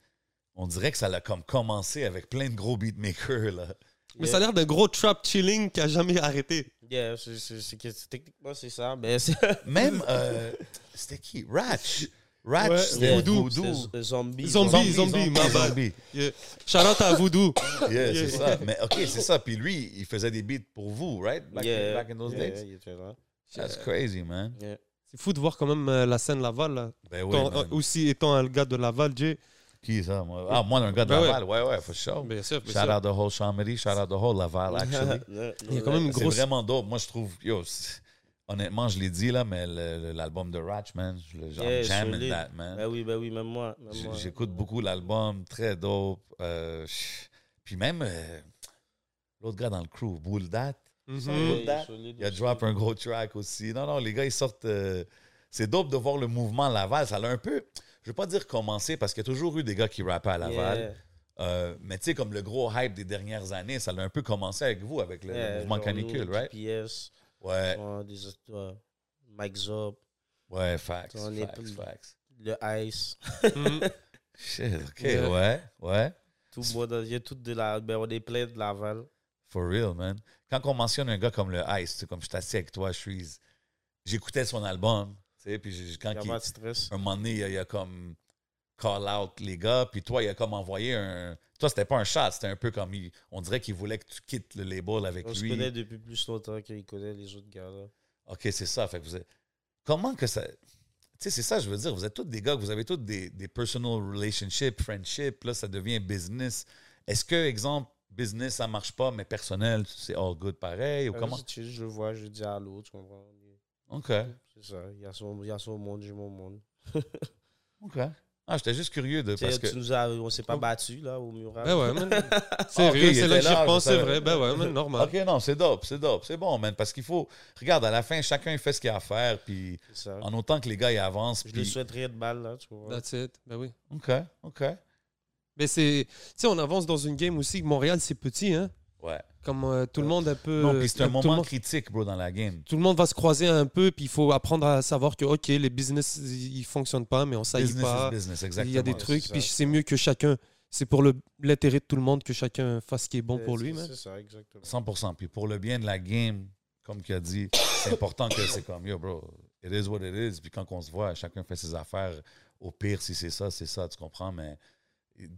[SPEAKER 2] on dirait que ça l'a comme commencé avec plein de gros beatmakers. Là.
[SPEAKER 1] Mais ça a l'air d'un gros trap chilling qui a jamais arrêté.
[SPEAKER 3] Yeah, c'est- c'est- c'est que- techniquement, c'est ça. Mais c'est
[SPEAKER 2] Même, euh, c'était qui? Ratch. Ratch,
[SPEAKER 1] Ouais,
[SPEAKER 2] c'était
[SPEAKER 1] Voodoo.
[SPEAKER 2] Voodoo.
[SPEAKER 3] c'est- c'est Zombie.
[SPEAKER 1] Zombie,
[SPEAKER 3] Zombie.
[SPEAKER 1] zombie, ma bad.
[SPEAKER 2] zombie.
[SPEAKER 1] Yeah. Shout-out à
[SPEAKER 3] [COUGHS]
[SPEAKER 1] Voodoo.
[SPEAKER 2] Yeah, c'est
[SPEAKER 1] Yeah.
[SPEAKER 2] ça. Mais OK, c'est ça. Puis lui, il faisait des beats pour vous, right? Back,
[SPEAKER 3] Yeah,
[SPEAKER 2] back in those
[SPEAKER 3] yeah,
[SPEAKER 2] days.
[SPEAKER 3] il était là.
[SPEAKER 2] That's crazy, man.
[SPEAKER 3] Yeah.
[SPEAKER 1] C'est fou de voir quand même euh, la scène Laval. là.
[SPEAKER 2] Ben oui,
[SPEAKER 1] Étant-
[SPEAKER 2] man.
[SPEAKER 1] aussi étant un gars de Laval, Jay.
[SPEAKER 2] Qui ça? Moi? Ah, moi, d'un gars de
[SPEAKER 1] Ben ouais.
[SPEAKER 2] Laval. Ouais, ouais, for sure.
[SPEAKER 1] Bien sûr, bien
[SPEAKER 2] Shout
[SPEAKER 1] sûr.
[SPEAKER 2] out the whole Chamery. Shout out the whole Laval, actually.
[SPEAKER 1] [LAUGHS]
[SPEAKER 3] [LAUGHS]
[SPEAKER 1] Il y a quand même une
[SPEAKER 2] C'est
[SPEAKER 1] grosse.
[SPEAKER 2] vraiment dope. Moi, je trouve. Yo, c'est- honnêtement, je l'ai dit là, mais le- le- l'album de Ratch, man, je le- j'en
[SPEAKER 3] Yeah,
[SPEAKER 2] jam in
[SPEAKER 3] solide.
[SPEAKER 2] that, man.
[SPEAKER 3] Ben oui, ben oui, même moi. même
[SPEAKER 2] J-
[SPEAKER 3] moi.
[SPEAKER 2] J'écoute beaucoup l'album, très dope. Euh, puis même euh, l'autre gars dans le crew, Bulldat,
[SPEAKER 1] Mhm.
[SPEAKER 3] Ouais,
[SPEAKER 2] Bull Dat,
[SPEAKER 3] solide
[SPEAKER 2] il a
[SPEAKER 3] aussi.
[SPEAKER 2] drop un gros track aussi. Non, non, les gars, ils sortent. euh, c'est dope de voir le mouvement Laval. Ça l'a un peu. Je veux pas dire commencé parce qu'il y a toujours eu des gars qui rappaient à Laval.
[SPEAKER 3] Yeah,
[SPEAKER 2] Euh, mais tu sais, comme le gros hype des dernières années, ça l'a un peu commencé avec vous, avec le, le
[SPEAKER 3] yeah,
[SPEAKER 2] mouvement
[SPEAKER 3] genre
[SPEAKER 2] canicule,
[SPEAKER 3] nous,
[SPEAKER 2] right?
[SPEAKER 3] GPS,
[SPEAKER 2] Ouais,
[SPEAKER 3] ouais, des histoires. Mike Zop,
[SPEAKER 2] ouais, facts.
[SPEAKER 3] On est
[SPEAKER 2] Facts,
[SPEAKER 3] plus-
[SPEAKER 2] facts.
[SPEAKER 3] le Ice.
[SPEAKER 1] Mhm.
[SPEAKER 2] Shit, OK,
[SPEAKER 1] Yeah.
[SPEAKER 2] ouais, ouais.
[SPEAKER 3] Tout moi, dans- il y a tout de la. Ben, on est plein de Laval.
[SPEAKER 2] For real, man. Quand on mentionne un gars comme le Ice, tu sais, comme je suis assis avec toi, je suis. J'écoutais son album, tu sais, puis j'ai- quand
[SPEAKER 3] Il y a
[SPEAKER 2] il-
[SPEAKER 3] pas de stress.
[SPEAKER 2] un moment donné, il y a, il y a comme call out les gars, puis toi, il a comme envoyé un. Toi, c'était pas un chat, c'était un peu comme. il- On dirait qu'il voulait que tu quittes le label avec
[SPEAKER 3] On se
[SPEAKER 2] lui.
[SPEAKER 3] connaît depuis plus longtemps qu'il connaît les autres gars. Là.
[SPEAKER 2] OK, c'est ça. Fait que vous êtes- Comment que ça. Tu sais, c'est ça, je veux dire. Vous êtes tous des gars, vous avez tous des, des personal relationships, friendships. Là, ça devient business. Est-ce que, exemple, business, ça marche pas, mais personnel, c'est all good pareil? Ou
[SPEAKER 3] Ah,
[SPEAKER 2] comment?
[SPEAKER 3] c'est chill, je le vois, je dis allô, tu comprends?
[SPEAKER 2] OK.
[SPEAKER 3] C'est ça. Il y, a son, il y a son monde, j'ai mon monde.
[SPEAKER 2] OK. Ah, j'étais juste curieux de.
[SPEAKER 3] Tu sais,
[SPEAKER 2] Parce que.
[SPEAKER 3] tu nous as, on s'est pas battu là au mural.
[SPEAKER 1] Ben ouais, man.
[SPEAKER 3] [LAUGHS]
[SPEAKER 2] ok,
[SPEAKER 1] Sérieux,
[SPEAKER 2] il
[SPEAKER 1] c'est là
[SPEAKER 2] était
[SPEAKER 1] que j'y
[SPEAKER 2] là,
[SPEAKER 1] repense,
[SPEAKER 2] je
[SPEAKER 1] c'est
[SPEAKER 2] savais.
[SPEAKER 1] vrai. Ben ouais, man, normal.
[SPEAKER 2] OK, non, c'est dope, c'est dope. C'est bon, man. Parce qu'il faut. Regarde, à la fin, chacun il fait ce qu'il a à faire, puis
[SPEAKER 3] C'est ça.
[SPEAKER 2] en autant que les gars ils avancent.
[SPEAKER 3] Je
[SPEAKER 2] puis-
[SPEAKER 3] lui souhaiterais de balle là, tu vois.
[SPEAKER 1] That's it. Ben oui.
[SPEAKER 2] OK, OK.
[SPEAKER 1] Mais c'est. Tu sais, on avance dans une game aussi. Montréal, c'est petit, hein.
[SPEAKER 2] Ouais.
[SPEAKER 1] Comme euh, tout le monde un peu.
[SPEAKER 2] Non, puis c'est un
[SPEAKER 1] tout le
[SPEAKER 2] moment
[SPEAKER 1] monde-
[SPEAKER 2] critique, bro, dans la game.
[SPEAKER 1] tout le monde va se croiser un peu, puis il faut apprendre à savoir que, OK, les business, ils fonctionnent pas, mais on saillit
[SPEAKER 2] Business is
[SPEAKER 1] pas.
[SPEAKER 2] business,
[SPEAKER 1] Il y a
[SPEAKER 2] exactement.
[SPEAKER 1] des trucs,
[SPEAKER 3] c'est ça.
[SPEAKER 1] puis c'est mieux que chacun. C'est pour le- l'intérêt de tout le monde que chacun fasse ce qui est bon
[SPEAKER 3] Euh,
[SPEAKER 1] pour
[SPEAKER 3] c'est-
[SPEAKER 1] lui, man.
[SPEAKER 3] C'est ça, exactement.
[SPEAKER 2] 100%. Puis pour le bien de la game, comme qu'il a dit, c'est important que c'est comme, yo, bro, it is what it is. Puis quand on se voit, chacun fait ses affaires. Au pire, si c'est ça, c'est ça, tu comprends, mais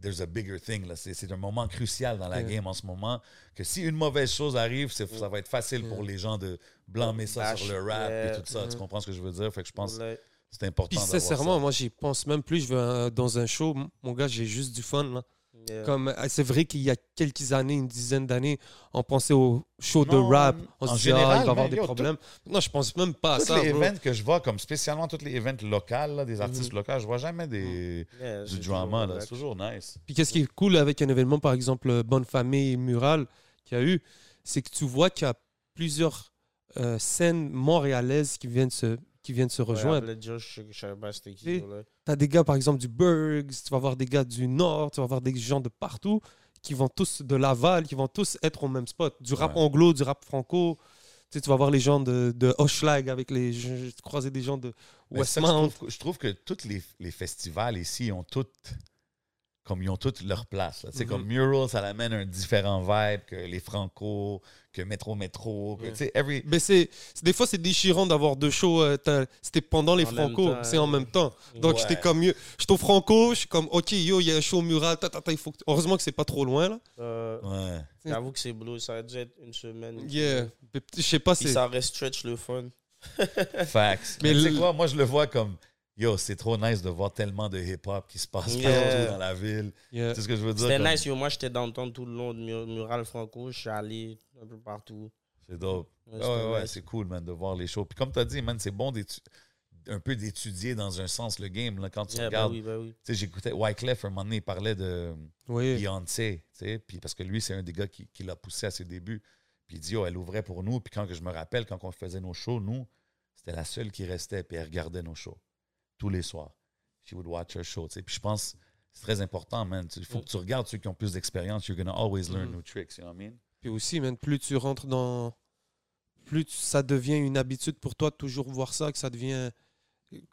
[SPEAKER 2] there's a bigger thing. là. C'est c'est un moment crucial dans la
[SPEAKER 1] Yeah.
[SPEAKER 2] game en ce moment que si une mauvaise chose arrive, c'est- ça va être facile pour les gens de blâmer ça
[SPEAKER 3] Bash.
[SPEAKER 2] sur le rap
[SPEAKER 3] Yeah.
[SPEAKER 2] et tout ça. Tu comprends ce que je veux dire? Fait que je pense que
[SPEAKER 3] Là,
[SPEAKER 2] c'est important
[SPEAKER 1] Puis
[SPEAKER 2] d'avoir
[SPEAKER 1] sincèrement,
[SPEAKER 2] ça.
[SPEAKER 1] moi, j'y pense même plus. Je vais euh, dans un show, m- mon gars, j'ai juste du fun. là.
[SPEAKER 3] yeah.
[SPEAKER 1] Comme euh, c'est vrai qu'il y a quelques années, une dizaine d'années, on pensait aux shows
[SPEAKER 2] Non,
[SPEAKER 1] de rap, on
[SPEAKER 2] en
[SPEAKER 1] se disait
[SPEAKER 2] général,
[SPEAKER 1] ah, il va avoir
[SPEAKER 2] man,
[SPEAKER 1] des
[SPEAKER 2] yo,
[SPEAKER 1] problèmes. Non, je pense même pas à
[SPEAKER 2] Tous
[SPEAKER 1] ça.
[SPEAKER 2] les
[SPEAKER 1] bro. Mm-hmm.
[SPEAKER 2] events que je vois, comme spécialement tous les events locaux, là, des artistes locaux, je vois jamais des,
[SPEAKER 3] Yeah,
[SPEAKER 2] du
[SPEAKER 3] Mm. c'est
[SPEAKER 2] drama.
[SPEAKER 3] toujours
[SPEAKER 2] là. C'est
[SPEAKER 3] relax.
[SPEAKER 2] toujours nice.
[SPEAKER 1] Puis qu'est-ce qui est cool avec un événement, par exemple, euh, Bonne Famille Mural qu'il y a eu, c'est que tu vois qu'il y a plusieurs euh, scènes montréalaises qui viennent se, qui viennent se
[SPEAKER 3] Ouais,
[SPEAKER 1] rejoindre.
[SPEAKER 3] appelez Josh, je- je savais pas c'était qui,
[SPEAKER 1] Et-
[SPEAKER 3] là.
[SPEAKER 1] Tu as des gars, par exemple, du Bergs, tu vas voir des gars du Nord, tu vas voir des gens de partout qui vont tous de Laval, qui vont tous être au même spot. Du rap
[SPEAKER 2] Ouais.
[SPEAKER 1] anglo, du rap franco. Tu, sais, tu vas voir les gens de, de Hochlag avec les. Je, je croisais des gens de
[SPEAKER 2] Mais c'est ça que je,
[SPEAKER 1] Westmount.
[SPEAKER 2] trouve, Ben, je trouve que tous les, les festivals ici ils ont toutes comme ils ont toutes leur place. là. Tu sais,
[SPEAKER 1] Mhm.
[SPEAKER 2] Comme
[SPEAKER 3] Mm-hmm.
[SPEAKER 2] Mural, ça amène un différent vibe que les Franco, que Métro Métro, que, tu sais, every...
[SPEAKER 1] Mais c'est, c'est- des fois, c'est déchirant d'avoir deux shows. euh, t'as- c'était pendant les
[SPEAKER 3] En même
[SPEAKER 1] Franco,
[SPEAKER 3] temps,
[SPEAKER 1] c'est en
[SPEAKER 3] ouais.
[SPEAKER 1] même temps. Donc,
[SPEAKER 2] Ouais.
[SPEAKER 1] j'étais comme mieux. J'étais au Franco, je suis comme, OK, yo, il y a un show au mural. ta, ta, ta, il faut que- Heureusement que c'est pas trop loin, là.
[SPEAKER 3] Euh,
[SPEAKER 2] Ouais.
[SPEAKER 3] [LAUGHS] J'avoue que c'est bleu, ça a dû être une semaine.
[SPEAKER 1] Yeah. Mais p- Je sais pas,
[SPEAKER 3] Puis
[SPEAKER 1] c'est.
[SPEAKER 3] ça restretch le fun.
[SPEAKER 2] Facts.
[SPEAKER 1] Mais
[SPEAKER 2] Mais tu sais
[SPEAKER 1] le-
[SPEAKER 2] quoi, moi je le vois comme yo, c'est trop nice de voir tellement de hip-hop qui se passe
[SPEAKER 3] Yeah. Euh,
[SPEAKER 2] partout dans la ville.
[SPEAKER 1] Yeah.
[SPEAKER 2] Tu sais ce que je veux dire?
[SPEAKER 3] C'était
[SPEAKER 2] Comme,
[SPEAKER 3] nice, yo. Moi, j'étais downtown tout le long de Mur- Mural Franco. Je suis allé un peu partout.
[SPEAKER 2] C'est dope.
[SPEAKER 3] Ouais,
[SPEAKER 2] Ouais,
[SPEAKER 3] c'était
[SPEAKER 2] ouais, ouais,
[SPEAKER 3] nice.
[SPEAKER 2] c'est cool, man, de voir les shows. Puis comme tu as dit, man, c'est bon d'étu- un peu d'étudier dans un sens le game. Là, quand tu
[SPEAKER 3] Yeah, bah
[SPEAKER 2] regardes,
[SPEAKER 3] oui, bah oui.
[SPEAKER 2] tu sais, j'écoutais Wyclef un moment donné, il parlait de
[SPEAKER 1] Oui.
[SPEAKER 2] Beyoncé, tu sais, puis parce que lui, c'est un des gars qui, qui l'a poussé à ses débuts. Puis il dit, oh, elle ouvrait pour nous. Puis quand que je me rappelle, quand on faisait nos shows, nous, c'était la seule qui restait, puis elle regardait nos shows tous les soirs. She would watch her show, tu sais. Puis je pense, c'est très important, man. Il faut que tu regardes ceux qui ont plus d'expérience. You're gonna always learn
[SPEAKER 1] Mhm.
[SPEAKER 2] new tricks, you know what I mean?
[SPEAKER 1] Puis aussi, man, plus tu rentres dans. Plus tu- ça devient une habitude pour toi de toujours voir ça, que ça devient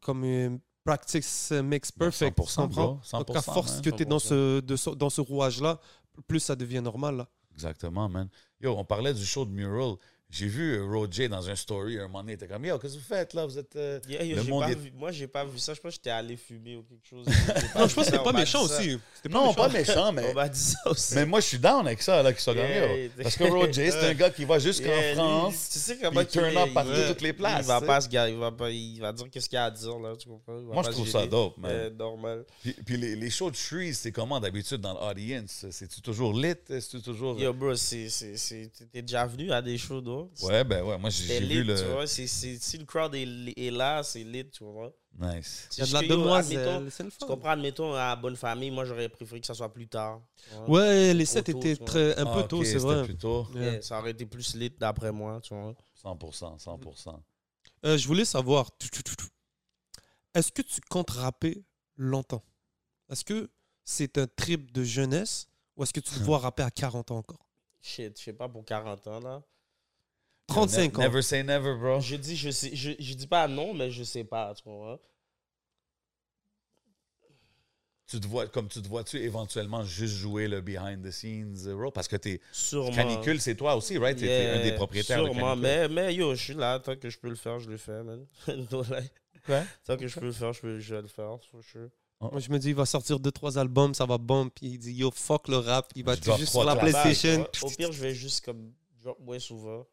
[SPEAKER 1] comme une practice euh, makes perfect. tu
[SPEAKER 2] 100%,
[SPEAKER 1] comprends?
[SPEAKER 2] bro, 100%,
[SPEAKER 1] Donc, à force
[SPEAKER 2] man.
[SPEAKER 1] que tu es dans ce, de ce- dans ce rouage-là, plus ça devient normal, là.
[SPEAKER 2] Exactement, man. Yo, on parlait du show de Mural. J'ai vu euh, Roger dans un story un moment donné. Il était comme, yo, qu'est-ce que vous faites là? Vous êtes. euh,
[SPEAKER 3] Yeah, yo,
[SPEAKER 2] Le
[SPEAKER 3] j'ai
[SPEAKER 2] monde
[SPEAKER 3] pas
[SPEAKER 2] est-
[SPEAKER 3] vu- Moi, j'ai pas vu ça. Je pense que j'étais allé fumer ou
[SPEAKER 2] [LAUGHS]
[SPEAKER 3] quelque chose.
[SPEAKER 1] Non, je pense que c'est pas méchant aussi.
[SPEAKER 2] Non, pas
[SPEAKER 3] [LAUGHS]
[SPEAKER 2] méchant, mais.
[SPEAKER 3] On m'a dit ça aussi.
[SPEAKER 2] Mais moi, je suis down avec ça, là, qui soit
[SPEAKER 3] Yeah,
[SPEAKER 2] gagné.
[SPEAKER 3] yeah.
[SPEAKER 2] Parce que Roger, c'est un gars qui va jusqu'en
[SPEAKER 3] Yeah, lui,
[SPEAKER 2] France.
[SPEAKER 3] tu sais comment
[SPEAKER 2] il turn
[SPEAKER 3] est,
[SPEAKER 2] up partout,
[SPEAKER 3] il-
[SPEAKER 2] toutes les places,
[SPEAKER 3] Il va
[SPEAKER 2] tu sais.
[SPEAKER 3] pas se garer, il va pas, il va dire qu'est-ce qu'il y a à dire là, tu comprends Il va
[SPEAKER 2] Moi,
[SPEAKER 3] pas
[SPEAKER 2] je
[SPEAKER 3] se
[SPEAKER 2] trouve ça
[SPEAKER 3] gêner.
[SPEAKER 2] dope, man.
[SPEAKER 3] Euh, normal.
[SPEAKER 2] Puis, puis les, les shows de Shreeze, c'est comment d'habitude dans l'audience? C'est-tu toujours lit? C'est-tu toujours.
[SPEAKER 3] Yo, bro, c'est, c'est, c'est, t'es- t'es déjà venu à des shows, non
[SPEAKER 2] Ouais, ben ouais, moi, j'ai
[SPEAKER 3] C'est
[SPEAKER 2] j'ai
[SPEAKER 3] lit,
[SPEAKER 2] vu
[SPEAKER 3] tu
[SPEAKER 2] le.
[SPEAKER 3] vois. C'est, c'est, si le crowd est, est là, c'est lit, tu vois.
[SPEAKER 2] Nice.
[SPEAKER 1] Il y a de
[SPEAKER 3] C'est
[SPEAKER 1] la
[SPEAKER 3] juste que, yo,
[SPEAKER 1] demoiselle.
[SPEAKER 3] admettons,
[SPEAKER 1] c'est le
[SPEAKER 3] Tu
[SPEAKER 1] fun.
[SPEAKER 3] comprends, admettons, à Bonne Famille, moi, j'aurais préféré que ça soit plus tard. tu vois.
[SPEAKER 1] Ouais, les
[SPEAKER 3] Trop
[SPEAKER 1] sets
[SPEAKER 3] tôt,
[SPEAKER 1] étaient
[SPEAKER 3] tu vois.
[SPEAKER 1] très, un peu
[SPEAKER 2] Ah,
[SPEAKER 1] tôt,
[SPEAKER 2] ok,
[SPEAKER 1] c'est
[SPEAKER 2] c'était
[SPEAKER 1] vrai.
[SPEAKER 2] plus tôt.
[SPEAKER 1] Yeah.
[SPEAKER 3] Yeah, Ça aurait été plus lit, d'après moi, tu vois.
[SPEAKER 2] 100%, 100%.
[SPEAKER 1] Euh, je voulais savoir, tu- tu- tu- tu- est-ce que tu comptes rapper longtemps Est-ce que c'est un trip de jeunesse ou est-ce que
[SPEAKER 2] Hum.
[SPEAKER 1] tu te vois rapper à 40 ans encore
[SPEAKER 3] Shit, je sais pas, pour 40 ans, là.
[SPEAKER 1] 35
[SPEAKER 2] Ne-
[SPEAKER 1] ans.
[SPEAKER 2] Never say never, bro.
[SPEAKER 3] Je dis, je sais, je, je dis pas non, mais je sais pas, tu vois.
[SPEAKER 2] Tu te vois, comme tu te vois-tu éventuellement juste jouer le behind the scenes euh, role? Parce que t'es.
[SPEAKER 3] Sûrement.
[SPEAKER 2] Canicule, c'est toi aussi, right? T'es t'es un des
[SPEAKER 3] Yeah,
[SPEAKER 2] propriétaires de
[SPEAKER 3] Sûrement,
[SPEAKER 2] Canicule.
[SPEAKER 3] mais, mais yo, je suis là, tant que je peux le faire, je le fais, man. [LAUGHS] No lie.
[SPEAKER 2] Quoi?
[SPEAKER 3] Tant que je peux le faire, je, peux, je vais le faire, for sure.
[SPEAKER 1] Moi, je me dis, il va sortir 2-3 albums, ça va bomb. Puis il dit, yo, fuck le rap, il va
[SPEAKER 2] Je
[SPEAKER 1] tout
[SPEAKER 2] dois
[SPEAKER 1] juste
[SPEAKER 2] trois
[SPEAKER 1] sur la
[SPEAKER 2] claques.
[SPEAKER 1] PlayStation.
[SPEAKER 3] Bah, Au pire, je vais juste comme drop moins souvent.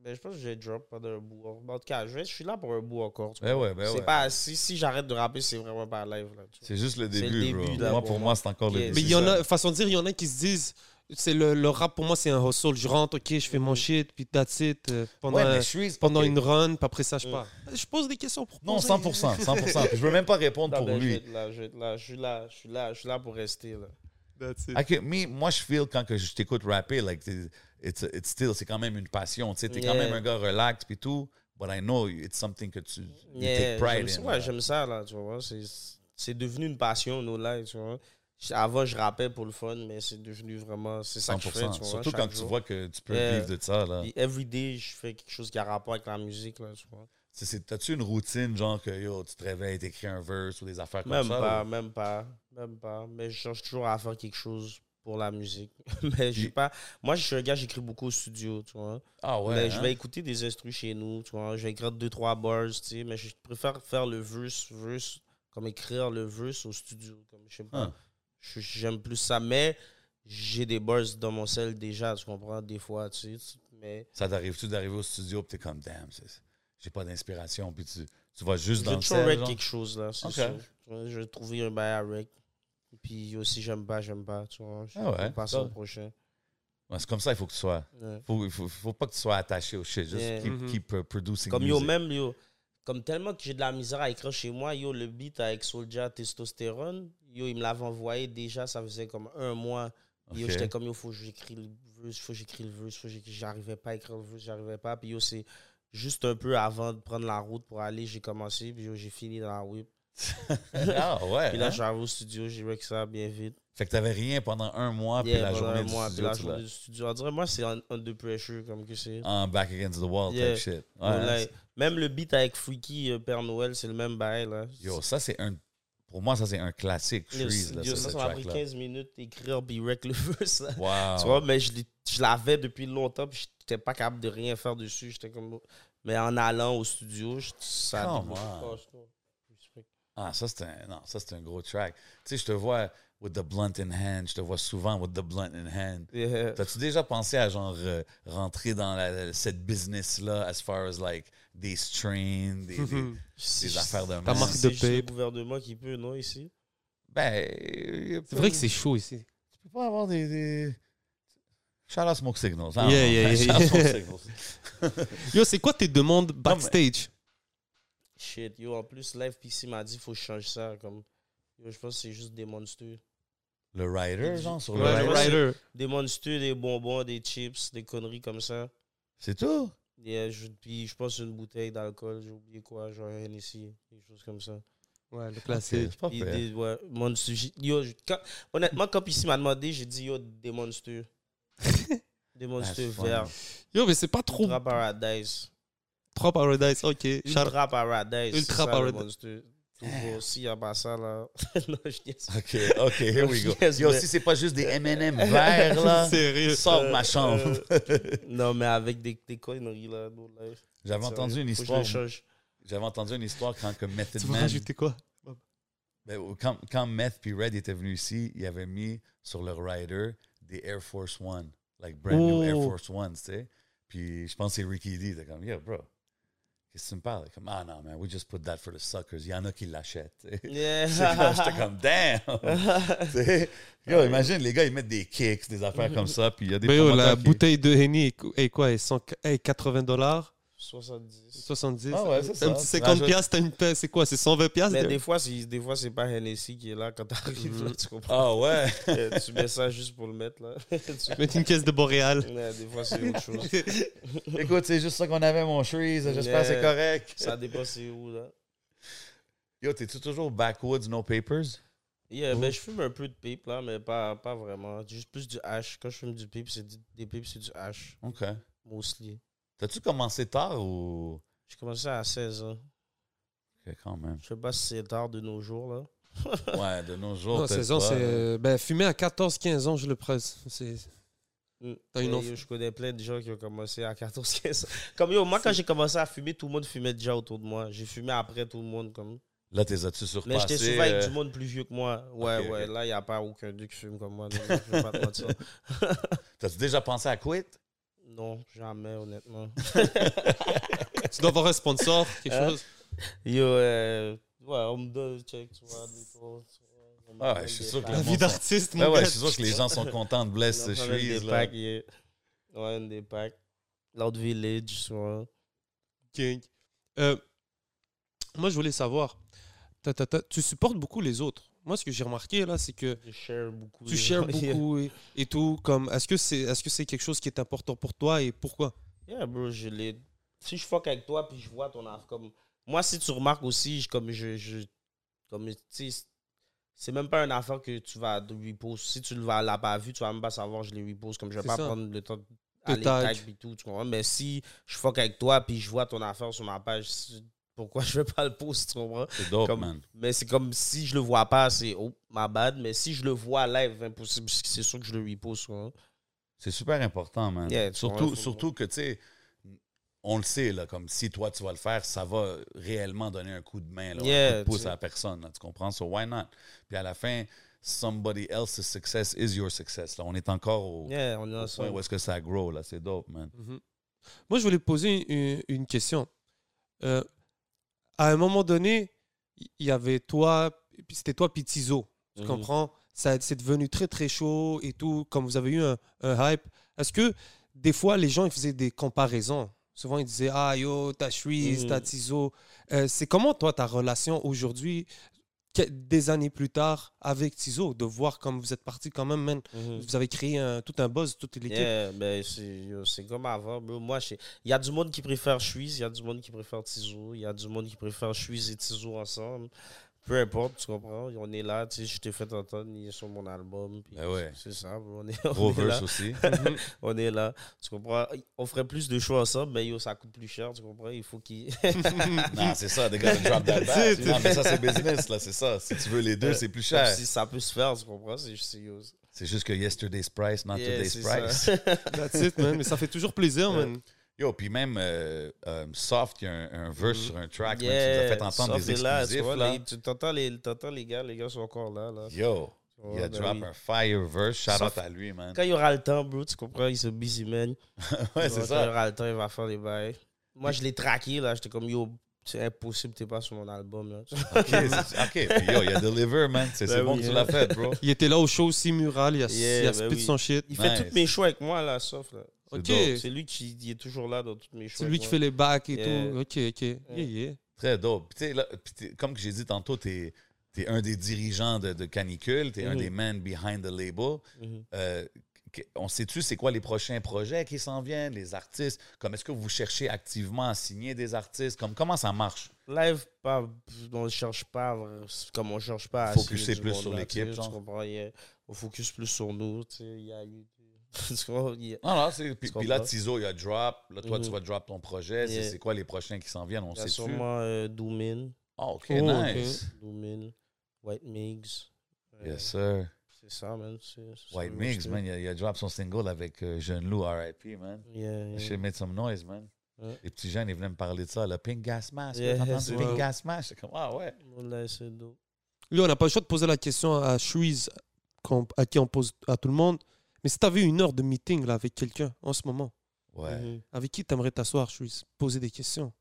[SPEAKER 3] Mais je pense que je vais drop pendant un bout. En tout cas, je, vais- je suis là pour un bout encore. tu
[SPEAKER 2] Ben
[SPEAKER 3] vois.
[SPEAKER 2] ouais, ben
[SPEAKER 3] c'est
[SPEAKER 2] ouais.
[SPEAKER 3] pas, si si j'arrête de rapper, c'est vraiment pas live. Là, tu vois.
[SPEAKER 2] C'est juste le
[SPEAKER 3] C'est le
[SPEAKER 2] début, bro.
[SPEAKER 3] début, là,
[SPEAKER 2] moi,
[SPEAKER 3] pour
[SPEAKER 2] pour
[SPEAKER 3] moi.
[SPEAKER 2] moi, c'est encore le
[SPEAKER 3] Yeah.
[SPEAKER 2] début.
[SPEAKER 1] Mais il y en a, façon de dire, il y en a qui se disent, c'est le, le rap pour moi, c'est un hustle. Je rentre, ok, je fais mon shit, puis that's it. euh, pendant
[SPEAKER 2] Mm-hmm. Ouais,
[SPEAKER 1] un-
[SPEAKER 2] mais Shreeze,
[SPEAKER 1] pendant
[SPEAKER 2] ok.
[SPEAKER 1] une run, puis après ça, je
[SPEAKER 3] Mm.
[SPEAKER 1] pars. Je pose des questions pour
[SPEAKER 2] Non,
[SPEAKER 1] poser.
[SPEAKER 2] 100%, 100%. Puis je veux même pas répondre
[SPEAKER 3] Non,
[SPEAKER 2] pour
[SPEAKER 3] ben, je vais
[SPEAKER 2] lui.
[SPEAKER 3] être là, je vais être là, je suis là, je suis là, je suis là pour rester. Là.
[SPEAKER 1] [LAUGHS] That's it.
[SPEAKER 2] Ok, mais moi, je feel quand que je t'écoute rapper, like, it's, it's it's still, c'est quand même une passion. Tu sais, t'es quand
[SPEAKER 3] Yeah.
[SPEAKER 2] même un gars relax puis tout, but I know it's something que tu you take
[SPEAKER 3] Yeah,
[SPEAKER 2] pride
[SPEAKER 3] j'aime ça,
[SPEAKER 2] in.
[SPEAKER 3] ouais,
[SPEAKER 2] là.
[SPEAKER 3] j'aime ça, là, tu vois. C'est, c'est devenu une passion, nos lives, tu vois. J- Avant, je rappais pour le fun, mais c'est devenu vraiment. C'est ça que je fais, tu
[SPEAKER 2] 100%.
[SPEAKER 3] vois,
[SPEAKER 2] Surtout
[SPEAKER 3] chaque
[SPEAKER 2] quand tu
[SPEAKER 3] jour.
[SPEAKER 2] vois que tu peux
[SPEAKER 3] Yeah.
[SPEAKER 2] vivre de ça, là.
[SPEAKER 3] Puis everyday, je fais quelque chose qui a rapport avec la musique, là, tu vois.
[SPEAKER 2] C'est- c'est- T'as-tu une routine, genre, que yo, tu te réveilles, t'écris un verse ou des affaires comme
[SPEAKER 3] Même
[SPEAKER 2] ça?
[SPEAKER 3] pas,
[SPEAKER 2] ou-
[SPEAKER 3] même pas, même pas. Mais je cherche toujours à faire quelque chose pour pour la musique. [LAUGHS] Mais j'ai
[SPEAKER 2] J'ai-
[SPEAKER 3] pas. Moi, je suis un gars, j'écris beaucoup au studio, tu vois.
[SPEAKER 2] Ah ouais.
[SPEAKER 3] Mais Ben, je
[SPEAKER 2] hein?
[SPEAKER 3] vais écouter des instrus chez nous, tu vois. Je vais écrire deux, trois bars, tu sais. Mais je préfère faire le verse, verse, comme écrire le verse au studio. Comme, je sais pas.
[SPEAKER 2] Ah.
[SPEAKER 3] Je- J'aime plus ça. Mais j'ai des bars dans mon sel déjà, tu comprends, des fois, tu sais. tu- Mais
[SPEAKER 2] Ça t'arrive-tu d'arriver au studio puis t'es comme, damn, c'est- j'ai pas d'inspiration. Puis tu, tu vas juste
[SPEAKER 3] je
[SPEAKER 2] dans
[SPEAKER 3] vais
[SPEAKER 2] le
[SPEAKER 3] toujours
[SPEAKER 2] sel,
[SPEAKER 3] rec
[SPEAKER 2] genre?
[SPEAKER 3] quelque chose, là, c'est
[SPEAKER 2] Ok.
[SPEAKER 3] sûr. Tu vois, Je vais trouver un bail à rec. Puis aussi, j'aime pas, j'aime pas, tu vois. Je
[SPEAKER 2] Ah ouais,
[SPEAKER 3] vais passer au
[SPEAKER 2] ça.
[SPEAKER 3] prochain.
[SPEAKER 2] Ouais, c'est comme ça, il faut que tu sois.
[SPEAKER 3] Ouais.
[SPEAKER 2] Faut, il faut, faut pas que tu sois attaché au shit. Juste
[SPEAKER 3] Yeah. Mm-hmm.
[SPEAKER 2] keep,
[SPEAKER 1] Mhm.
[SPEAKER 2] keep, uh, producing.
[SPEAKER 3] Comme yo,
[SPEAKER 2] music.
[SPEAKER 3] même yo, comme tellement que j'ai de la misère à écrire chez moi, yo, le beat avec Soulja Testostérone, yo, il me l'avait envoyé déjà, ça faisait comme un mois. Yo,
[SPEAKER 2] Ok. [LAUGHS]
[SPEAKER 3] j'étais comme yo, faut que j'écris le verse, faut que j'écris le verse, faut que j'écris- j'arrivais pas à écrire le verse, j'arrivais pas. Puis yo, c'est juste un peu avant de prendre la route pour aller, j'ai commencé, puis yo, j'ai fini dans la whip.
[SPEAKER 2] ah ouais.
[SPEAKER 3] Puis là,
[SPEAKER 2] hein?
[SPEAKER 3] je suis arrivé au studio, j'ai que ça bien vite.
[SPEAKER 2] Fait que t'avais rien pendant un mois, Ah, puis
[SPEAKER 3] Yeah,
[SPEAKER 2] la
[SPEAKER 3] pendant
[SPEAKER 2] journée
[SPEAKER 3] un
[SPEAKER 2] du
[SPEAKER 3] mois, puis
[SPEAKER 2] studio,
[SPEAKER 3] la
[SPEAKER 2] tu
[SPEAKER 3] journée
[SPEAKER 2] l'as-
[SPEAKER 3] du studio. On dirait, moi, c'est un, un de pressure, comme que c'est.
[SPEAKER 2] en back against the wall
[SPEAKER 3] Yeah.
[SPEAKER 2] type shit. Ouais,
[SPEAKER 3] Yo, là,
[SPEAKER 2] c'est-
[SPEAKER 3] même le beat avec Freaky euh, Père Noël, c'est le même bail. Là.
[SPEAKER 2] Yo, ça c'est un. Pour moi, ça c'est un classique.
[SPEAKER 3] Yo,
[SPEAKER 2] Shreeze, là,
[SPEAKER 3] yo,
[SPEAKER 2] ça,
[SPEAKER 3] ça,
[SPEAKER 2] ce
[SPEAKER 3] ça m'a pris
[SPEAKER 2] track-là. Ah
[SPEAKER 3] 15 minutes d'écrire Be Wreck le verse. là.
[SPEAKER 2] Wow.
[SPEAKER 3] Tu vois, mais je, l'ai- je l'avais depuis longtemps, puis j'étais pas capable de rien faire dessus. J'étais comme. Mais en allant au studio, je- ça.
[SPEAKER 2] Come on. Ah, ça c'est un, non, ça c'est un gros track. Tu sais, je te vois with the blunt in hand, je te vois souvent with the blunt in hand.
[SPEAKER 3] Yeah.
[SPEAKER 2] T'as-tu déjà pensé à genre euh, rentrer dans la- cette business là, as far as like des strains, des,
[SPEAKER 1] Mhm. Mm.
[SPEAKER 2] des,
[SPEAKER 3] C'est
[SPEAKER 2] des affaires de
[SPEAKER 1] Ta
[SPEAKER 2] même?
[SPEAKER 1] marque
[SPEAKER 3] c'est
[SPEAKER 1] de
[SPEAKER 3] juste le
[SPEAKER 1] pape.
[SPEAKER 3] gouvernement qui peut, non, ici
[SPEAKER 2] Ben, euh,
[SPEAKER 1] C'est vrai que c'est chaud ici.
[SPEAKER 2] Tu peux pas avoir des. des... Shout out Smoke Signals. hein?
[SPEAKER 1] Yeah, yeah, yeah.
[SPEAKER 2] Shout out
[SPEAKER 3] [LAUGHS]
[SPEAKER 2] Smoke Signals.
[SPEAKER 1] Yo, c'est quoi tes demandes backstage?
[SPEAKER 3] Shit, yo, en plus, Live PC m'a dit faut que je change ça. Comme, yo, je pense que c'est juste des monstres.
[SPEAKER 2] Le writer, genre, sur
[SPEAKER 1] Ouais,
[SPEAKER 2] le
[SPEAKER 3] Ouais,
[SPEAKER 2] writer.
[SPEAKER 3] ouais, c'est-
[SPEAKER 1] Ryder.
[SPEAKER 3] Des monstres, des bonbons, des chips, des conneries comme ça.
[SPEAKER 2] C'est tout?
[SPEAKER 3] Yeah, je, puis je pense une bouteille d'alcool, j'ai oublié quoi, genre un Hennessy, des choses comme ça.
[SPEAKER 1] Ouais, le
[SPEAKER 2] C'est
[SPEAKER 1] classique.
[SPEAKER 2] pas
[SPEAKER 3] Puis
[SPEAKER 2] fait.
[SPEAKER 3] des- ouais, Monster, j'ai- yo, je- quand- honnêtement, quand PC m'a demandé, j'ai dit yo, des
[SPEAKER 2] [LAUGHS]
[SPEAKER 3] Monsters. des Monsters
[SPEAKER 2] funny.
[SPEAKER 3] verts.
[SPEAKER 1] Yo, mais c'est pas trop.
[SPEAKER 3] Ultra Paradise.
[SPEAKER 1] Trop Paradise, ok. Shout-
[SPEAKER 3] Ultra Paradise.
[SPEAKER 1] Ultra
[SPEAKER 3] c'est ça,
[SPEAKER 1] Paradise.
[SPEAKER 3] le Monster.
[SPEAKER 2] Eh.
[SPEAKER 3] Toujours aussi, à part ça, là. [LAUGHS] non, je dis ça.
[SPEAKER 2] OK, OK, here we go.
[SPEAKER 3] Yes,
[SPEAKER 2] Yo,
[SPEAKER 3] mais-
[SPEAKER 2] si c'est pas juste des
[SPEAKER 3] [LAUGHS]
[SPEAKER 2] M&M verts, là,
[SPEAKER 1] Sérieux.
[SPEAKER 2] [LAUGHS] sors de
[SPEAKER 3] Euh,
[SPEAKER 2] ma chambre.
[SPEAKER 3] [LAUGHS] Non, mais avec des, des conneries, là. no life.
[SPEAKER 2] J'avais entendu une
[SPEAKER 3] Faut que je
[SPEAKER 2] histoire... [LAUGHS]
[SPEAKER 3] le change.
[SPEAKER 2] J'avais entendu une histoire quand que Method
[SPEAKER 1] Tu veux
[SPEAKER 2] Man...
[SPEAKER 1] rajouter quoi?
[SPEAKER 2] ben, quand, quand Meth puis Red étaient venus ici, ils avaient mis sur leur rider des Air Force One. Like brand new Air
[SPEAKER 1] Oh.
[SPEAKER 2] Force One, tu sais. Puis je pense que c'est Ricky D. était comme, yeah, bro, qu'est-ce que tu me parles? Il est Comme, ah non, man, we just put that for the suckers. Il y en a qui l'achètent. tu sais. [LAUGHS]
[SPEAKER 3] Yeah.
[SPEAKER 2] C'est comme- J'étais comme, damn!
[SPEAKER 3] [LAUGHS]
[SPEAKER 2] Tu sais, Yo, imagine, les gars, ils mettent des kicks, des affaires comme ça, puis il y a des
[SPEAKER 1] Mais yo,
[SPEAKER 2] promoteurs
[SPEAKER 1] la
[SPEAKER 2] qui-
[SPEAKER 1] bouteille de Henny est co- est quoi? Elle est cent- elle est 80 dollars,
[SPEAKER 3] 70.
[SPEAKER 1] 70.
[SPEAKER 2] Ah ouais, c'est ça.
[SPEAKER 1] Un petit 50
[SPEAKER 2] Rajoute-
[SPEAKER 1] piastres, t'as une paix, c'est quoi? C'est 120 piastres?
[SPEAKER 3] Mais
[SPEAKER 1] de-
[SPEAKER 3] des fois, c'est- des fois, c'est pas Hennessy qui est là quand t'arrives, là, tu comprends? [LAUGHS]
[SPEAKER 2] Ah ouais! [LAUGHS]
[SPEAKER 3] Euh, tu mets ça juste pour le mettre, là. [LAUGHS] Tu-
[SPEAKER 1] Mettre une caisse de Boréal.
[SPEAKER 3] Ouais, des fois, c'est
[SPEAKER 2] [LAUGHS]
[SPEAKER 3] autre chose.
[SPEAKER 2] Écoute, c'est juste ça qu'on avait, mon Shreeze. J'espère que c'est
[SPEAKER 3] Yeah.
[SPEAKER 2] correct.
[SPEAKER 3] Ça dépend c'est où, là.
[SPEAKER 2] Yo, t'es-tu toujours backwoods, no papers?
[SPEAKER 3] Yeah, ben, je fume un peu de pipe, là, mais pas, pas vraiment. Juste plus du hash. Quand je fume du pipe, c'est du- des pipes, c'est du hash,
[SPEAKER 2] OK.
[SPEAKER 3] mostly.
[SPEAKER 2] T'as-tu commencé tard ou...
[SPEAKER 3] J'ai commencé à 16 ans.
[SPEAKER 2] Ok, quand même.
[SPEAKER 3] Je sais pas si c'est tard de nos jours, là.
[SPEAKER 2] [LAUGHS] Ouais, de nos jours,
[SPEAKER 1] Non,
[SPEAKER 2] peut-être
[SPEAKER 1] 16 ans,
[SPEAKER 2] pas.
[SPEAKER 1] c'est. euh, Ben, fumer à 14-15 ans, je le presse. C'est-
[SPEAKER 3] Mm.
[SPEAKER 1] T'as une
[SPEAKER 3] Ouais,
[SPEAKER 1] offre.
[SPEAKER 3] yo, Je connais plein de gens qui ont commencé à [LAUGHS] 14, 15 ans. Comme yo, moi, quand j'ai commencé à fumer, tout le monde fumait déjà autour de moi. J'ai fumé après tout le monde, comme.
[SPEAKER 2] Là, t'es as-tu surpassé?
[SPEAKER 3] Mais j'étais souvent avec
[SPEAKER 2] euh,
[SPEAKER 3] du monde plus vieux que moi. Ouais,
[SPEAKER 2] ok,
[SPEAKER 3] ouais,
[SPEAKER 2] ok.
[SPEAKER 3] là, il n'y a pas aucun d'eux qui fume comme moi. donc je vais pas
[SPEAKER 2] [LAUGHS]
[SPEAKER 3] te mentir.
[SPEAKER 2] T'as-tu déjà pensé à quit?
[SPEAKER 3] [LAUGHS] Non, jamais, honnêtement.
[SPEAKER 1] Tu dois avoir un sponsor, quelque
[SPEAKER 3] Hein?
[SPEAKER 1] chose.
[SPEAKER 3] Yo, euh, ouais, on me donne check, tu vois, des fois, tu vois, on é, me
[SPEAKER 2] Ah,
[SPEAKER 3] donne
[SPEAKER 2] je suis
[SPEAKER 3] des
[SPEAKER 2] sûr que
[SPEAKER 3] packs.
[SPEAKER 1] La
[SPEAKER 2] Le
[SPEAKER 1] vie
[SPEAKER 2] monde
[SPEAKER 1] d'artiste, mon
[SPEAKER 2] Ouais, ouais,
[SPEAKER 1] gars.
[SPEAKER 2] je suis sûr que les gens sont contents de Bless
[SPEAKER 3] On
[SPEAKER 2] the
[SPEAKER 3] prend même
[SPEAKER 2] Shreeze,
[SPEAKER 3] des
[SPEAKER 2] là.
[SPEAKER 3] packs, yeah. Ouais, on a des packs. L'autre village, tu vois.
[SPEAKER 1] King. Euh, moi, je voulais savoir, ta, ta, ta, tu supportes beaucoup les autres. Moi, ce que j'ai remarqué, là, c'est que
[SPEAKER 3] Je share beaucoup.
[SPEAKER 1] tu [LAUGHS] shares beaucoup et, et tout. Comme, est-ce que c'est est -ce c'est quelque chose qui est important pour toi et pourquoi
[SPEAKER 3] Yeah, bro, je l'ai. Si je fuck avec toi, puis je vois ton affaire comme. Moi, si tu remarques aussi, je, comme je. je comme, tu sais, c'est même pas une affaire que tu vas de repose. Si tu l'as l'as pas vu, tu vas même pas savoir, je les repose. Comme je vais
[SPEAKER 1] C'est
[SPEAKER 3] pas
[SPEAKER 1] ça.
[SPEAKER 3] prendre le temps de
[SPEAKER 1] Te
[SPEAKER 3] aller
[SPEAKER 1] tag.
[SPEAKER 3] tag, puis tout, tu comprends? Mais si je fuck avec toi, puis je vois ton affaire sur ma page, si- pourquoi je veux pas le post, tu comprends?
[SPEAKER 2] C'est dope,
[SPEAKER 3] Comme-
[SPEAKER 2] man.
[SPEAKER 3] Mais c'est comme si je le vois pas, c'est oh, ma bad. Mais si je le vois live, impossible, c'est sûr que je le repose. Hein.
[SPEAKER 2] C'est super important, man.
[SPEAKER 3] Yeah, tu comprends,
[SPEAKER 2] surtout,
[SPEAKER 3] faut-
[SPEAKER 2] surtout que, tu sais, on le sait, là, comme si toi, tu vas le faire, ça va réellement donner un coup de main, là,
[SPEAKER 3] Yeah,
[SPEAKER 2] un coup de pouce
[SPEAKER 3] tu-
[SPEAKER 2] à la personne, là, tu comprends? So, why not? Puis à la fin, somebody else's success is your success. Là, on est encore
[SPEAKER 1] Oh.
[SPEAKER 2] au,
[SPEAKER 3] Yeah, on
[SPEAKER 2] au
[SPEAKER 3] est
[SPEAKER 2] point
[SPEAKER 3] ensemble.
[SPEAKER 2] où est-ce que ça grow, là. C'est dope, man.
[SPEAKER 1] Mhm. Moi, je voulais poser une, une question. Euh, à un moment donné, il y avait toi, puis c'était toi puis Tizo, tu
[SPEAKER 3] Mhm.
[SPEAKER 1] comprends? Ça, c'est devenu très, très chaud et tout, comme vous avez eu un, un hype. Est-ce que des fois, les gens ils faisaient des comparaisons? Souvent, ils disaient « Ah, yo, t'as Shreeze,
[SPEAKER 3] Mhm.
[SPEAKER 1] t'as Tizo. Euh, C'est comment, toi, ta relation aujourd'hui, que- des années plus tard, avec Tizo, de voir comme vous êtes partis quand même, man.
[SPEAKER 3] Mhm.
[SPEAKER 1] Vous avez créé un- tout un buzz, toute l'équipe.
[SPEAKER 3] Yeah, ben, c'est yo, c'est comme avant. bro. Moi, je- il y a du monde qui préfère Suisse, il y a du monde qui préfère Tizou, il y a du monde qui préfère Suisse et Tizou ensemble. Peu importe, tu comprends? On est là, tu sais, je t'ai fait entendre, il est sur mon album. puis
[SPEAKER 2] Ben ouais.
[SPEAKER 3] C'est ça, bro, [LAUGHS] on est, [LAUGHS] on
[SPEAKER 2] Gros
[SPEAKER 3] est là.
[SPEAKER 2] verse aussi.
[SPEAKER 3] On est là. Tu comprends? On ferait plus de shows ensemble, mais yo, ça coûte plus cher, tu comprends? Il faut qu'il. [LAUGHS]
[SPEAKER 2] non, c'est ça, they gotta drop that back. Non, mais ça, c'est business, là, c'est ça. Si tu veux les deux, c'est plus
[SPEAKER 3] Euh, Comme
[SPEAKER 2] cher.
[SPEAKER 3] si ça peut se faire, tu comprends? C'est juste. c'est- yo,
[SPEAKER 2] C'est juste que yesterday's price, not
[SPEAKER 3] yeah,
[SPEAKER 2] today's
[SPEAKER 3] c'est
[SPEAKER 2] price.
[SPEAKER 3] ça.
[SPEAKER 1] That's it, man. Mais ça fait toujours plaisir, man.
[SPEAKER 2] Yo, puis même euh, euh, Soft, il y a un, un verse sur un track, mais tu nous as
[SPEAKER 3] Mm-hmm. Yeah,
[SPEAKER 2] fait entendre
[SPEAKER 3] Soft
[SPEAKER 2] des
[SPEAKER 3] est là, tu
[SPEAKER 2] exclusifs,
[SPEAKER 3] vois,
[SPEAKER 2] là.
[SPEAKER 3] les- Tu t'entends les, t'entends les gars, les gars sont encore là. là.
[SPEAKER 2] Yo,
[SPEAKER 3] Ouais,
[SPEAKER 2] il a
[SPEAKER 3] ben
[SPEAKER 2] drop
[SPEAKER 3] oui.
[SPEAKER 2] un fire verse, shout out
[SPEAKER 3] Soft-
[SPEAKER 2] à lui, man.
[SPEAKER 3] Quand il y aura le temps, bro, tu comprends, ils sont busy, man.
[SPEAKER 2] [LAUGHS] ouais,
[SPEAKER 3] Tu
[SPEAKER 2] c'est
[SPEAKER 3] vois, Quand il y
[SPEAKER 2] ça.
[SPEAKER 3] aura le temps, il va faire des bails. Moi, je l'ai traqué, là. J'étais comme, yo, c'est impossible, t'es pas sur mon album, là.
[SPEAKER 2] OK, c'est- OK, puis yo, il a deliver, man. C'est c'est
[SPEAKER 3] Ben
[SPEAKER 2] bon
[SPEAKER 3] oui,
[SPEAKER 2] que tu
[SPEAKER 3] hein.
[SPEAKER 2] l'as fait,
[SPEAKER 3] [LAUGHS]
[SPEAKER 2] bro.
[SPEAKER 1] Il était là au show aussi mural, il a,
[SPEAKER 3] Yeah,
[SPEAKER 1] il a
[SPEAKER 3] ben
[SPEAKER 1] spit
[SPEAKER 3] oui.
[SPEAKER 1] son shit.
[SPEAKER 3] Il fait
[SPEAKER 2] Nice.
[SPEAKER 3] toutes mes shows avec moi, là, sauf, là.
[SPEAKER 1] Ok,
[SPEAKER 2] dope.
[SPEAKER 1] c'est
[SPEAKER 3] C'est lui qui il est toujours là dans toutes mes shows.
[SPEAKER 1] lui
[SPEAKER 3] avec
[SPEAKER 1] qui
[SPEAKER 3] moi.
[SPEAKER 1] fait les bacs et
[SPEAKER 3] Yeah.
[SPEAKER 1] tout. Ok, ok. Yeah, yeah.
[SPEAKER 2] Très dope. Puis tu sais, là, puis t'es- comme que j'ai dit tantôt, t'es es un des dirigeants de, de Canicule, t'es un
[SPEAKER 3] Mhm.
[SPEAKER 2] des men behind the label.
[SPEAKER 3] Mhm.
[SPEAKER 2] Euh, qu- on sait-tu c'est quoi les prochains projets qui s'en viennent, les artistes? Comme est-ce que vous cherchez activement à signer des artistes? Comme comment ça marche?
[SPEAKER 3] Live, pas, on ne cherche pas, euh, comme on cherche pas à
[SPEAKER 2] Focuser
[SPEAKER 3] signer du
[SPEAKER 2] plus
[SPEAKER 3] monde
[SPEAKER 2] sur
[SPEAKER 3] là,
[SPEAKER 2] l'équipe,
[SPEAKER 3] tu sais,
[SPEAKER 2] genre.
[SPEAKER 3] Tu comprends, il y a- on focus plus sur nous, tu sais, il y a eu. [LAUGHS] tu comprends, il y a-
[SPEAKER 2] Non, non, c'est. Puis,
[SPEAKER 3] Tu
[SPEAKER 2] puis là,
[SPEAKER 3] comprends?
[SPEAKER 2] Tizo, il a drop. Là, toi,
[SPEAKER 3] Mhm.
[SPEAKER 2] tu vas drop ton projet. C'est-
[SPEAKER 3] Yeah.
[SPEAKER 2] C'est quoi les prochains qui s'en viennent? On
[SPEAKER 3] il y a
[SPEAKER 2] sait-tu?
[SPEAKER 3] sûrement euh, Doomin,
[SPEAKER 2] Ah, OK,
[SPEAKER 1] Oh, OK.
[SPEAKER 2] nice.
[SPEAKER 3] Doomin, White Migs. euh,
[SPEAKER 2] Yes, sir.
[SPEAKER 3] C'est ça, man. c'est- c'est
[SPEAKER 2] White
[SPEAKER 3] ça,
[SPEAKER 2] Mix,
[SPEAKER 3] c'est-
[SPEAKER 2] man. Il a, il a drop son single avec euh, Jeune Lou, RIP, man.
[SPEAKER 3] Yeah, yeah.
[SPEAKER 2] J'ai made some noise, man.
[SPEAKER 3] Ouais.
[SPEAKER 2] Les petits jeunes, ils venaient me parler de ça. Le Pink Gas Mask.
[SPEAKER 3] Yeah,
[SPEAKER 2] T'as entendu
[SPEAKER 3] c'est
[SPEAKER 2] Pink
[SPEAKER 3] vrai.
[SPEAKER 2] Gas Mask? J'étais comme, ah ouais.
[SPEAKER 3] On l'a essayé d'eau.
[SPEAKER 1] Lui, on n'a pas le choix de poser la question à Shreeze, qu'on- à qui on pose à tout le monde. Mais si tu avais une heure de meeting là, avec quelqu'un en ce moment,
[SPEAKER 2] Ouais.
[SPEAKER 3] Mhm.
[SPEAKER 1] avec qui t'aimerais t'asseoir, Shreeze Poser des questions.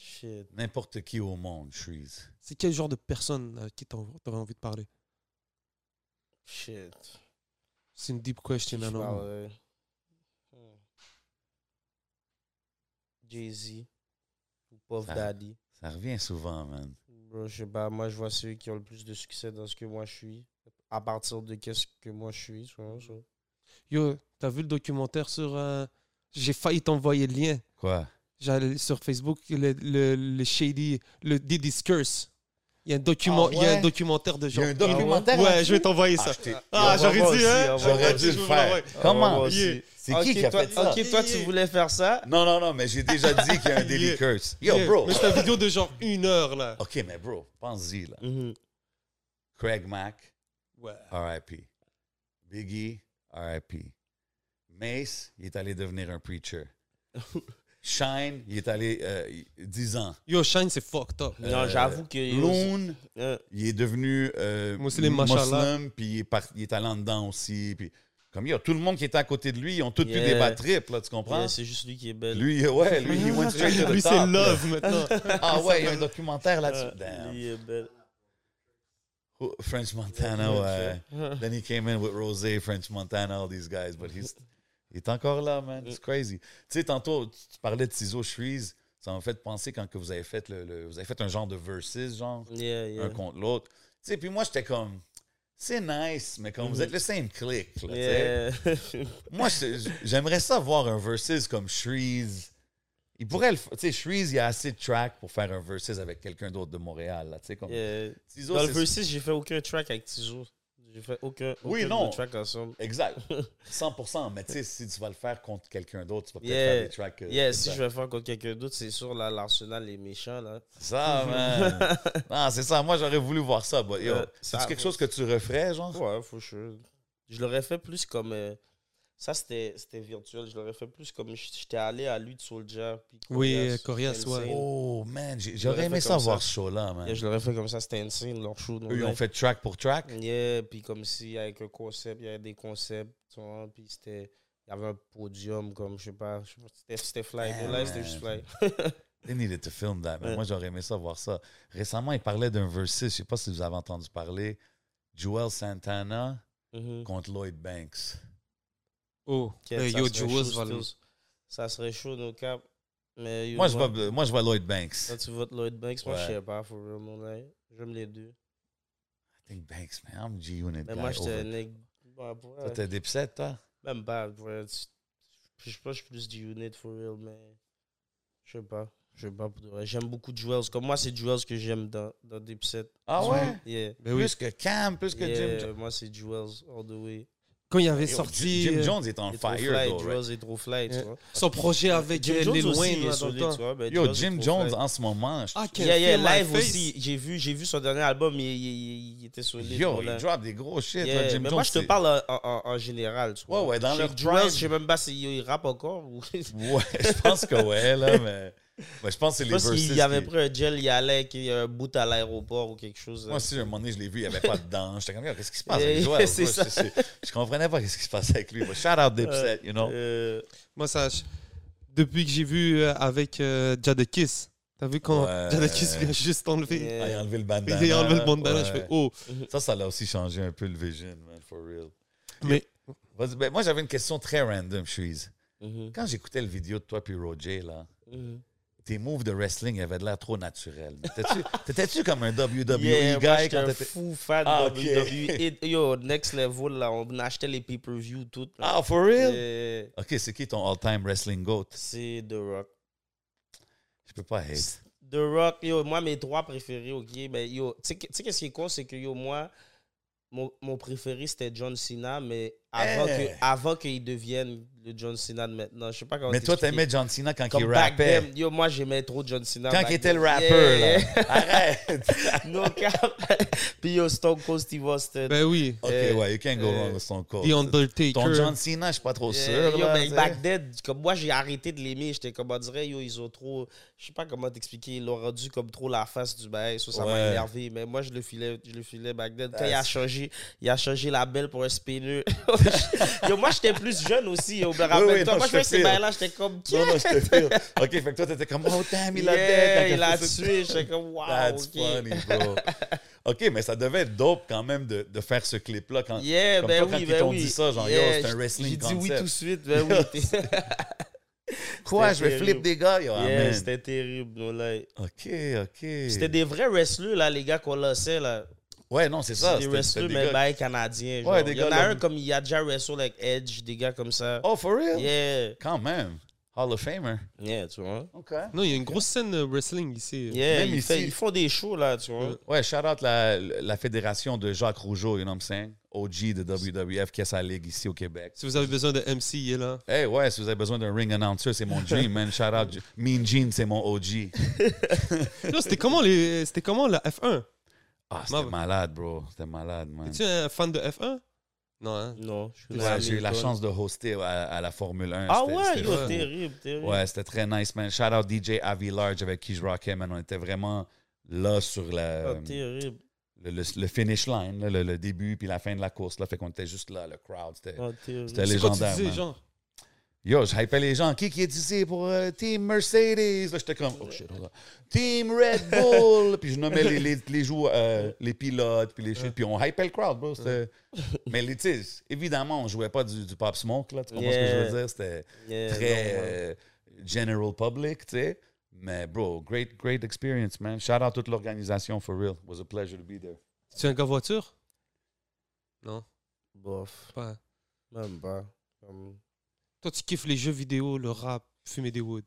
[SPEAKER 3] Shit.
[SPEAKER 2] N'importe qui au monde, Shreeze.
[SPEAKER 1] C'est quel genre de personne à qui t'en- t'aurais envie de parler
[SPEAKER 3] Shit.
[SPEAKER 1] C'est une deep question,
[SPEAKER 3] Qui je
[SPEAKER 1] alors.
[SPEAKER 3] parlerais? Hmm. Jay-Z. Ou Puff
[SPEAKER 2] Ah.
[SPEAKER 3] Daddy.
[SPEAKER 2] Ça revient souvent, man.
[SPEAKER 3] Bro, je sais pas, moi je vois ceux qui ont le plus de succès dans ce que moi je suis. À partir de qu'est-ce que moi je suis, tu vois. ça.
[SPEAKER 1] Yo, t'as vu le documentaire sur. euh, J'ai failli t'envoyer le lien.
[SPEAKER 2] Quoi?
[SPEAKER 1] J'allais sur Facebook, le, le, le Shady, le Diddy's Curse. Il y a un, document,
[SPEAKER 2] Ah
[SPEAKER 1] il y a un
[SPEAKER 2] ouais?
[SPEAKER 1] documentaire de genre.
[SPEAKER 2] documentaire?
[SPEAKER 1] Ouais, je vais t'envoyer
[SPEAKER 2] Ah,
[SPEAKER 1] ça.
[SPEAKER 2] j'étais-
[SPEAKER 1] Ah,
[SPEAKER 3] on va
[SPEAKER 1] j'aurais
[SPEAKER 3] voir
[SPEAKER 1] dit,
[SPEAKER 3] aussi,
[SPEAKER 1] hein?
[SPEAKER 3] on va
[SPEAKER 1] j'aurais
[SPEAKER 2] J'aurais
[SPEAKER 1] dit,
[SPEAKER 2] dû
[SPEAKER 1] je
[SPEAKER 2] le
[SPEAKER 1] vous
[SPEAKER 2] faire.
[SPEAKER 1] l'envoie.
[SPEAKER 3] On
[SPEAKER 2] Comment?
[SPEAKER 3] va aussi.
[SPEAKER 1] Yeah.
[SPEAKER 2] Ah, C'est
[SPEAKER 3] Ok,
[SPEAKER 2] qui qui a
[SPEAKER 3] toi,
[SPEAKER 2] fait ça?
[SPEAKER 3] Ok, toi tu
[SPEAKER 1] Yeah.
[SPEAKER 3] voulais faire ça.
[SPEAKER 2] Non, non, non, mais j'ai déjà dit qu'il y a un Daily
[SPEAKER 1] Yeah.
[SPEAKER 2] Curse. Yo,
[SPEAKER 1] Yeah.
[SPEAKER 2] bro.
[SPEAKER 1] Mais c'est une vidéo de genre une heure, là.
[SPEAKER 2] OK, mais bro, pense-y, là.
[SPEAKER 3] Mhm.
[SPEAKER 2] Craig Mack,
[SPEAKER 1] Ouais.
[SPEAKER 2] RIP. Biggie, RIP. Mace, il est allé devenir un preacher. Shine, il est allé euh, 10 ans.
[SPEAKER 1] Yo, Shine, c'est fucked up.
[SPEAKER 2] Euh,
[SPEAKER 3] Non, j'avoue que.
[SPEAKER 2] Loon,
[SPEAKER 3] Euh,
[SPEAKER 2] il est devenu euh,
[SPEAKER 1] Muslim, mashallah.
[SPEAKER 2] muslim, puis il est, par- il est allé en dedans aussi. Puis comme il y a tout le monde qui était à côté de lui, ils ont tous eu
[SPEAKER 3] Yeah.
[SPEAKER 2] des bad trips, là, tu comprends?
[SPEAKER 3] yeah, c'est juste lui qui est belle.
[SPEAKER 2] lui, ouais, lui, il went straight to the
[SPEAKER 1] Lui,
[SPEAKER 2] top,
[SPEAKER 1] c'est
[SPEAKER 2] là.
[SPEAKER 1] love maintenant.
[SPEAKER 2] Ah ouais, il y a un documentaire
[SPEAKER 3] Euh,
[SPEAKER 2] là-dessus. Damn.
[SPEAKER 3] lui est belle.
[SPEAKER 2] Who- French Montana, ouais. Then he came in with Rosé, French Montana, all these guys, but he's, il est encore là, man. It's crazy. Tu sais, tantôt, tu tu parlais de Tizo Shreeze. Ça m'a fait penser quand que vous avez fait le, le- vous avez fait un genre de versus, genre,
[SPEAKER 3] Yeah, yeah.
[SPEAKER 2] un contre l'autre. Tu sais, puis moi, j'étais comme, c'est nice, mais comme vous êtes le same clique, là, tu sais.
[SPEAKER 3] Yeah.
[SPEAKER 2] Moi, je- j'aimerais ça voir un versus comme Shreeze. Il pourrait le f- Tu sais, Shreeze, il y a assez de track pour faire un versus avec quelqu'un d'autre de Montréal, là, tu sais, comme...
[SPEAKER 3] [LAUGHS] Yeah.
[SPEAKER 2] Tizo,
[SPEAKER 3] Dans le
[SPEAKER 2] c'est-
[SPEAKER 3] versus, j'ai fait aucun track avec Tizo. J'ai fait aucun,
[SPEAKER 2] Oui,
[SPEAKER 3] aucun
[SPEAKER 2] non.
[SPEAKER 3] de track ensemble. [LAUGHS]
[SPEAKER 2] Exact. 100%. Mais tu sais, si tu vas le faire contre quelqu'un d'autre, tu vas peut-être
[SPEAKER 3] Yeah.
[SPEAKER 2] faire des tracks. euh,
[SPEAKER 3] Yeah, si
[SPEAKER 2] exact.
[SPEAKER 3] je vais faire contre quelqu'un d'autre, c'est sûr, là, l'arsenal est
[SPEAKER 2] [LAUGHS]
[SPEAKER 3] méchant, là.
[SPEAKER 2] Ça,
[SPEAKER 3] [LAUGHS]
[SPEAKER 2] man. non, c'est ça. Moi, j'aurais voulu voir ça. but yo,
[SPEAKER 3] Euh,
[SPEAKER 2] c'est
[SPEAKER 3] ça-
[SPEAKER 2] quelque chose que tu referais, genre?
[SPEAKER 3] Ouais, faut que Je l'aurais fait plus comme. euh, ça, c'était c'était virtuel. Je l'aurais fait plus comme. j- J'étais allé à lui de Soldier. Puis
[SPEAKER 1] Oui,
[SPEAKER 3] Corias,
[SPEAKER 1] euh, Corias,
[SPEAKER 3] c'était
[SPEAKER 1] ouais.
[SPEAKER 3] insane.
[SPEAKER 2] Oh, man. j'ai-
[SPEAKER 3] l'aurais
[SPEAKER 2] J'aurais aimé
[SPEAKER 3] fait
[SPEAKER 2] ça
[SPEAKER 3] comme
[SPEAKER 2] voir
[SPEAKER 3] ça.
[SPEAKER 2] ce show-là, man.
[SPEAKER 3] Yeah, je l'aurais fait comme ça, c'était insane, leur show.
[SPEAKER 2] Eux, ils ont
[SPEAKER 3] ouais.
[SPEAKER 2] fait track pour track.
[SPEAKER 3] Yeah, puis comme si avec un concept, il y avait des concepts, tu vois, puis c'était. Il y avait un podium, comme, je sais pas. je sais pas, c'était- C'était fly.
[SPEAKER 2] Yeah,
[SPEAKER 3] Mais là, c'était
[SPEAKER 2] man.
[SPEAKER 3] juste fly.
[SPEAKER 2] They needed to film that. man.
[SPEAKER 3] Ouais.
[SPEAKER 2] Moi, j'aurais aimé ça voir ça. Récemment, il parlait d'un versus. Je sais pas si vous avez entendu parler. Joel Santana
[SPEAKER 3] Mhm.
[SPEAKER 2] contre Lloyd Banks.
[SPEAKER 1] Oh,
[SPEAKER 3] Quête,
[SPEAKER 1] euh,
[SPEAKER 3] ça
[SPEAKER 1] yo,
[SPEAKER 3] serait
[SPEAKER 1] Jewels
[SPEAKER 3] chaud,
[SPEAKER 1] va le-
[SPEAKER 3] still. Ça serait chaud, nos cap. Mais, yo,
[SPEAKER 2] Moi, je vois, moi, je vois Lloyd Banks.
[SPEAKER 3] Quand tu votes Lloyd Banks, moi,
[SPEAKER 2] Ouais.
[SPEAKER 3] je sais pas, for real, mon gars. J'aime les deux.
[SPEAKER 2] I think Banks, man. I'm a G-Unit
[SPEAKER 3] Mais
[SPEAKER 2] guy.
[SPEAKER 3] moi, j'étais un
[SPEAKER 2] over.
[SPEAKER 3] nègre. Bah, pour
[SPEAKER 2] Toi,
[SPEAKER 3] vrai,
[SPEAKER 2] t'es dipset, toi?
[SPEAKER 3] Même pas. pour vrai, tu- Je sais pas, je suis plus du unit for real, mais. Je sais pas. Je sais pas. pour de vrai. J'aime beaucoup Jewels. Comme moi, c'est Jewels que j'aime dans, dans Dipset.
[SPEAKER 2] Ah ouais?
[SPEAKER 3] Yeah.
[SPEAKER 1] Ben oui.
[SPEAKER 2] Plus que Cam, plus que
[SPEAKER 3] Yeah,
[SPEAKER 2] Jim Jones.
[SPEAKER 3] Moi, c'est Jewels all the way.
[SPEAKER 1] Quand il avait
[SPEAKER 2] Yo,
[SPEAKER 1] sorti
[SPEAKER 2] Jim
[SPEAKER 1] euh,
[SPEAKER 2] Jones est en
[SPEAKER 3] Il est trop
[SPEAKER 2] fire,
[SPEAKER 3] fly.
[SPEAKER 2] though, right?
[SPEAKER 3] Jewels est trop fly, tu
[SPEAKER 1] Yeah.
[SPEAKER 3] vois.
[SPEAKER 1] son projet avec
[SPEAKER 3] Jim
[SPEAKER 1] euh,
[SPEAKER 3] Jones
[SPEAKER 1] Lil
[SPEAKER 3] aussi,
[SPEAKER 1] Wayne,
[SPEAKER 3] il est
[SPEAKER 1] là, dans
[SPEAKER 3] solide,
[SPEAKER 1] le temps.
[SPEAKER 3] tu vois. mais Jewels
[SPEAKER 2] Yo,
[SPEAKER 3] est
[SPEAKER 2] Jim
[SPEAKER 3] trop
[SPEAKER 2] Jones
[SPEAKER 3] fly.
[SPEAKER 2] en ce moment. je-
[SPEAKER 1] Ah, quel
[SPEAKER 3] Yeah, yeah,
[SPEAKER 1] film, My
[SPEAKER 3] live
[SPEAKER 1] Face.
[SPEAKER 3] aussi. J'ai vu, j'ai vu son dernier album, il, il- il- il était solide.
[SPEAKER 2] Yo,
[SPEAKER 3] mon
[SPEAKER 2] il
[SPEAKER 3] gars.
[SPEAKER 2] drop des gros shit.
[SPEAKER 3] Yeah,
[SPEAKER 2] là, Jim
[SPEAKER 3] mais
[SPEAKER 2] Jones,
[SPEAKER 3] moi, je te
[SPEAKER 2] c'est-
[SPEAKER 3] parle en, en- en- en général, tu vois.
[SPEAKER 2] Ouais, ouais, dans
[SPEAKER 3] Chez
[SPEAKER 2] leur
[SPEAKER 3] Jewels,
[SPEAKER 2] prime.
[SPEAKER 3] je sais même pas s'il il rappe encore ou...
[SPEAKER 2] Ouais,
[SPEAKER 3] [LAUGHS]
[SPEAKER 2] je pense que ouais, là, mais. mais je pense que c'est
[SPEAKER 3] Je
[SPEAKER 2] les
[SPEAKER 3] pense
[SPEAKER 2] versus.
[SPEAKER 3] qu'il y avait
[SPEAKER 2] qui-
[SPEAKER 3] pris un gel, il allait qu'il y a un bout à l'aéroport ou quelque chose. là.
[SPEAKER 2] Moi, si à un moment donné, je l'ai vu, il n'y avait pas de dents. J'étais comme, Yo, qu'est-ce qui se passe
[SPEAKER 3] Yeah,
[SPEAKER 2] avec
[SPEAKER 3] [LAUGHS]
[SPEAKER 2] Joel?
[SPEAKER 3] c'est
[SPEAKER 2] Moi,
[SPEAKER 3] ça.
[SPEAKER 2] Je, je- je comprenais pas qu'est-ce qui se passait avec lui. But shout out Dipset, you know? Ah,
[SPEAKER 3] Euh,
[SPEAKER 1] Moi, ça, je- depuis que j'ai vu euh, avec euh, Jadakiss, t'as vu quand
[SPEAKER 2] Ouais.
[SPEAKER 1] Jadakiss vient juste enlever,
[SPEAKER 3] Yeah.
[SPEAKER 2] Ah, il a enlevé le
[SPEAKER 1] il
[SPEAKER 2] bandana.
[SPEAKER 1] a enlevé le bandana, je
[SPEAKER 2] Ouais.
[SPEAKER 1] fais oh,
[SPEAKER 2] Ça, ça l'a aussi changé un peu le vision, man, for real.
[SPEAKER 1] mais
[SPEAKER 2] Vas-y, ben, moi, j'avais une question très random, Shreeze.
[SPEAKER 3] mhm,
[SPEAKER 2] Quand j'écoutais le vidéo de toi puis Roger, là,
[SPEAKER 3] mhm.
[SPEAKER 2] tes moves de wrestling avaient de l'air trop naturels.
[SPEAKER 3] [LAUGHS]
[SPEAKER 2] T'étais-tu- T'étais-tu comme un WWE E
[SPEAKER 3] Yeah, moi,
[SPEAKER 2] guy
[SPEAKER 3] j'étais
[SPEAKER 2] quand
[SPEAKER 3] un
[SPEAKER 2] t'étais...
[SPEAKER 3] fou fan
[SPEAKER 2] Ah, ok.
[SPEAKER 3] de WWE. Et, Yo, next level, là, on achetait les pay-per-view, tout. là.
[SPEAKER 2] Ah, for real?
[SPEAKER 3] Euh,
[SPEAKER 2] OK, c'est qui ton all-time wrestling goat?
[SPEAKER 3] C'est The Rock.
[SPEAKER 2] Je peux pas hate.
[SPEAKER 3] The Rock, yo, moi, mes trois préférés, ok, mais yo, tu sais que- tu sais qu'est-ce qui est con, c'est que yo, moi, mon, mon préféré, c'était John Cena, mais avant
[SPEAKER 2] Hey.
[SPEAKER 3] que avant qu'il devienne le John Cena de maintenant, je sais pas comment
[SPEAKER 2] Mais toi,
[SPEAKER 3] t'expliquer.
[SPEAKER 2] t'aimais John Cena quand
[SPEAKER 3] Comme
[SPEAKER 2] il
[SPEAKER 3] back
[SPEAKER 2] rappait.
[SPEAKER 3] then, yo, moi, j'aimais trop John Cena.
[SPEAKER 2] Quand
[SPEAKER 3] back
[SPEAKER 2] il était le
[SPEAKER 3] then.
[SPEAKER 2] rappeur,
[SPEAKER 3] Yeah.
[SPEAKER 2] là. [LAUGHS] Arrête!
[SPEAKER 3] [LAUGHS] No cap. [LAUGHS] Puis yo, Stone Cold Steve Austin.
[SPEAKER 1] ben oui,
[SPEAKER 2] OK,
[SPEAKER 3] Euh,
[SPEAKER 2] ouais, you can't go
[SPEAKER 3] euh,
[SPEAKER 2] wrong with son coach.
[SPEAKER 1] The Undertaker.
[SPEAKER 2] Ton John Cena, je suis pas trop
[SPEAKER 3] Yeah,
[SPEAKER 2] sûr,
[SPEAKER 3] Euh, yo,
[SPEAKER 2] là,
[SPEAKER 3] mais
[SPEAKER 2] tu sais. [LAUGHS]
[SPEAKER 3] back then, comme moi, j'ai arrêté de l'aimer. J'étais comme, on dirait, yo, ils ont trop. Je sais pas comment t'expliquer. Ils l'ont rendu comme trop la face du bail. Ça, ça m'a
[SPEAKER 2] Ouais.
[SPEAKER 3] énervé. Mais moi, je le filais, je le filais back then. Quand
[SPEAKER 2] Ah,
[SPEAKER 3] il a
[SPEAKER 2] c'est-
[SPEAKER 3] changé, il a changé la belle pour un spinner. [LAUGHS] yo, moi, j'étais plus jeune aussi. Yo, me
[SPEAKER 2] oui,
[SPEAKER 3] rappelle-toi.
[SPEAKER 2] non,
[SPEAKER 3] moi,
[SPEAKER 2] je te
[SPEAKER 3] je fais ces
[SPEAKER 2] file.
[SPEAKER 3] bails-là, j'étais comme,
[SPEAKER 2] Non, non, je te file. OK, fait que toi, t'étais comme, oh, damn, il a
[SPEAKER 3] Yeah,
[SPEAKER 2] dead.
[SPEAKER 3] il a
[SPEAKER 2] Quand t'as fait-
[SPEAKER 3] tué. J'étais comme, wow.
[SPEAKER 2] [LAUGHS] That's
[SPEAKER 3] ok.
[SPEAKER 2] funny, bro. OK, mais ça devait être dope quand même de, de faire ce clip-là. Quand...
[SPEAKER 3] Yeah,
[SPEAKER 2] Comme
[SPEAKER 3] ben
[SPEAKER 2] toi, quand
[SPEAKER 3] oui,
[SPEAKER 2] ils
[SPEAKER 3] ben
[SPEAKER 2] t'ont
[SPEAKER 3] oui.
[SPEAKER 2] dit ça, genre, yo,
[SPEAKER 3] Yeah,
[SPEAKER 2] c'est un
[SPEAKER 3] j-
[SPEAKER 2] wrestling
[SPEAKER 3] J'ai dit oui
[SPEAKER 2] concept.
[SPEAKER 3] tout de suite, ben
[SPEAKER 2] [LAUGHS]
[SPEAKER 3] oui.
[SPEAKER 2] Quoi, je
[SPEAKER 3] c'était
[SPEAKER 2] vais flip
[SPEAKER 3] terrible.
[SPEAKER 2] des gars? Yo,
[SPEAKER 3] Yeah,
[SPEAKER 2] amen.
[SPEAKER 3] c'était terrible, non, là.
[SPEAKER 2] OK, OK.
[SPEAKER 3] C'était des vrais wrestlers, là, les gars qu'on lançait, là.
[SPEAKER 2] Ouais, non, c'est
[SPEAKER 3] C'est
[SPEAKER 2] ça.
[SPEAKER 3] des
[SPEAKER 2] c'était-
[SPEAKER 3] wrestlers,
[SPEAKER 2] c'était des
[SPEAKER 3] mais
[SPEAKER 2] gars-
[SPEAKER 3] bail canadien.
[SPEAKER 2] Ouais, des
[SPEAKER 3] il y en
[SPEAKER 2] gars,
[SPEAKER 3] a
[SPEAKER 2] là-
[SPEAKER 3] un comme il y a déjà wrestle avec Edge, des gars comme ça.
[SPEAKER 2] Oh, for real?
[SPEAKER 3] Yeah.
[SPEAKER 2] Quand même. Hall of Famer.
[SPEAKER 3] Yeah, tu vois.
[SPEAKER 2] OK.
[SPEAKER 1] Non, il y a une grosse scène euh, wrestling ici.
[SPEAKER 3] Yeah,
[SPEAKER 2] Même
[SPEAKER 3] ils,
[SPEAKER 2] ici-
[SPEAKER 3] fait- ils font des shows, là, tu vois.
[SPEAKER 2] Ouais, shout out la, la fédération de Jacques Rougeau, you know what I'm saying? OG de WWF qui est sa ligue ici au Québec.
[SPEAKER 1] Si vous avez besoin de MC, il est
[SPEAKER 3] [LAUGHS]
[SPEAKER 1] là.
[SPEAKER 2] Hey, ouais, si vous avez besoin d'un ring announcer, c'est mon dream, man. Shout out. J- Mean Gene, c'est mon OG.
[SPEAKER 1] Yo, c'était comment les, c'était comment la F1
[SPEAKER 2] Ah, c'était
[SPEAKER 1] Ma-
[SPEAKER 2] malade, bro. C'était malade, man.
[SPEAKER 1] Es-tu un fan de F1 Non, hein.
[SPEAKER 3] Non, je suis
[SPEAKER 2] Ouais,
[SPEAKER 3] dans
[SPEAKER 2] J'ai eu la
[SPEAKER 3] Hamilton.
[SPEAKER 2] chance de hoster à, à la Formule 1.
[SPEAKER 3] Ah
[SPEAKER 2] C'était-
[SPEAKER 3] ouais,
[SPEAKER 2] c'était
[SPEAKER 3] yo,
[SPEAKER 2] fou.
[SPEAKER 3] terrible, terrible.
[SPEAKER 2] Ouais, c'était très nice, man. Shout out DJ Avi Large avec qui je rockais, man. On était vraiment là sur
[SPEAKER 3] Ah,
[SPEAKER 2] la,
[SPEAKER 3] terrible.
[SPEAKER 2] le, le- le finish line, là, le, le début puis la fin de la course. Là, fait qu'on était juste là, le crowd. C'était
[SPEAKER 3] Ah,
[SPEAKER 2] c'était
[SPEAKER 3] terrible.
[SPEAKER 1] C'est quoi tu
[SPEAKER 2] légendaire,
[SPEAKER 1] disais,
[SPEAKER 2] man.
[SPEAKER 1] genre
[SPEAKER 2] Yo, je hypais les gens. Qui qui est ici pour euh, Team Mercedes? Là, j'étais comme, oh shit, hold on. Team Red
[SPEAKER 1] [LAUGHS]
[SPEAKER 2] Bull! puis je nommais les, les, les joueurs, euh, les pilotes, puis les shit. Puis on hypait le crowd,
[SPEAKER 1] [LAUGHS]
[SPEAKER 2] bro. C'était- Mais les, tu sais, évidemment, on jouait pas du, du Pop Smoke, là. Tu comprends ce que je veux
[SPEAKER 3] Yeah.
[SPEAKER 2] dire? C'était
[SPEAKER 3] Yeah,
[SPEAKER 2] très
[SPEAKER 3] non, ouais.
[SPEAKER 2] euh, general public, tu sais. Mais bro, great, great experience, man. Shout out toute l'organisation, for real. It was a pleasure to be there.
[SPEAKER 1] Tu es un gars voiture Non,
[SPEAKER 3] Bof,
[SPEAKER 1] pas.
[SPEAKER 3] même pas. Comme-
[SPEAKER 1] Toi, tu kiffes les jeux vidéo, le rap, fumer des woods.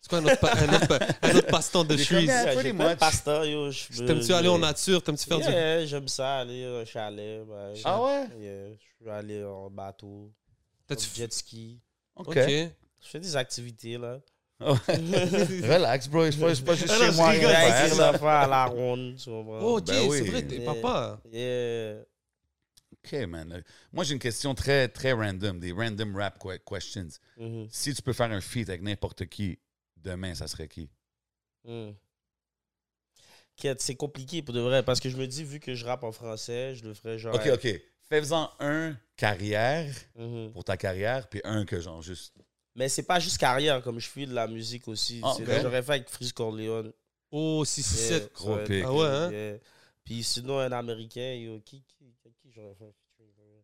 [SPEAKER 1] C'est quoi un autre, pa- un autre pa- un autre passe-temps
[SPEAKER 3] [LAUGHS]
[SPEAKER 1] de
[SPEAKER 2] Des
[SPEAKER 1] Shreeze?
[SPEAKER 2] Yeah,
[SPEAKER 3] J'ai
[SPEAKER 2] pretty
[SPEAKER 3] pas de
[SPEAKER 2] much.
[SPEAKER 3] pasta, yo. je-
[SPEAKER 1] T'aimes-tu
[SPEAKER 3] euh,
[SPEAKER 1] aller en
[SPEAKER 3] je-
[SPEAKER 1] nature? T'aimes-tu faire du...
[SPEAKER 3] Yeah, j'aime ça, aller au chalet. ben,
[SPEAKER 2] Ah ouais?
[SPEAKER 3] yeah, je suis allé en bateau, en
[SPEAKER 1] T'as-tu-
[SPEAKER 3] jet ski.
[SPEAKER 2] OK.
[SPEAKER 1] OK.
[SPEAKER 3] Je fais des activités, là.
[SPEAKER 2] [LAUGHS] Relax, bro. Je suis pas- je suis pas juste
[SPEAKER 1] Ah non,
[SPEAKER 2] chez
[SPEAKER 1] je
[SPEAKER 2] moi.
[SPEAKER 1] rigole,
[SPEAKER 2] rien à
[SPEAKER 1] c'est
[SPEAKER 2] faire,
[SPEAKER 3] des
[SPEAKER 2] là.
[SPEAKER 3] affaires à la ronde, tu comprends?
[SPEAKER 1] Oh, OK,
[SPEAKER 2] Ben oui.
[SPEAKER 1] c'est vrai, t'es
[SPEAKER 3] Yeah.
[SPEAKER 1] papa.
[SPEAKER 3] Yeah.
[SPEAKER 2] OK, man. Euh, Moi, j'ai une question très, très random. Des random rap que- questions.
[SPEAKER 3] Mhm.
[SPEAKER 2] Si tu peux faire un feat avec n'importe qui, demain, ça serait qui?
[SPEAKER 3] Hmm. Quête, C'est compliqué pour de vrai, parce que je me dis, vu que je rappe en français, je le ferais genre.
[SPEAKER 2] OK, OK. Fais-en un carrière
[SPEAKER 3] Mhm.
[SPEAKER 2] pour ta carrière, puis un que genre juste...
[SPEAKER 3] Mais c'est pas juste carrière, comme je fais de la musique aussi.
[SPEAKER 2] Ah,
[SPEAKER 3] C'est-
[SPEAKER 2] ok.
[SPEAKER 3] J'aurais fait avec Freeze Corleone.
[SPEAKER 1] Oh, 667.
[SPEAKER 3] Yeah,
[SPEAKER 2] gros
[SPEAKER 3] ça,
[SPEAKER 2] pic.
[SPEAKER 1] Ah ouais, hein?
[SPEAKER 3] yeah. Puis sinon, un américain, yo, qui, qui, avec qui j'aurais fait un featuring, euh,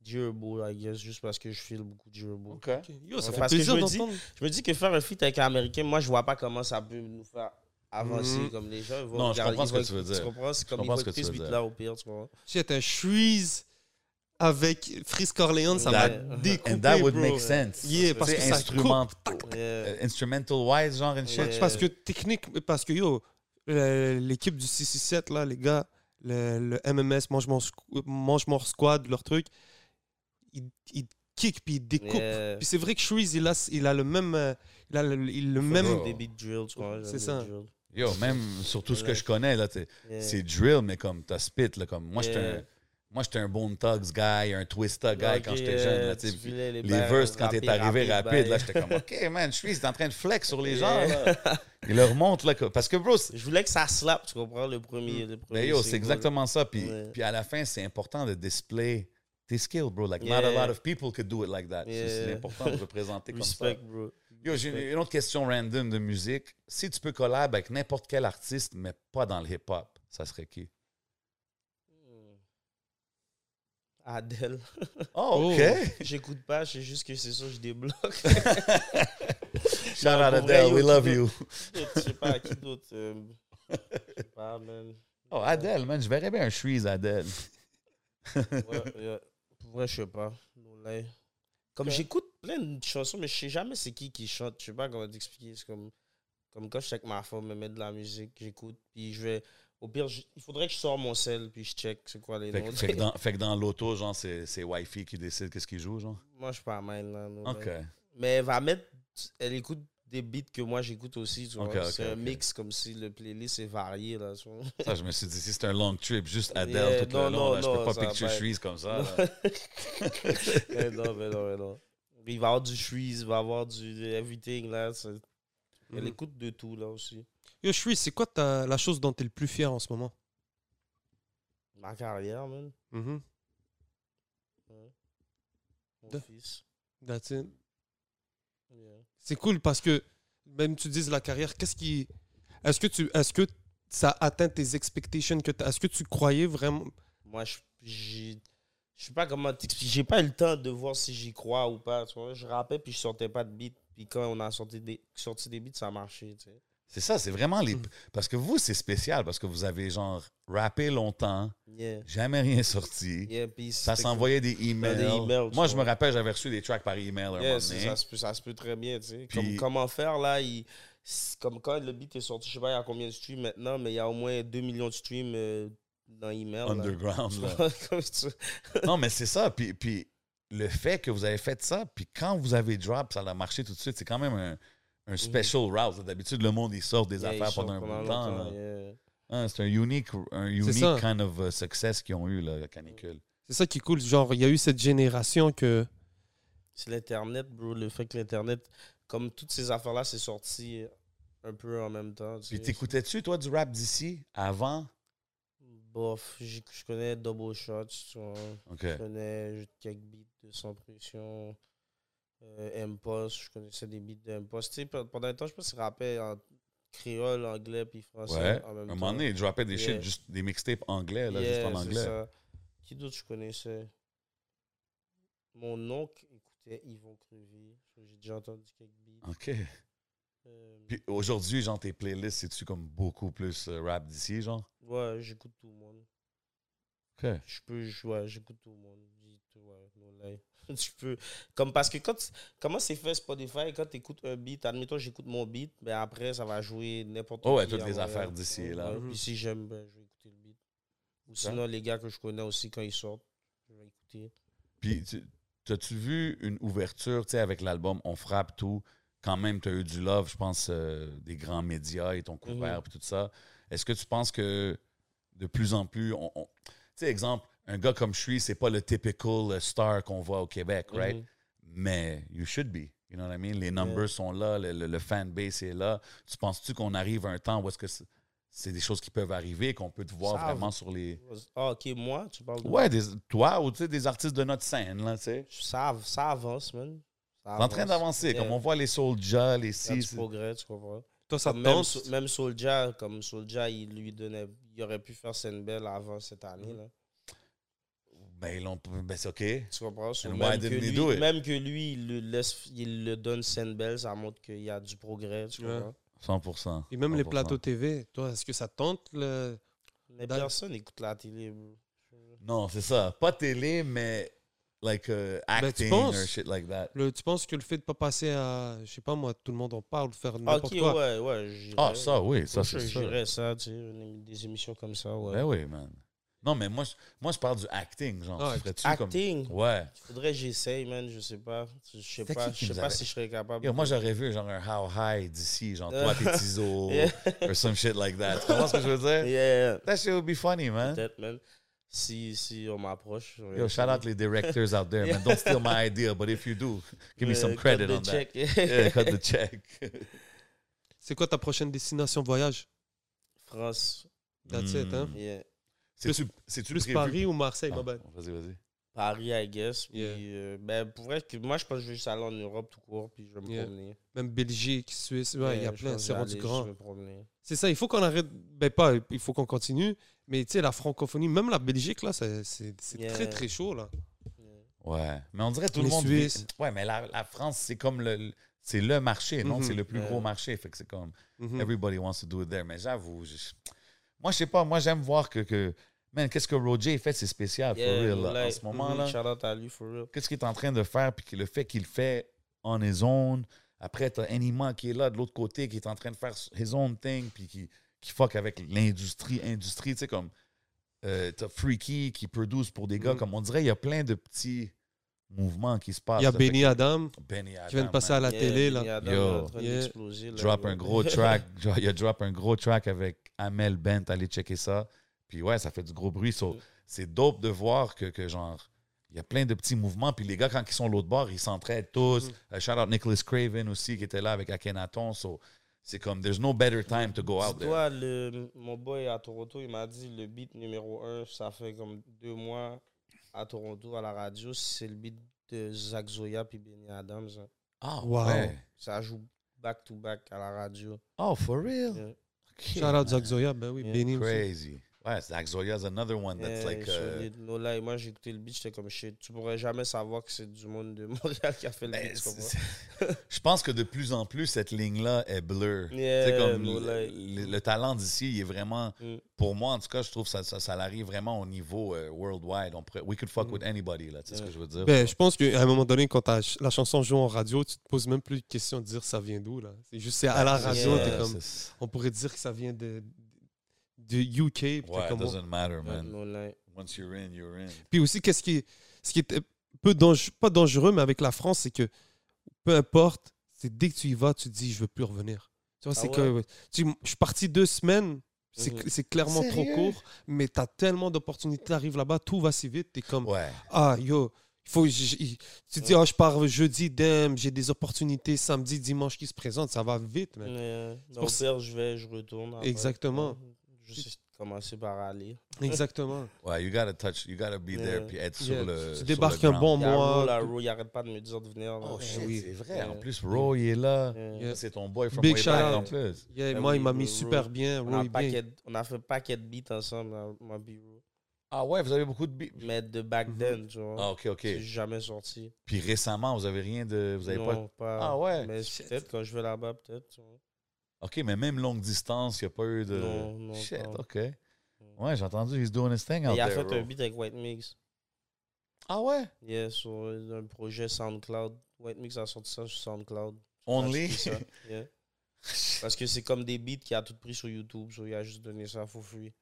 [SPEAKER 3] Durbo, I guess, juste parce que je file beaucoup de Durbo.
[SPEAKER 1] OK. Yo, ça
[SPEAKER 3] Ouais,
[SPEAKER 1] fait
[SPEAKER 3] parce que
[SPEAKER 1] plaisir
[SPEAKER 3] je me dis-
[SPEAKER 1] d'entendre.
[SPEAKER 3] Je me dis que faire un feat avec un américain, moi, je vois pas comment ça peut nous faire avancer
[SPEAKER 1] Mhm.
[SPEAKER 3] comme les gens. Ils vont
[SPEAKER 2] Non, je
[SPEAKER 3] regarder,
[SPEAKER 2] comprends ce
[SPEAKER 3] ils vont
[SPEAKER 2] que tu veux
[SPEAKER 3] écouter,
[SPEAKER 2] dire.
[SPEAKER 3] Tu comprends? C'est comme
[SPEAKER 2] comprends
[SPEAKER 3] ils
[SPEAKER 2] ce que
[SPEAKER 3] vont écouter
[SPEAKER 2] tu
[SPEAKER 3] ce
[SPEAKER 2] veux dire.
[SPEAKER 3] beat-là au pire, tu comprends?
[SPEAKER 1] Shit, un Shreeze avec Fritz Corleone, ça va
[SPEAKER 2] That-
[SPEAKER 1] découper,
[SPEAKER 2] And that would
[SPEAKER 1] bro.
[SPEAKER 2] make sense.
[SPEAKER 1] Yeah, parce
[SPEAKER 2] Tu
[SPEAKER 1] que
[SPEAKER 2] sais,
[SPEAKER 1] ça
[SPEAKER 2] instrument-
[SPEAKER 3] Yeah.
[SPEAKER 2] euh, Instrumental-wise, genre, and shit.
[SPEAKER 3] Ouais.
[SPEAKER 1] Parce que technique, parce que yo, euh, l'équipe du 667, là, les gars, le, le MMS, Mange Mon Squ- Mange Mon Squad, leur truc, ils, ils kick puis ils découpent.
[SPEAKER 3] Yeah.
[SPEAKER 1] Puis c'est vrai que Shreeze, il a, il a le même. euh, Il a le, il- le même.
[SPEAKER 2] Bro.
[SPEAKER 3] Euh, Des beat drills, tu vois.
[SPEAKER 1] C'est
[SPEAKER 3] des
[SPEAKER 1] ça.
[SPEAKER 3] drills.
[SPEAKER 2] Yo, même sur tout ce que
[SPEAKER 3] Ouais.
[SPEAKER 2] je connais, là, t'es-
[SPEAKER 3] Yeah.
[SPEAKER 2] c'est drill, mais comme t'as spit, là, comme moi, j'étais
[SPEAKER 3] Yeah.
[SPEAKER 2] un, moi, j'étais un Bone Thugs guy, un Twista guy
[SPEAKER 3] Ouais,
[SPEAKER 2] quand
[SPEAKER 3] ok,
[SPEAKER 2] j'étais jeune, là,
[SPEAKER 3] euh,
[SPEAKER 2] tu sais,
[SPEAKER 3] tu
[SPEAKER 2] puis
[SPEAKER 3] voulais les
[SPEAKER 2] les
[SPEAKER 3] bails
[SPEAKER 2] verses, quand t'es
[SPEAKER 3] rapide, ben. Eh.
[SPEAKER 2] arrivé
[SPEAKER 3] rapide,
[SPEAKER 2] rapide, là,
[SPEAKER 3] bail.
[SPEAKER 2] j'étais comme, OK, man, je suis t'es en train de flex sur les gens,
[SPEAKER 3] Yeah.
[SPEAKER 2] là.
[SPEAKER 3] [LAUGHS]
[SPEAKER 2] Il leur montre, là, que- parce que, bro, c'est-
[SPEAKER 3] Je voulais que ça slap, tu comprends, le premier. Le premier
[SPEAKER 2] ben, yo, c'est
[SPEAKER 3] single.
[SPEAKER 2] exactement ça, puis,
[SPEAKER 3] Ouais.
[SPEAKER 2] puis à la fin, c'est important de display tes skills, bro. Like, not a
[SPEAKER 3] Yeah.
[SPEAKER 2] lot of people could do it like that. C'est- C'est
[SPEAKER 3] Yeah.
[SPEAKER 2] important de
[SPEAKER 3] [LAUGHS]
[SPEAKER 2] représenter comme ça.
[SPEAKER 3] Respect, bro.
[SPEAKER 2] Yo, j'ai une- une autre question random de musique. Si tu peux collab avec n'importe quel artiste, mais pas dans le hip-hop, ça serait qui?
[SPEAKER 3] Adèle.
[SPEAKER 2] Oh, OK!
[SPEAKER 3] [LAUGHS] J'écoute pas, c'est juste que c'est ça, je débloque. [LAUGHS]
[SPEAKER 2] Shout out
[SPEAKER 3] Pour vrai,
[SPEAKER 2] Adele,
[SPEAKER 3] yo,
[SPEAKER 2] we
[SPEAKER 3] qui
[SPEAKER 2] love
[SPEAKER 3] d'autre?
[SPEAKER 2] you.
[SPEAKER 3] Je sais pas, qui d'autre euh, Je sais pas, man.
[SPEAKER 2] Oh, Adele, man, je verrais bien un Shreeze Adele. [LAUGHS]
[SPEAKER 3] Ouais, ouais. Pour vrai, je sais pas. No lie. Comme j'écoute plein de chansons, mais je sais jamais c'est qui qui chante. Je sais pas comment t'expliquer. C'est comme, comme quand je suis avec ma femme, elle met de la musique, j'écoute. Puis je vais. Au pire, je- il faudrait que je sorte mon sel, puis je check c'est quoi les
[SPEAKER 2] Fait,
[SPEAKER 3] noms.
[SPEAKER 2] que- fait que dans, fait que dans l'auto, genre, c'est, c'est Wi-Fi qui décide qu'est-ce qu'il joue, genre.
[SPEAKER 3] [LAUGHS] Moi, je suis pas mal là. no lie.
[SPEAKER 2] OK.
[SPEAKER 3] Mais elle va mettre. Elle écoute des beats que moi j'écoute aussi. Tu vois.
[SPEAKER 2] Ok, ok,
[SPEAKER 3] c'est un
[SPEAKER 2] ok.
[SPEAKER 3] mix comme si le playlist est varié. Là, tu vois.
[SPEAKER 2] Ça, je me suis dit, si c'est un long trip, juste Adele
[SPEAKER 3] Yeah,
[SPEAKER 2] tout
[SPEAKER 3] non,
[SPEAKER 2] le long,
[SPEAKER 3] non,
[SPEAKER 2] là, je
[SPEAKER 3] non,
[SPEAKER 2] peux
[SPEAKER 3] ça
[SPEAKER 2] pas
[SPEAKER 3] va
[SPEAKER 2] picture
[SPEAKER 3] pas être-
[SPEAKER 2] Shreeze comme ça.
[SPEAKER 3] [LAUGHS] Non.
[SPEAKER 2] là.
[SPEAKER 3] mais non, mais non, mais non. Il va avoir du Shreeze, il va avoir du de everything là. c'est- Elle
[SPEAKER 1] Mhm.
[SPEAKER 3] écoute de tout là aussi.
[SPEAKER 1] Yo, Shreeze, c'est quoi ta- la chose dont t'es le plus fier en ce moment?
[SPEAKER 3] Ma carrière, man.
[SPEAKER 1] Mhm.
[SPEAKER 3] Mon
[SPEAKER 1] De-
[SPEAKER 3] fils.
[SPEAKER 1] That's it.
[SPEAKER 3] Yeah.
[SPEAKER 1] C'est cool parce que même tu dises la carrière, qu'est-ce qui est-ce que tu est-ce que ça atteint tes expectations que t'as- est-ce que tu croyais vraiment
[SPEAKER 3] Moi, je j'ai- je sais pas comment t'expliquer. J'ai pas eu le temps de voir si j'y crois ou pas. tu vois. Je rappais puis je sortais pas de beat. Puis quand on a sorti des, sorti des beats, ça a marché. tu sais.
[SPEAKER 2] C'est ça, c'est vraiment les.
[SPEAKER 3] Hmm.
[SPEAKER 1] Mm.
[SPEAKER 2] Parce que vous, c'est spécial, parce que vous avez, genre, rappé longtemps,
[SPEAKER 3] Yeah.
[SPEAKER 2] jamais rien sorti.
[SPEAKER 3] Yeah, puis
[SPEAKER 2] Ça
[SPEAKER 3] c'était
[SPEAKER 2] s'envoyait des emails.
[SPEAKER 3] Des emails, tu
[SPEAKER 2] Moi, je
[SPEAKER 3] vois.
[SPEAKER 2] me rappelle, j'avais reçu des tracks par email un moment
[SPEAKER 3] Yeah, c'est-
[SPEAKER 2] donné.
[SPEAKER 3] ça, se peut, ça se peut très bien, tu sais.
[SPEAKER 2] Puis-
[SPEAKER 3] Comme comment faire, là, il- c'est comme quand le beat est sorti, je sais pas, il y a combien de streams maintenant, mais il y a au moins 2 millions de streams euh, dans email. là.
[SPEAKER 2] Underground. là.
[SPEAKER 3] [LAUGHS] Comme ça.
[SPEAKER 2] non, mais c'est ça. Puis, puis le fait que vous avez fait ça, puis quand vous avez drop, ça a marché tout de suite. C'est quand même un, un special route. là. D'habitude, le monde, il sort des
[SPEAKER 3] Yeah, ils
[SPEAKER 2] affaires
[SPEAKER 3] sortent
[SPEAKER 2] pendant un bout de temps.
[SPEAKER 3] longtemps,
[SPEAKER 2] là.
[SPEAKER 3] yeah.
[SPEAKER 2] Hein, c'est un unique,
[SPEAKER 1] ça.
[SPEAKER 2] un unique kind of uh, success qu'ils ont eu, là, la canicule.
[SPEAKER 1] C'est ça qui est cool, genre il y a eu cette génération que
[SPEAKER 3] C'est l'Internet, bro. Le fait que l'Internet, comme toutes ces affaires-là, c'est sorti un peu en même temps. tu
[SPEAKER 2] Puis
[SPEAKER 3] sais.
[SPEAKER 2] t'écoutais-tu, toi, du rap d'ici avant?
[SPEAKER 3] Bof, j'ai- je connais Double Shot, tu vois.
[SPEAKER 2] OK.
[SPEAKER 3] Je connais quelques beats de Sans Pression, euh, Impost, je connaissais des beats d'Impost. Tu sais, pe- pendant un temps, je pense que je rappais en créole, anglais, puis français
[SPEAKER 2] Ouais.
[SPEAKER 3] en
[SPEAKER 2] À un
[SPEAKER 3] même temps.
[SPEAKER 2] moment donné, ils droppaient des
[SPEAKER 3] Yeah.
[SPEAKER 2] shit, juste des mixtapes anglais, là,
[SPEAKER 3] Yeah,
[SPEAKER 2] juste en
[SPEAKER 3] c'est
[SPEAKER 2] anglais.
[SPEAKER 3] ça. Qui d'autre je connaissais Mon oncle écoutait Yvon Crevier. J'ai déjà entendu quelques beats.
[SPEAKER 2] OK.
[SPEAKER 3] Euh,
[SPEAKER 2] Puis aujourd'hui, genre, tes playlists, c'est-tu comme beaucoup plus euh, rap d'ici, genre?
[SPEAKER 3] Ouais, j'écoute tout le monde.
[SPEAKER 2] OK.
[SPEAKER 3] Je peux, je- ouais, j'écoute tout le monde. J'ai tout, ouais, no lie. [LAUGHS] tu peux. Comme parce que quand tu- comment c'est fait Spotify, quand tu écoutes un beat, admettons j'écoute mon beat, ben après ça va jouer n'importe
[SPEAKER 2] Oh, ouais,
[SPEAKER 3] qui
[SPEAKER 2] toutes
[SPEAKER 3] à
[SPEAKER 2] les
[SPEAKER 3] Montréal.
[SPEAKER 2] affaires d'ici et là.
[SPEAKER 3] Ouais, Puis si j'aime, ben, je vais écouter le beat. Ou
[SPEAKER 2] Ça.
[SPEAKER 3] sinon les gars que je connais aussi quand ils sortent, je vais écouter.
[SPEAKER 2] Puis, tu- as-tu vu une ouverture, tu sais, avec l'album On frappe tout? Quand même, tu as eu du love, je pense, euh, des grands médias et ton couvert,
[SPEAKER 3] Mhm.
[SPEAKER 2] puis tout ça. Est-ce que tu penses que de plus en plus, on. on- Tu sais, exemple, un gars comme je suis, c'est pas le typical euh, star qu'on voit au Québec, right?
[SPEAKER 3] Mhm.
[SPEAKER 2] Mais you should be. You know what I mean? Les numbers sont là, le, le- le fan base est là. Tu penses-tu qu'on arrive à un temps où est-ce que c'est c'est des choses qui peuvent arriver, qu'on peut te voir
[SPEAKER 3] Ça,
[SPEAKER 2] vraiment sur les.
[SPEAKER 3] Ah, ok, moi, tu parles de.
[SPEAKER 2] Ouais, des- toi ou tu sais, des artistes de notre scène, là, tu sais.
[SPEAKER 3] Ça, av- ça avance, man. Ça
[SPEAKER 2] T'es en train
[SPEAKER 3] avance.
[SPEAKER 2] d'avancer,
[SPEAKER 3] Yeah.
[SPEAKER 2] comme on voit les Soulja, les
[SPEAKER 3] Quand
[SPEAKER 2] Six.
[SPEAKER 3] tu progrès, tu comprends.
[SPEAKER 1] Toi, ça te
[SPEAKER 3] Même,
[SPEAKER 1] tente?
[SPEAKER 3] Sol- même Soulja, comme Soulja, il lui donnait. Il aurait pu faire Senbel avant cette
[SPEAKER 2] Mhm.
[SPEAKER 3] année, là.
[SPEAKER 2] Ben, l'on peut- ben, c'est OK. Ouais,
[SPEAKER 3] Tu comprends? So,
[SPEAKER 2] And why
[SPEAKER 3] même, que
[SPEAKER 2] didn't he do
[SPEAKER 3] lui,
[SPEAKER 2] it?
[SPEAKER 3] même que lui, il le, laisse, il le donne Senbel, ça montre qu'il y a du progrès, tu
[SPEAKER 1] Ouais.
[SPEAKER 3] comprends?
[SPEAKER 2] 100%.
[SPEAKER 1] Et même les
[SPEAKER 2] 100%.
[SPEAKER 1] plateaux TV, toi, est-ce que ça te tente? Le...
[SPEAKER 3] Mais
[SPEAKER 1] Dans-
[SPEAKER 3] personne n'écoute la télé, bro.
[SPEAKER 2] Non, c'est ça. Pas télé, mais like euh,
[SPEAKER 3] Ben,
[SPEAKER 2] acting
[SPEAKER 1] penses?
[SPEAKER 2] or shit like that.
[SPEAKER 1] Le- tu penses que le fait de pas passer à, je sais pas moi, tout le monde en parle, faire n'importe
[SPEAKER 3] Ok,
[SPEAKER 1] quoi.
[SPEAKER 3] ouais, ouais, j'irais.
[SPEAKER 2] Ah, ça, oui, ça,
[SPEAKER 3] For
[SPEAKER 2] c'est sûr.
[SPEAKER 3] sure, J'irais ça, tu sais, une émi- des émissions comme ça, ouais.
[SPEAKER 2] Ben oui, man. Non, mais moi, je- moi je parle du acting, genre.
[SPEAKER 1] Ah,
[SPEAKER 2] tu ferais-tu
[SPEAKER 3] Acting,
[SPEAKER 2] Comme... Ouais.
[SPEAKER 3] faudrait que j'essaye, man, je sais pas. Je sais
[SPEAKER 2] C'est
[SPEAKER 3] pas,
[SPEAKER 2] qui qui
[SPEAKER 3] je sais
[SPEAKER 2] nous
[SPEAKER 3] pas
[SPEAKER 2] avait-
[SPEAKER 3] si je serais capable.
[SPEAKER 2] Yo, moi, j'aurais vu genre un How High d'ici, genre toi,
[SPEAKER 3] [LAUGHS]
[SPEAKER 2] tes tisos,
[SPEAKER 3] Yeah.
[SPEAKER 2] or some shit like that. Tu comprends ce que je veux dire?
[SPEAKER 1] Hein?
[SPEAKER 3] Yeah,
[SPEAKER 2] That shit would be funny, man.
[SPEAKER 3] peut-être, man. Si, si on m'approche.
[SPEAKER 2] Yo, shout out les directors out there, man. Don't steal my idea, but if you do, give me some credit on that. Yeah, cut
[SPEAKER 1] [LAUGHS]
[SPEAKER 2] the check.
[SPEAKER 1] C'est quoi ta prochaine destination voyage?
[SPEAKER 3] [LAUGHS] France,
[SPEAKER 1] That's it, hein?
[SPEAKER 2] Mm.
[SPEAKER 3] yeah.
[SPEAKER 2] C'est-tu c'est-tu
[SPEAKER 1] Plus
[SPEAKER 2] prévu?
[SPEAKER 1] Paris ou Marseille,
[SPEAKER 2] Ah,
[SPEAKER 1] ma bad.
[SPEAKER 2] Vas-y, vas-y.
[SPEAKER 3] Paris, I guess. Puis,
[SPEAKER 1] Yeah.
[SPEAKER 3] euh, ben, pour vrai, que moi, je pense que je vais juste aller en Europe tout court, puis je vais me
[SPEAKER 1] Yeah.
[SPEAKER 3] promener.
[SPEAKER 1] Même Belgique, Suisse, ouais, il y a
[SPEAKER 3] Ouais, je
[SPEAKER 1] plein,
[SPEAKER 3] pense
[SPEAKER 1] c'est
[SPEAKER 3] que je vais
[SPEAKER 1] rendu
[SPEAKER 3] aller,
[SPEAKER 1] grand.
[SPEAKER 3] Je vais me promener.
[SPEAKER 1] C'est ça, il faut qu'on arrête, ben pas, il faut qu'on continue, mais tu sais, la francophonie, même la Belgique, là, c'est c'est- c'est
[SPEAKER 3] Yeah.
[SPEAKER 1] très très chaud, là.
[SPEAKER 3] Yeah.
[SPEAKER 2] Ouais. Mais on dirait tout le
[SPEAKER 1] Les
[SPEAKER 2] monde. vit-
[SPEAKER 1] Suisses.
[SPEAKER 2] Ouais, mais la, la France, c'est comme le. le- C'est le marché, non?
[SPEAKER 1] Mhm.
[SPEAKER 2] C'est le plus
[SPEAKER 3] Ouais.
[SPEAKER 2] gros marché. Fait que c'est comme.
[SPEAKER 1] Mhm.
[SPEAKER 2] Everybody wants to do it there. Mais j'avoue, je- moi, je sais pas. Moi, j'aime voir que. que man, qu'est-ce que Roger fait, c'est spécial, Ah, for
[SPEAKER 3] Yeah,
[SPEAKER 2] real, là, en
[SPEAKER 3] like, mhm, mm-hmm,
[SPEAKER 2] ce moment, là.
[SPEAKER 3] Shout out à lui, for real.
[SPEAKER 2] Qu'est-ce qu'il est en train de faire, puis que le fait qu'il le fait on his own. Après, t'as Anima qui est là de l'autre côté, qui est en train de faire his own thing, puis qui, qui fuck avec l'industrie, industrie, tu sais, comme. euh, t'as Freaky qui produce pour des gars,
[SPEAKER 1] Mhm.
[SPEAKER 2] comme on dirait, il y a plein de petits mouvements qui se passent.
[SPEAKER 1] Il y a
[SPEAKER 2] là. Fait
[SPEAKER 1] Benny Adam
[SPEAKER 2] que Benny
[SPEAKER 1] qui vient de
[SPEAKER 2] Adam,
[SPEAKER 1] passer
[SPEAKER 2] man.
[SPEAKER 1] à la
[SPEAKER 3] Yeah,
[SPEAKER 1] télé, là.
[SPEAKER 3] Benny Adam
[SPEAKER 2] Yo.
[SPEAKER 3] est en train
[SPEAKER 1] Yeah.
[SPEAKER 3] d'exploser, là.
[SPEAKER 2] drop
[SPEAKER 3] Yo.
[SPEAKER 2] un
[SPEAKER 3] [LAUGHS]
[SPEAKER 2] gros track. Dro- il a drop un gros track avec Amel Bent. Allez checker ça. Puis ouais, ça fait du gros bruit. So, c'est dope de voir que, que genre, il y a plein de petits mouvements. Puis les gars, quand ils sont l'autre bord, ils s'entraident
[SPEAKER 3] Mm.
[SPEAKER 2] tous. Euh, shout out Nicholas Craven aussi, qui était là avec Akhenaton. So, c'est comme, there's no better time to go out there.
[SPEAKER 3] Dis-toi, le, mon boy à Toronto, il m'a dit le beat numéro 1, ça fait comme deux mois à Toronto, à la radio, c'est le beat de Zach Zoya puis Benny Adams. hein.
[SPEAKER 2] Ah,
[SPEAKER 1] Wow.
[SPEAKER 2] ouais.
[SPEAKER 3] Ça joue back-to-back à la radio.
[SPEAKER 2] Oh, for real?
[SPEAKER 3] Yeah.
[SPEAKER 2] Okay,
[SPEAKER 1] Shout out Zach
[SPEAKER 2] man.
[SPEAKER 1] Zoya, ben oui,
[SPEAKER 3] Yeah.
[SPEAKER 1] Benny aussi.
[SPEAKER 2] Crazy. Ouais, Zach Zoya's another one that's
[SPEAKER 3] Yeah,
[SPEAKER 2] like... uh,
[SPEAKER 3] solide. No lie, moi j'ai écouté le beat, j'étais comme shit. Tu pourrais jamais savoir que c'est du monde de [LAUGHS] Montréal qui a fait le
[SPEAKER 2] Ben,
[SPEAKER 3] beat. tu
[SPEAKER 2] c'est-
[SPEAKER 3] comprends?
[SPEAKER 2] c'est-
[SPEAKER 3] [LAUGHS]
[SPEAKER 2] je pense que de plus en plus, cette ligne-là est blur.
[SPEAKER 3] Yeah,
[SPEAKER 2] C'est comme
[SPEAKER 3] no
[SPEAKER 2] le,
[SPEAKER 3] lie.
[SPEAKER 2] le- le talent d'ici, il est vraiment.
[SPEAKER 3] Euh, Mm.
[SPEAKER 2] Pour moi, en tout cas, je trouve que ça, ça, ça arrive vraiment au niveau euh, worldwide. On pourrait, we could fuck with anybody, là. Tu sais ce que je veux dire?
[SPEAKER 1] Ben, je pense qu'à un moment donné, quand ta ch- la chanson joue en radio, tu te poses même plus de question de dire ça vient d'où. là. C'est juste c'est à la radio,
[SPEAKER 3] Yeah.
[SPEAKER 1] t'es comme,
[SPEAKER 2] C'est-
[SPEAKER 1] on pourrait dire que ça vient de, de UK. puis t'es
[SPEAKER 2] Ouais, it
[SPEAKER 1] comme,
[SPEAKER 2] doesn't matter,
[SPEAKER 3] Yeah,
[SPEAKER 2] man.
[SPEAKER 3] no lie.
[SPEAKER 2] Once you're in, you're in.
[SPEAKER 1] Puis aussi, qu'est-ce qui, est- ce qui est un peu dangereux, pas dangereux, mais avec la France, c'est que peu importe, c'est dès que tu y vas, tu te dis je veux plus revenir. Tu vois,
[SPEAKER 3] Ah
[SPEAKER 1] c'est que tu, je suis parti deux semaines. C'est
[SPEAKER 3] Mhm.
[SPEAKER 1] c'est clairement trop court, mais t'as tellement d'opportunités. T'arrives là-bas, tout va si vite. T'es comme,
[SPEAKER 2] Ouais.
[SPEAKER 1] ah yo, il faut, j- j- tu te dis, ah je pars jeudi, damn, j'ai des opportunités samedi, dimanche qui se présentent. Ça va vite, man.
[SPEAKER 3] Yeah.
[SPEAKER 1] C'est pour
[SPEAKER 3] Donc, père, je vais, je retourne. après.
[SPEAKER 1] Exactement.
[SPEAKER 3] Ouais. Juste commencer par aller. Euh,
[SPEAKER 1] Exactement.
[SPEAKER 2] Ouais, you gotta touch, you gotta be there,
[SPEAKER 3] Yeah.
[SPEAKER 2] puis être
[SPEAKER 1] Yeah.
[SPEAKER 2] sur le.
[SPEAKER 1] Tu
[SPEAKER 2] sur
[SPEAKER 1] débarques
[SPEAKER 2] le
[SPEAKER 1] un
[SPEAKER 2] ground.
[SPEAKER 1] bon Ah,
[SPEAKER 3] Il y a
[SPEAKER 1] mois.
[SPEAKER 3] Ro, là, Ro, il arrête pas de me dire de venir. là.
[SPEAKER 2] Oh,
[SPEAKER 3] Ben
[SPEAKER 2] shit,
[SPEAKER 3] oui.
[SPEAKER 2] c'est vrai. En
[SPEAKER 3] Yeah.
[SPEAKER 2] plus, Roy il est là.
[SPEAKER 3] Yeah.
[SPEAKER 1] Yeah.
[SPEAKER 2] C'est ton boy from
[SPEAKER 1] Big
[SPEAKER 2] way
[SPEAKER 1] shout
[SPEAKER 2] back
[SPEAKER 1] out.
[SPEAKER 2] en plus.
[SPEAKER 1] Yeah,
[SPEAKER 3] Ben
[SPEAKER 1] moi,
[SPEAKER 3] oui,
[SPEAKER 1] il m'a mis
[SPEAKER 3] Ro-
[SPEAKER 1] super
[SPEAKER 3] Ro.
[SPEAKER 1] bien.
[SPEAKER 3] On a,
[SPEAKER 1] Roy
[SPEAKER 3] un
[SPEAKER 1] bien.
[SPEAKER 3] paquet, de- on a fait un paquet de beats ensemble, là, moi, puis Ro.
[SPEAKER 2] Ah ouais, vous avez beaucoup de. bi-
[SPEAKER 3] Mais de back
[SPEAKER 1] Mhm.
[SPEAKER 3] then, tu vois.
[SPEAKER 2] Ah, ok, ok.
[SPEAKER 3] C'est jamais sorti.
[SPEAKER 2] Puis récemment, vous avez rien de. Vous avez pas.
[SPEAKER 3] Non, pas.
[SPEAKER 2] Ah ouais.
[SPEAKER 3] Mais
[SPEAKER 1] Shit.
[SPEAKER 3] peut-être quand je vais là-bas, peut-être. tu vois.
[SPEAKER 2] OK, mais même longue distance, il n'y a pas eu de.
[SPEAKER 3] Non, non,
[SPEAKER 2] Euh, Shit,
[SPEAKER 3] pas.
[SPEAKER 2] OK. Ouais, j'ai entendu, he's doing his thing out
[SPEAKER 3] Et Mm. Il a
[SPEAKER 2] there,
[SPEAKER 3] fait
[SPEAKER 2] bro.
[SPEAKER 3] un beat avec White Mix.
[SPEAKER 2] Ah ouais?
[SPEAKER 3] Yeah, sur un projet SoundCloud. White Mix a sorti ça sur SoundCloud.
[SPEAKER 2] Only?
[SPEAKER 3] Acheter ça, yeah. Parce que c'est comme des beats qu'il a tout pris sur YouTube, so il a juste donné ça for
[SPEAKER 2] [LAUGHS]
[SPEAKER 3] free.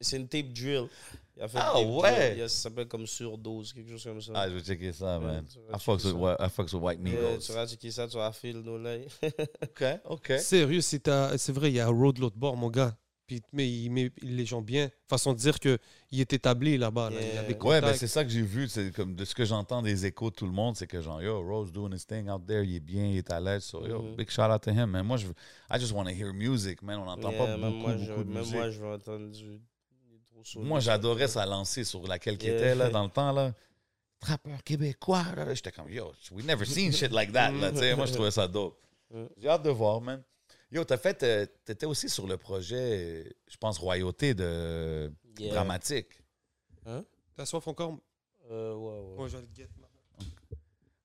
[SPEAKER 3] c'est une tape drill. Il a fait une
[SPEAKER 2] Ah
[SPEAKER 3] tape drill.
[SPEAKER 2] ouais?
[SPEAKER 3] Yeah, ça s'appelle comme surdose, quelque chose comme ça.
[SPEAKER 2] [LAUGHS] Ah, je vais checker ça,
[SPEAKER 3] Ouais,
[SPEAKER 2] man.
[SPEAKER 3] tu
[SPEAKER 2] I
[SPEAKER 3] vas
[SPEAKER 2] fucks
[SPEAKER 3] checker
[SPEAKER 2] with,
[SPEAKER 3] ça.
[SPEAKER 2] whi- I fucks with white
[SPEAKER 3] Yeah,
[SPEAKER 2] Migos.
[SPEAKER 3] tu vas checker ça, tu vas filer l'oreille.
[SPEAKER 2] [LAUGHS] OK, OK.
[SPEAKER 1] Sérieux, c'est à- c'est vrai, il y a Road l'autre bord, mon gars. Puis, mais il met les gens bien. Façon de dire qu'il est établi là-bas. là. Il a des
[SPEAKER 3] Yeah.
[SPEAKER 2] Ouais,
[SPEAKER 1] contacts.
[SPEAKER 2] ben c'est ça que j'ai vu. C'est comme de ce que j'entends des échos de tout le monde, c'est que genre, yo, Rose doing his thing out there, il est bien, il est à l'aise. So, yo,
[SPEAKER 3] Mhm.
[SPEAKER 2] big shout out to him, man. Moi, je, veux- I just want to hear music, man. On n'entend
[SPEAKER 3] Yeah,
[SPEAKER 2] pas
[SPEAKER 3] même
[SPEAKER 2] beaucoup,
[SPEAKER 3] moi, je,
[SPEAKER 2] beaucoup de
[SPEAKER 3] même
[SPEAKER 2] musique.
[SPEAKER 3] moi,
[SPEAKER 2] Moi,
[SPEAKER 3] je vais entendre du. du trop solide.
[SPEAKER 2] j'adorais sa lancée sur laquelle qu'il
[SPEAKER 3] Yeah.
[SPEAKER 2] était, là, dans le temps, là. [LAUGHS] Trappeur québécois. là, là. J'étais comme, yo, we never seen shit like that, là. Tu sais, moi, je trouvais ça [LAUGHS] dope.
[SPEAKER 3] Mm.
[SPEAKER 2] J'ai hâte de voir, man. Yo, t'as fait, euh, t'étais aussi sur le projet, euh, je pense, Royauté de
[SPEAKER 3] Yeah.
[SPEAKER 2] dramatique.
[SPEAKER 1] T'as soif encore?
[SPEAKER 3] Euh, ouais, ouais.
[SPEAKER 1] Ouais, je vais le get, là.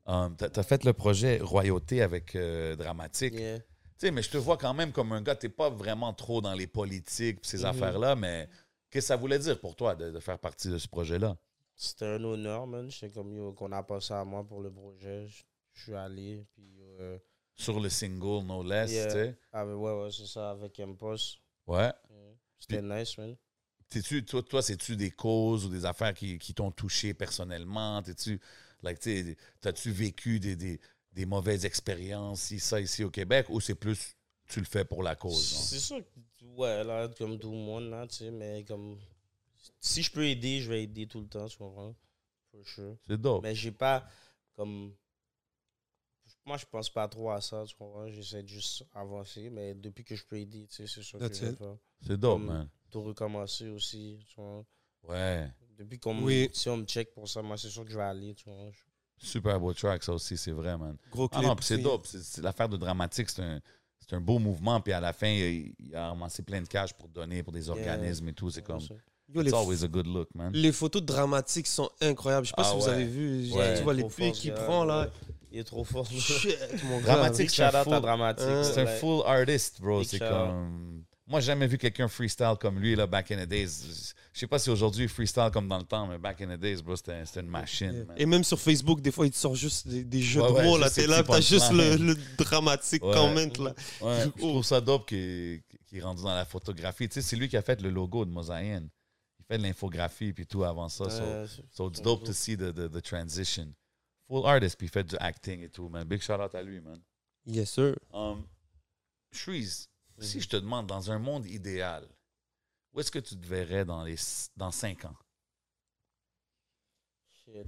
[SPEAKER 2] Um, t'as t'as fait le projet Royauté avec euh, dramatique.
[SPEAKER 3] Yeah.
[SPEAKER 2] Tu sais, mais je te vois quand même comme un gars, t'es pas vraiment trop dans les politiques pis ces
[SPEAKER 3] Mhm.
[SPEAKER 2] affaires-là, mais qu'est-ce que ça voulait dire pour toi de, de faire partie de ce projet-là?
[SPEAKER 3] C'était un honneur, man. J'étais comme yo, qu'on a passé à moi pour le projet. Je je suis allé, puis. euh,
[SPEAKER 2] Sur le single, no less,
[SPEAKER 3] Yeah.
[SPEAKER 2] tu sais?
[SPEAKER 3] ah, ben, ouais, ouais, c'est ça, avec Impulse.
[SPEAKER 2] Ouais.
[SPEAKER 3] Ouais. C'était nice, man.
[SPEAKER 2] T'es-tu, toi, toi c'est-tu des causes ou des affaires qui, qui t'ont touché personnellement? T'es-tu, like, tu sais, t'as-tu vécu des, des, des mauvaises expériences, ici, ça, ici au Québec, ou c'est plus tu le fais pour la cause?
[SPEAKER 1] hein.
[SPEAKER 2] genre?
[SPEAKER 3] C'est sûr que, ouais, là, comme tout le monde, là, tu sais, mais comme. Si je peux aider, je vais aider tout le temps, tu comprends? For sure.
[SPEAKER 2] C'est dope.
[SPEAKER 3] Mais j'ai pas, comme. Moi, je pense pas trop à ça, tu comprends? J'essaie de juste avancer, mais depuis que je peux aider, tu sais, c'est sûr que
[SPEAKER 1] That's
[SPEAKER 3] je vais
[SPEAKER 1] it.
[SPEAKER 3] faire.
[SPEAKER 2] C'est dope,
[SPEAKER 3] Comme-
[SPEAKER 2] man.
[SPEAKER 3] Tout recommencer aussi, tu vois.
[SPEAKER 2] Ouais.
[SPEAKER 3] Depuis qu'on me-
[SPEAKER 1] Oui.
[SPEAKER 3] si on me check pour ça, moi, c'est sûr que je vais aller, tu vois. Je-
[SPEAKER 2] Super beau track, ça aussi, c'est vrai, man.
[SPEAKER 1] Gros
[SPEAKER 2] Ah
[SPEAKER 1] clip.
[SPEAKER 2] non, puis c'est
[SPEAKER 1] aussi.
[SPEAKER 2] dope. C'est- c'est- L'affaire de dramatique, c'est un, c'est un beau mouvement. Puis à la fin, il, il a ramassé plein de cash pour donner pour des organismes et tout. C'est comme.
[SPEAKER 1] Yo, les,
[SPEAKER 2] It's always a good look, man.
[SPEAKER 1] les photos dramatiques sont incroyables. Je sais pas
[SPEAKER 2] Ah
[SPEAKER 1] si vous
[SPEAKER 2] ouais.
[SPEAKER 1] avez vu.
[SPEAKER 2] Ouais.
[SPEAKER 1] Tu vois
[SPEAKER 3] Il est
[SPEAKER 1] les
[SPEAKER 3] trop
[SPEAKER 1] plis
[SPEAKER 3] fort,
[SPEAKER 1] qu'il
[SPEAKER 3] ce gars,
[SPEAKER 1] prend, là.
[SPEAKER 3] ouais. Il est trop fort.
[SPEAKER 1] [LAUGHS] Shit, mon gars.
[SPEAKER 2] Dramatique, c'est un
[SPEAKER 3] shout-out à
[SPEAKER 2] full-
[SPEAKER 3] Dramatique.
[SPEAKER 1] Hein.
[SPEAKER 2] C'est un
[SPEAKER 3] Ouais.
[SPEAKER 2] full artist, bro.
[SPEAKER 3] Big
[SPEAKER 2] C'est
[SPEAKER 3] shout.
[SPEAKER 2] comme. Moi, j'ai jamais vu quelqu'un freestyle comme lui, là, back in the days. Je sais pas si aujourd'hui, il freestyle comme dans le temps, mais back in the days, bro, c'était c'était une machine, man.
[SPEAKER 1] Et même sur Facebook, des fois, il te sort juste des, des jeux
[SPEAKER 2] Ouais,
[SPEAKER 1] de
[SPEAKER 2] ouais,
[SPEAKER 1] mots.
[SPEAKER 2] juste
[SPEAKER 1] là,
[SPEAKER 2] ces
[SPEAKER 1] t'es là,
[SPEAKER 2] petits
[SPEAKER 1] t'as juste le,
[SPEAKER 2] punchlines.
[SPEAKER 1] le dramatique
[SPEAKER 2] Ouais.
[SPEAKER 1] comment, là.
[SPEAKER 2] Ouais, je trouve ça dope qu'il qu'il est rendu dans la photographie. Tu sais, c'est lui qui a fait le logo de Mosaïen. Il fait de l'infographie puis tout avant ça. so-
[SPEAKER 3] Ouais, c'est-
[SPEAKER 2] So it's
[SPEAKER 3] Son
[SPEAKER 2] dope
[SPEAKER 3] show.
[SPEAKER 2] to see the, the, the transition. Full artist, puis il fait du acting et tout, man. Big shout out à lui, man.
[SPEAKER 1] Yes, sir.
[SPEAKER 2] Um, Shreeze,
[SPEAKER 3] Mhm.
[SPEAKER 2] si je te demande, dans un monde idéal, où est-ce que tu te verrais dans, les, dans cinq ans?
[SPEAKER 3] Shit.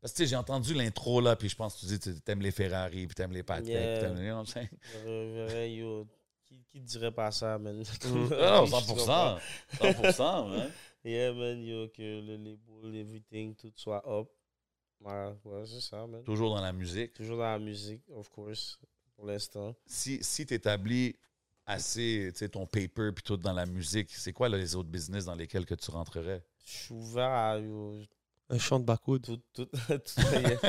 [SPEAKER 2] Parce que tu sais, j'ai entendu l'intro là, puis je pense que tu dis tu aimes les Ferrari, puis t'aimes les Patek,
[SPEAKER 3] Yeah.
[SPEAKER 2] puis t'aimes- you know what
[SPEAKER 3] [LAUGHS]
[SPEAKER 2] I'm saying?
[SPEAKER 3] Je verrais, yo, Qui, qui dirait pas ça, man?
[SPEAKER 2] Ah,
[SPEAKER 3] Je comprends.
[SPEAKER 2] 100%. 100%, man.
[SPEAKER 3] Yeah, man, yo, que le label, everything, tout soit up. Ouais, ouais, c'est ça, man.
[SPEAKER 2] Toujours dans la musique.
[SPEAKER 3] Toujours dans la musique, of course, pour l'instant.
[SPEAKER 2] Si, si tu établis assez, tu sais, ton paper, puis tout dans la musique, c'est quoi là, les autres business dans lesquels que tu
[SPEAKER 3] [LAUGHS]
[SPEAKER 2] rentrerais?
[SPEAKER 3] Je suis ouvert à yo,
[SPEAKER 1] Un chant de Bakoud.
[SPEAKER 3] tout, tout, tout yeah.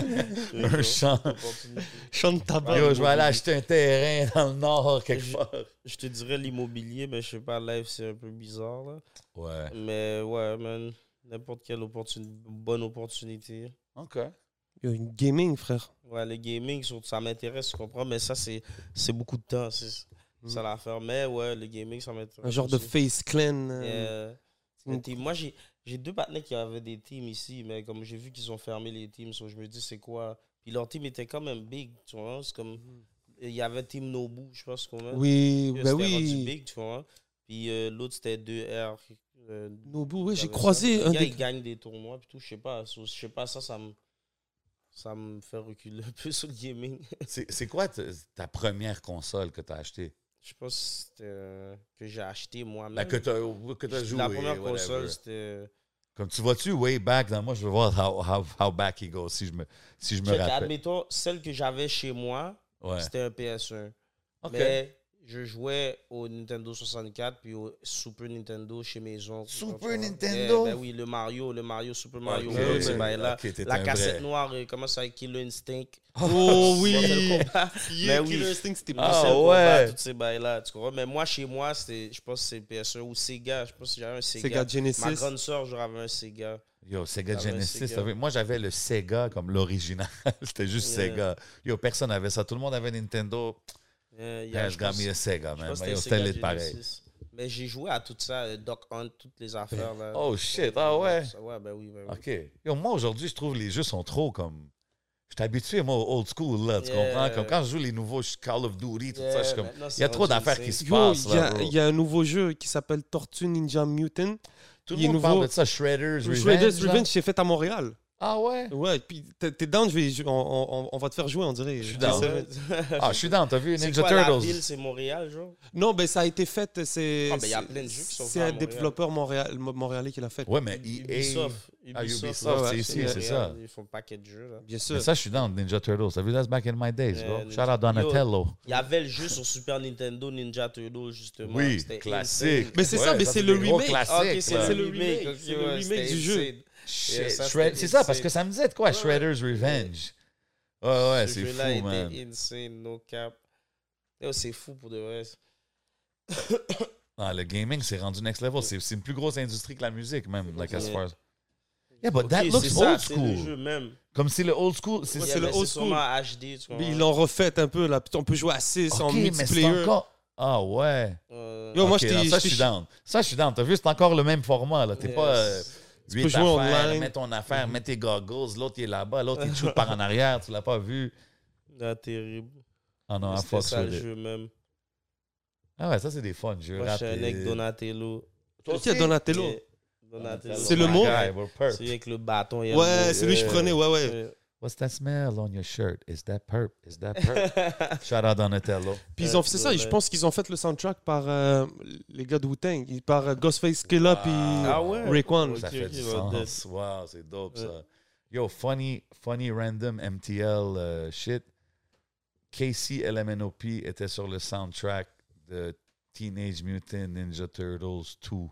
[SPEAKER 2] Un chant.
[SPEAKER 3] Opportunité.
[SPEAKER 1] Chant de tabac.
[SPEAKER 2] Yo, je vais aller acheter un terrain dans le nord quelque
[SPEAKER 3] Ah, ben, Je-
[SPEAKER 2] part.
[SPEAKER 3] Je te dirais l'immobilier, mais je sais pas, live, c'est un peu bizarre, là.
[SPEAKER 2] Ouais.
[SPEAKER 3] Mais ouais, man, n'importe quelle opportunité, bonne opportunité.
[SPEAKER 2] OK.
[SPEAKER 1] Yo, une gaming, frère.
[SPEAKER 3] Ouais, le gaming, surtout, ça m'intéresse, tu comprends, mais ça, c'est c'est beaucoup de temps, c'est ça l'affaire. Mais ouais, le gaming, ça m'intéresse.
[SPEAKER 1] Mm. Un genre de
[SPEAKER 3] aussi.
[SPEAKER 1] face clan. euh,
[SPEAKER 3] Euh,
[SPEAKER 1] une-
[SPEAKER 3] le team. Moi, j'ai j'ai deux partenaires qui avaient des teams ici, mais comme j'ai vu qu'ils ont fermé les teams, so je me dis, c'est quoi Puis leur team était quand même big, tu vois. C'est comme.
[SPEAKER 1] Mm.
[SPEAKER 3] Il y avait Team Nobu, je pense, quand même.
[SPEAKER 1] Oui,
[SPEAKER 3] Eux,
[SPEAKER 1] ben
[SPEAKER 3] Euh, c'était rendu
[SPEAKER 1] oui.
[SPEAKER 3] big, tu vois. Puis euh, l'autre, c'était 2R. euh,
[SPEAKER 1] Nobu, ouais,
[SPEAKER 3] qui
[SPEAKER 1] j'ai
[SPEAKER 3] avait
[SPEAKER 1] croisé
[SPEAKER 3] ça.
[SPEAKER 1] un
[SPEAKER 3] Les gars,
[SPEAKER 1] des.
[SPEAKER 3] ils gagnent des tournois, puis tout, je sais pas. So, je sais pas, ça, ça me. Ça me fait reculer un peu [LAUGHS] sur le gaming.
[SPEAKER 2] C'est c'est quoi ta, ta première console que tu as achetée?
[SPEAKER 3] Je pense que c'était, euh, que j'ai acheté moi-même.
[SPEAKER 2] La que tu as, jouée.
[SPEAKER 3] La première
[SPEAKER 2] whatever.
[SPEAKER 3] console, c'était. euh,
[SPEAKER 2] Comme tu vois-tu, way back, dans moi, je veux voir how, how, how back he goes, si je me, si je me
[SPEAKER 3] Check,
[SPEAKER 2] rappelle.
[SPEAKER 3] admettons, celle que j'avais chez moi,
[SPEAKER 2] Ouais.
[SPEAKER 3] c'était un PS1.
[SPEAKER 2] OK.
[SPEAKER 3] Mais je jouais au Nintendo 64 puis au Super Nintendo chez mes oncles.
[SPEAKER 2] Super
[SPEAKER 3] Eh,
[SPEAKER 2] Nintendo?
[SPEAKER 3] ben oui, le Mario, le Mario, Super Mario.
[SPEAKER 2] Ok,
[SPEAKER 3] World,
[SPEAKER 1] ouais.
[SPEAKER 3] ce bail-là.
[SPEAKER 2] Ok, t'étais un
[SPEAKER 3] la
[SPEAKER 2] vrai.
[SPEAKER 3] cassette noire, euh, comment ça, Killer Instinct. [LAUGHS]
[SPEAKER 1] Oh oui!
[SPEAKER 3] Mortal
[SPEAKER 2] [LAUGHS]
[SPEAKER 3] Kombat.
[SPEAKER 1] Yeah,
[SPEAKER 3] oui.
[SPEAKER 1] Killer Instinct, c'était
[SPEAKER 2] Ah,
[SPEAKER 1] bizarre.
[SPEAKER 3] Mortal Kombat,
[SPEAKER 2] ouais.
[SPEAKER 3] bah, Tous ces bails-là, tu comprends? Mais moi, chez moi, c'était, je pense que c'est PS1 ou Sega. Je pense que j'avais un Sega.
[SPEAKER 1] Sega Genesis.
[SPEAKER 3] Ma grande soeur, j'avais un Sega.
[SPEAKER 2] Yo, Sega
[SPEAKER 3] T'avais un
[SPEAKER 2] Genesis.
[SPEAKER 3] Sega.
[SPEAKER 2] t'avais- Moi, j'avais le Sega comme l'original. [LAUGHS] C'était juste
[SPEAKER 3] Yeah.
[SPEAKER 2] Sega. Yo, personne n'avait ça. Tout le monde avait Nintendo.
[SPEAKER 3] Euh, il y a-
[SPEAKER 2] Yeah,
[SPEAKER 3] je
[SPEAKER 2] je gagne
[SPEAKER 3] pense-
[SPEAKER 2] le Sega,
[SPEAKER 3] je
[SPEAKER 2] man.
[SPEAKER 3] pense que
[SPEAKER 2] Mais yo,
[SPEAKER 3] Sega
[SPEAKER 2] C'était lit pareil.
[SPEAKER 3] Genesis. Mais j'ai joué à tout ça, euh, Doc Hunt, toutes
[SPEAKER 2] [LAUGHS]
[SPEAKER 3] les affaires. Là.
[SPEAKER 2] Oh shit, ah ouais.
[SPEAKER 3] Ouais, ben oui, ben oui.
[SPEAKER 2] OK. Yo, moi, aujourd'hui, je trouve les jeux sont trop comme. Je suis habitué, moi, au old school, là. Tu
[SPEAKER 3] Yeah.
[SPEAKER 2] comprends? Comme quand je joue les nouveaux je suis Call of Duty, tout ça, je suis comme. Il y a trop d'affaires qui se
[SPEAKER 1] Yo,
[SPEAKER 2] passent,
[SPEAKER 1] il y
[SPEAKER 2] là.
[SPEAKER 1] a-
[SPEAKER 2] bro.
[SPEAKER 1] il y, a un nouveau jeu qui s'appelle Tortue Ninja Mutant.
[SPEAKER 2] Tout
[SPEAKER 1] il
[SPEAKER 2] le
[SPEAKER 1] est
[SPEAKER 2] monde
[SPEAKER 1] nouveau.
[SPEAKER 2] parle de ça, Shredder's Revenge.
[SPEAKER 1] Shredder's
[SPEAKER 2] là.
[SPEAKER 1] Revenge, c'est fait à Montréal.
[SPEAKER 2] Ah ouais?
[SPEAKER 1] Ouais, puis t'es t'es down, je vais- je- on, on- on va te faire jouer, on dirait.
[SPEAKER 2] suis
[SPEAKER 1] Je
[SPEAKER 2] down.
[SPEAKER 1] sais-
[SPEAKER 2] Ah, je suis dans, t'as vu
[SPEAKER 3] Euh, [LAUGHS] C'est
[SPEAKER 2] Ninja
[SPEAKER 3] quoi la ville,
[SPEAKER 2] Turtles?
[SPEAKER 3] c'est Montréal, genre?
[SPEAKER 1] Non, ben ça a été fait, c'est...
[SPEAKER 3] Ah, ben, il y a
[SPEAKER 1] c'est-
[SPEAKER 3] plein de jeux qui sont
[SPEAKER 1] C'est
[SPEAKER 3] faits à
[SPEAKER 1] un
[SPEAKER 3] Montréal.
[SPEAKER 1] développeur montréal- mo- montréalais qui l'a fait.
[SPEAKER 2] Ouais, mais EA.
[SPEAKER 3] Ubisoft.
[SPEAKER 2] Ah, Euh, Ubisoft,
[SPEAKER 3] ouais,
[SPEAKER 1] ouais,
[SPEAKER 2] c'est
[SPEAKER 1] c'est-
[SPEAKER 2] ici, c'est ça.
[SPEAKER 3] Ils font un paquet de jeux, là.
[SPEAKER 1] Bien sûr.
[SPEAKER 2] Mais ça, je suis dans Ninja Turtles. T'as vu, that's back in my days,
[SPEAKER 3] Yeah,
[SPEAKER 2] bro.
[SPEAKER 3] Euh, Ninja-
[SPEAKER 2] Shout out Donatello.
[SPEAKER 3] Il y avait le jeu sur Super Nintendo, Ninja Turtle, justement.
[SPEAKER 2] Oui,
[SPEAKER 3] C'était
[SPEAKER 2] classique.
[SPEAKER 3] insane.
[SPEAKER 1] Mais c'est ça, mais c'est
[SPEAKER 2] des
[SPEAKER 1] le
[SPEAKER 2] gros
[SPEAKER 1] remake.
[SPEAKER 2] classiques,
[SPEAKER 3] Ah, ok,
[SPEAKER 2] là.
[SPEAKER 3] c'est le
[SPEAKER 1] le remake,
[SPEAKER 3] remake. ok,
[SPEAKER 1] c'est le
[SPEAKER 3] ouais,
[SPEAKER 1] remake
[SPEAKER 3] c'était
[SPEAKER 1] du jeu.
[SPEAKER 3] insane.
[SPEAKER 2] Shit,
[SPEAKER 3] Yeah, ça,
[SPEAKER 2] Shred-
[SPEAKER 3] c'était
[SPEAKER 2] C'est ça, parce
[SPEAKER 3] insane.
[SPEAKER 2] que ça me disait de quoi,
[SPEAKER 3] ouais.
[SPEAKER 2] Shredder's Revenge. Ouais, ouais,
[SPEAKER 3] Ce
[SPEAKER 2] Ah, c'est
[SPEAKER 3] jeu-là
[SPEAKER 2] fou, man.
[SPEAKER 3] était insane, no cap. Yo, C'est fou pour de vrai.
[SPEAKER 2] Ah, le gaming, c'est rendu next level. C'est c'est une plus grosse industrie que la musique, même, like as
[SPEAKER 3] Yeah.
[SPEAKER 2] far as- Yeah, but
[SPEAKER 3] Ok,
[SPEAKER 2] that
[SPEAKER 3] c'est
[SPEAKER 2] looks
[SPEAKER 3] ça,
[SPEAKER 2] old
[SPEAKER 3] c'est le jeu
[SPEAKER 2] school.
[SPEAKER 3] même.
[SPEAKER 2] Comme si le old school... C'est
[SPEAKER 1] Ouais,
[SPEAKER 3] Yeah,
[SPEAKER 1] c'est le
[SPEAKER 3] mais
[SPEAKER 1] old
[SPEAKER 3] sûrement HD, tu vois.
[SPEAKER 1] Mais ils l'ont refait un peu, là. Puis On peut jouer à 6 en
[SPEAKER 2] OK, mais c'est
[SPEAKER 1] multiplayer.
[SPEAKER 2] encore... Ah, ouais.
[SPEAKER 3] Euh,
[SPEAKER 1] Yo, moi,
[SPEAKER 2] Ok,
[SPEAKER 1] je
[SPEAKER 2] non,
[SPEAKER 1] t'ai-
[SPEAKER 2] ça,
[SPEAKER 1] je
[SPEAKER 2] je suis
[SPEAKER 1] t'ai-
[SPEAKER 2] down. Ça, je suis down. T'as vu, c'est encore le même format. là. T'es
[SPEAKER 3] yes.
[SPEAKER 2] pas euh, huit
[SPEAKER 1] peux jouer
[SPEAKER 2] affaires,
[SPEAKER 1] online.
[SPEAKER 2] mets ton affaire, mets tes goggles, l'autre il est là-bas, l'autre il
[SPEAKER 1] [LAUGHS]
[SPEAKER 2] te shoot par en arrière, tu l'as pas vu.
[SPEAKER 3] Ah, terrible.
[SPEAKER 2] Ah non, I
[SPEAKER 3] C'était
[SPEAKER 2] fuck
[SPEAKER 3] ça le
[SPEAKER 2] with it.
[SPEAKER 3] jeu même.
[SPEAKER 2] Ah ouais, ça c'est des fun jeux.
[SPEAKER 3] Moi, je suis un mec
[SPEAKER 2] rapides.
[SPEAKER 3] Donatello.
[SPEAKER 1] Toi aussi, il y a Donatello.
[SPEAKER 3] Yeah, Donatello.
[SPEAKER 1] C'est le
[SPEAKER 2] Oh My
[SPEAKER 1] mot.
[SPEAKER 2] guy, we're perp.
[SPEAKER 3] Celui avec le bâton. il y a
[SPEAKER 1] Ouais,
[SPEAKER 3] le- Euh,
[SPEAKER 1] c'est lui que je
[SPEAKER 3] Yeah.
[SPEAKER 1] prenais, ouais, ouais.
[SPEAKER 3] Ouais.
[SPEAKER 2] What's that smell on your shirt? Is that perp? Is
[SPEAKER 1] [LAUGHS]
[SPEAKER 2] that perp?
[SPEAKER 3] euh.
[SPEAKER 2] Shout out Donatello.
[SPEAKER 1] Puis ils ont fait c'est ça,
[SPEAKER 3] Ouais.
[SPEAKER 1] je pense qu'ils ont fait le soundtrack par euh, les gars de Wu-Tang, par euh, Ghostface Killa, puis
[SPEAKER 3] Ah ouais?
[SPEAKER 1] Raekwon.
[SPEAKER 2] Ça
[SPEAKER 3] Ok,
[SPEAKER 2] fait
[SPEAKER 3] ok,
[SPEAKER 2] du
[SPEAKER 3] well,
[SPEAKER 2] sens.
[SPEAKER 3] that's-
[SPEAKER 2] Wow, c'est dope
[SPEAKER 3] Ouais.
[SPEAKER 2] ça. Yo, funny, funny random MTL euh, shit. Casey LMNOP était sur le soundtrack de Teenage Mutant Ninja Turtles 2,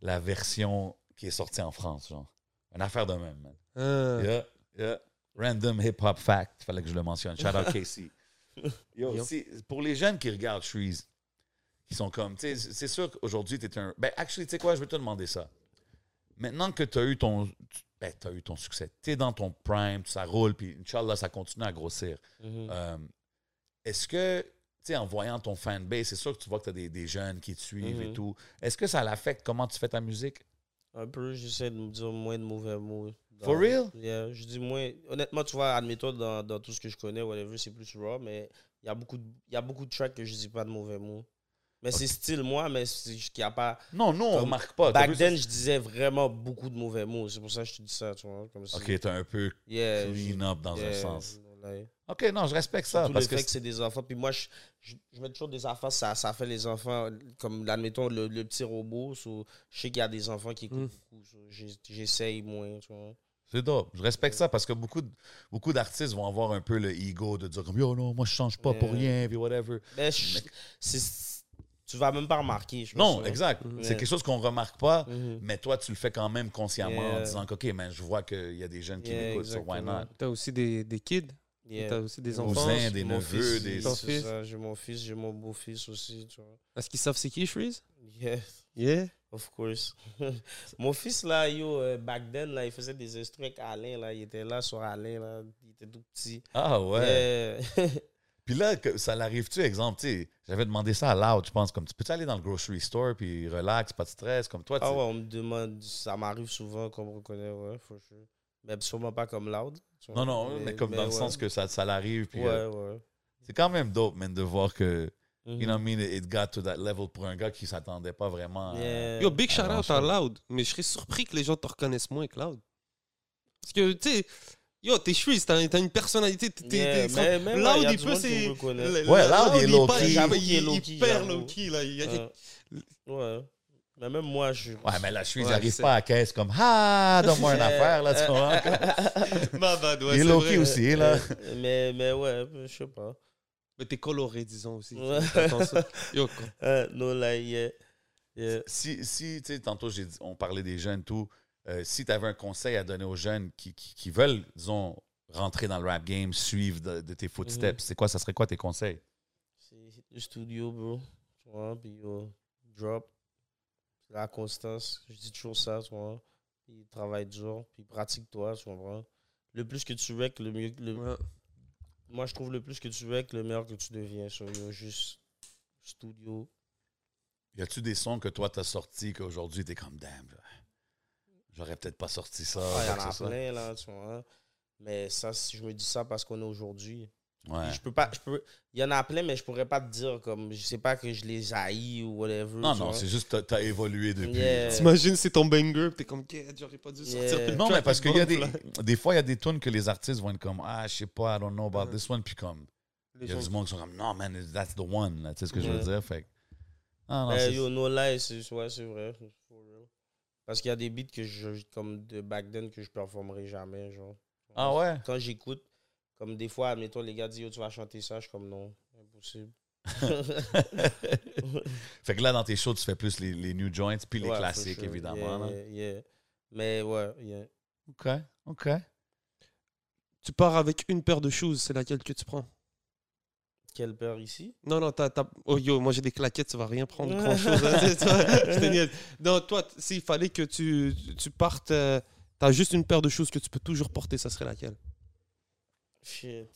[SPEAKER 2] la version qui est sortie en France, genre. Une affaire de même, man.
[SPEAKER 3] Ah
[SPEAKER 1] Hein.
[SPEAKER 2] Yeah, yeah. Random hip-hop fact. Fallait que je le mentionne. Shout out
[SPEAKER 3] [LAUGHS]
[SPEAKER 2] Casey. Yo,
[SPEAKER 1] Yo.
[SPEAKER 2] si- pour les jeunes qui regardent Shreeze, qui sont comme, tu sais, c'est sûr qu'aujourd'hui, t'es un. Ben, actually, tu sais quoi, je vais te demander ça. Maintenant que t'as eu ton. tu- Ben, t'as eu ton succès. T'es dans ton prime, ça roule, puis Inch'Allah, ça continue à grossir.
[SPEAKER 3] Mhm.
[SPEAKER 2] Euh, Est-ce que, tu sais, en voyant ton fanbase, c'est sûr que tu vois que t'as des, des jeunes qui te suivent et
[SPEAKER 3] Mhm.
[SPEAKER 2] tout. Est-ce que ça l'affecte comment tu fais ta musique?
[SPEAKER 3] Un peu, j'essaie de me dire moins de mauvais mots. Dans-
[SPEAKER 2] For real?
[SPEAKER 3] Yeah, je dis moins. Honnêtement, tu vois, admets-toi, dans, dans tout ce que je connais, whatever, c'est plus raw, mais il y, a beaucoup de- il y a beaucoup de tracks que je dis pas de mauvais mots. Mais c'est style moi, mais c'est juste qu'il n'y a pas.
[SPEAKER 2] Non, non, on
[SPEAKER 3] Comme
[SPEAKER 2] remarque pas. Ah, T'as
[SPEAKER 3] Back
[SPEAKER 2] vu
[SPEAKER 3] then,
[SPEAKER 2] ça?
[SPEAKER 3] je disais vraiment beaucoup de mauvais mots. C'est pour ça que je te dis ça, tu vois. Comme si-
[SPEAKER 2] Ok, t'as un peu
[SPEAKER 3] Yeah, je-
[SPEAKER 2] clean up dans un
[SPEAKER 3] yeah,
[SPEAKER 2] sens.
[SPEAKER 3] like-
[SPEAKER 2] OK, non, je respecte ça.
[SPEAKER 3] Surtout
[SPEAKER 2] Parce
[SPEAKER 3] le
[SPEAKER 2] que
[SPEAKER 3] fait que c'est des enfants. Puis moi, je, je, je mets toujours des enfants, ça, ça fait les enfants, comme admettons le, le petit robot. so, je sais qu'il y a des enfants qui écoutent beaucoup. so, j'ai- J'essaye moins, tu vois.
[SPEAKER 2] c'est dope. Je respecte ça parce que beaucoup, de- beaucoup d'artistes vont avoir un peu le ego de dire comme, Yo, non, moi, je change pas pour
[SPEAKER 3] Ouais.
[SPEAKER 2] rien, puis whatever.
[SPEAKER 3] Mais je- c'est- tu vas même pas remarquer. je pense,
[SPEAKER 2] Non,
[SPEAKER 3] hein.
[SPEAKER 2] exact. C'est
[SPEAKER 3] Ouais.
[SPEAKER 2] quelque chose qu'on remarque pas,
[SPEAKER 3] Mhm.
[SPEAKER 2] mais toi, tu le fais quand même consciemment en
[SPEAKER 3] Yeah.
[SPEAKER 2] disant que, OK, mais je vois qu'il y a des jeunes qui
[SPEAKER 3] Yeah,
[SPEAKER 2] m'écoutent, so why
[SPEAKER 3] exactement.
[SPEAKER 2] not?
[SPEAKER 1] T'as aussi des, des kids,
[SPEAKER 3] Yeah.
[SPEAKER 1] t'as aussi des
[SPEAKER 2] Aux
[SPEAKER 1] enfants.
[SPEAKER 2] Indes. des
[SPEAKER 3] Mon
[SPEAKER 2] neveux,
[SPEAKER 3] fils,
[SPEAKER 2] des-
[SPEAKER 3] oui,
[SPEAKER 1] Ton
[SPEAKER 3] c'est
[SPEAKER 1] fils.
[SPEAKER 3] ça, J'ai mon fils, j'ai mon beau-fils aussi, tu vois.
[SPEAKER 1] Est-ce qu'ils savent c'est qui, Shreeze?
[SPEAKER 3] Yeah,
[SPEAKER 1] Yeah.
[SPEAKER 3] of course. [LAUGHS] mon fils, là, yo, euh, back then, là, il faisait des instruments avec Alain, là. Il était là sur Alain, là. Il était tout petit.
[SPEAKER 2] Ah ouais.
[SPEAKER 3] Yeah. [LAUGHS]
[SPEAKER 2] Puis là, que- ça l'arrive-tu, exemple, tu sais, j'avais demandé ça à Loud, je pense, comme, tu peux aller dans le grocery store, puis relax, pas de stress, comme toi, tu
[SPEAKER 3] Ah ouais, on me demande, ça m'arrive souvent qu'on me reconnaît, ouais, for sure. Mais sûrement pas comme loud. tu
[SPEAKER 2] Non,
[SPEAKER 3] vois.
[SPEAKER 2] non, mais, comme dans le
[SPEAKER 3] ben ouais.
[SPEAKER 2] sens que ça, ça l'arrive, puis
[SPEAKER 3] Ouais,
[SPEAKER 2] euh,
[SPEAKER 3] ouais.
[SPEAKER 2] c'est quand même dope, man, de voir que...
[SPEAKER 3] Mhm.
[SPEAKER 2] You know what I mean? It got to that level pour un gars qui s'attendait pas vraiment. à-
[SPEAKER 3] Mm-hmm. Yeah.
[SPEAKER 1] Yo, big
[SPEAKER 2] Ah,
[SPEAKER 1] shout
[SPEAKER 2] non,
[SPEAKER 1] out
[SPEAKER 2] je
[SPEAKER 1] à
[SPEAKER 2] sais.
[SPEAKER 1] Loud, mais je serais surpris que les gens te reconnaissent moins que Loud. Parce que, tu sais, yo, t'es Shreeze, t'as t'as une personnalité. t'es- t'es-
[SPEAKER 3] Yeah,
[SPEAKER 1] t'es-
[SPEAKER 3] mais- mais ouais, y
[SPEAKER 1] Loud,
[SPEAKER 3] a
[SPEAKER 1] il
[SPEAKER 3] du
[SPEAKER 1] peut,
[SPEAKER 3] monde qui
[SPEAKER 1] c'est.
[SPEAKER 3] me reconnaît.
[SPEAKER 1] le- le-
[SPEAKER 2] Ouais, Loud, il est
[SPEAKER 1] il
[SPEAKER 2] low-key.
[SPEAKER 1] perd- Il,
[SPEAKER 3] J'avoue,
[SPEAKER 1] il
[SPEAKER 3] il est
[SPEAKER 1] perd
[SPEAKER 3] low-key,
[SPEAKER 1] low-key, là. Il y a-
[SPEAKER 3] Euh, ouais. Mais même moi, je.
[SPEAKER 2] Ouais, mais là, je suis,
[SPEAKER 1] Ouais,
[SPEAKER 2] j'arrive
[SPEAKER 1] c'est-
[SPEAKER 2] pas à la caisse comme Ah,
[SPEAKER 1] [LAUGHS]
[SPEAKER 2] donne-moi une affaire, là, tu vois.
[SPEAKER 1] Ma bad, ouais,
[SPEAKER 2] [LAUGHS] Il est
[SPEAKER 1] c'est
[SPEAKER 2] low-key
[SPEAKER 1] vrai.
[SPEAKER 2] aussi, là.
[SPEAKER 3] Euh, mais, mais ouais, je sais pas.
[SPEAKER 1] Mais t'es coloré, disons aussi.
[SPEAKER 3] Ouais.
[SPEAKER 1] Fais attention. Yo,
[SPEAKER 3] [LAUGHS]
[SPEAKER 1] quoi.
[SPEAKER 3] Euh, no, là, yeah. Yeah.
[SPEAKER 2] Si, si tu sais, tantôt, j'ai dit- on parlait des jeunes, tout. euh, si tu avais un conseil à donner aux jeunes qui, qui, qui veulent, disons, rentrer dans le rap game, suivre de, de tes
[SPEAKER 1] Mm-hmm.
[SPEAKER 2] footsteps, c'est quoi, ça serait quoi tes conseils?
[SPEAKER 3] C'est hit le studio, bro. Tu vois, puis yo, drop. La constance, je dis toujours ça, tu vois. Puis travaille dur, puis pratique-toi, tu comprends? Le plus que tu rec, le mieux. le-
[SPEAKER 1] Ouais.
[SPEAKER 3] Moi, je trouve le plus que tu rec, le meilleur que tu deviens. So, yo, juste studio.
[SPEAKER 2] Y a-tu des sons que toi t'as sortis qu'aujourd'hui t'es comme damn, là, j'aurais peut-être pas sorti ça.
[SPEAKER 3] Ah, il y
[SPEAKER 2] fait
[SPEAKER 3] en
[SPEAKER 2] que
[SPEAKER 3] a
[SPEAKER 2] c'est ça.
[SPEAKER 3] plein, là, tu comprends? Mais ça, si je me dis ça parce qu'on est aujourd'hui.
[SPEAKER 2] Ouais.
[SPEAKER 3] Je peux pas. Je peux, il y en a plein, mais je pourrais pas te dire comme. Je sais pas que je les haïs ou whatever.
[SPEAKER 2] Non,
[SPEAKER 3] tu
[SPEAKER 2] non,
[SPEAKER 3] vois.
[SPEAKER 2] c'est juste t'as- t'as évolué depuis.
[SPEAKER 3] Yeah.
[SPEAKER 1] T'imagines, c'est ton banger, pis t'es comme, Qu'est-ce, j'aurais pas dû sortir.
[SPEAKER 3] Euh, Yeah.
[SPEAKER 1] le
[SPEAKER 2] Non,
[SPEAKER 1] track
[SPEAKER 2] mais parce
[SPEAKER 1] de
[SPEAKER 2] qu'il y a
[SPEAKER 1] Bump,
[SPEAKER 2] des,
[SPEAKER 1] là.
[SPEAKER 2] des fois, il y a des tunes que les artistes vont être comme Ah, je sais pas, I don't know about
[SPEAKER 1] Ouais.
[SPEAKER 2] this one. Puis comme,
[SPEAKER 1] Les
[SPEAKER 2] il y a
[SPEAKER 1] gens-
[SPEAKER 2] du monde qui sont comme Non, man, that's the one. là. Tu sais ce que je
[SPEAKER 3] Ouais.
[SPEAKER 2] veux dire? Fait que- Ah, non,
[SPEAKER 3] Eh,
[SPEAKER 2] c'est-
[SPEAKER 3] yo, no lie, c'est ouais, c'est vrai. c'est for real. Parce qu'il y a des beats que je. Comme de back then que je performerai jamais, genre.
[SPEAKER 2] ah ouais?
[SPEAKER 3] Quand j'écoute, comme des fois, admettons, les gars disent Yo, tu vas chanter ça, je suis comme non. Impossible.
[SPEAKER 2] fait que là, dans tes shows, tu fais plus les, les new joints [LAUGHS] puis les
[SPEAKER 3] Ouais, for
[SPEAKER 2] classiques,
[SPEAKER 3] sure.
[SPEAKER 2] évidemment.
[SPEAKER 3] Yeah, yeah, yeah. Mais ouais, yeah.
[SPEAKER 2] là. OK, OK.
[SPEAKER 1] Tu pars avec une paire de shoes, c'est laquelle que tu prends
[SPEAKER 3] Quelle peur ici?
[SPEAKER 1] Non, non, t'as, t'as- Oh yo, moi j'ai des claquettes, ça va rien prendre grand chose. je te niaise. Non, toi, t- s'il fallait que tu, tu partes, euh, t'as juste une paire de choses que tu peux toujours porter, ça serait laquelle
[SPEAKER 3] Shit.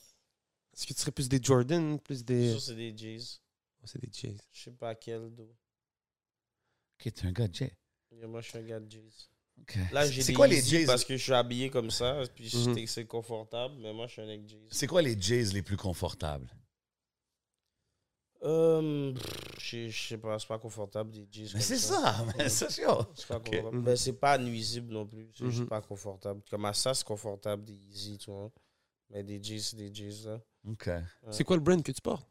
[SPEAKER 1] Est-ce que tu serais plus des Jordan, plus des.
[SPEAKER 3] Ça, c'est des J's.
[SPEAKER 1] Oh, c'est des Jays.
[SPEAKER 3] Je sais pas quel, d'où.
[SPEAKER 2] OK, t'es un gars de Jay.
[SPEAKER 3] Yeah, moi, je suis un gars de J's.
[SPEAKER 2] OK.
[SPEAKER 3] Là, j'ai
[SPEAKER 2] C'est
[SPEAKER 3] des
[SPEAKER 2] quoi les Mm-hmm.
[SPEAKER 3] Yeezy
[SPEAKER 2] Jays?
[SPEAKER 3] parce que je suis habillé comme ça, puis
[SPEAKER 1] Mhm.
[SPEAKER 3] c'est- c'est confortable, mais moi, je suis un avec Jays.
[SPEAKER 2] C'est quoi les Jays les plus confortables?
[SPEAKER 3] Euh, pff, je je sais pas, c'est pas confortable des Jays.
[SPEAKER 2] Mais
[SPEAKER 3] comme
[SPEAKER 2] c'est ça, man, c'est sûr.
[SPEAKER 3] C'est pas
[SPEAKER 2] Ok.
[SPEAKER 3] confortable.
[SPEAKER 1] Mhm.
[SPEAKER 3] Ben, c'est pas nuisible non plus, c'est
[SPEAKER 1] Mhm.
[SPEAKER 3] juste pas confortable. Comme à ça, c'est confortable des Yeezy, tu vois. Mais des Jays, c'est des Jays, là.
[SPEAKER 2] OK.
[SPEAKER 1] C'est quoi le brand que tu portes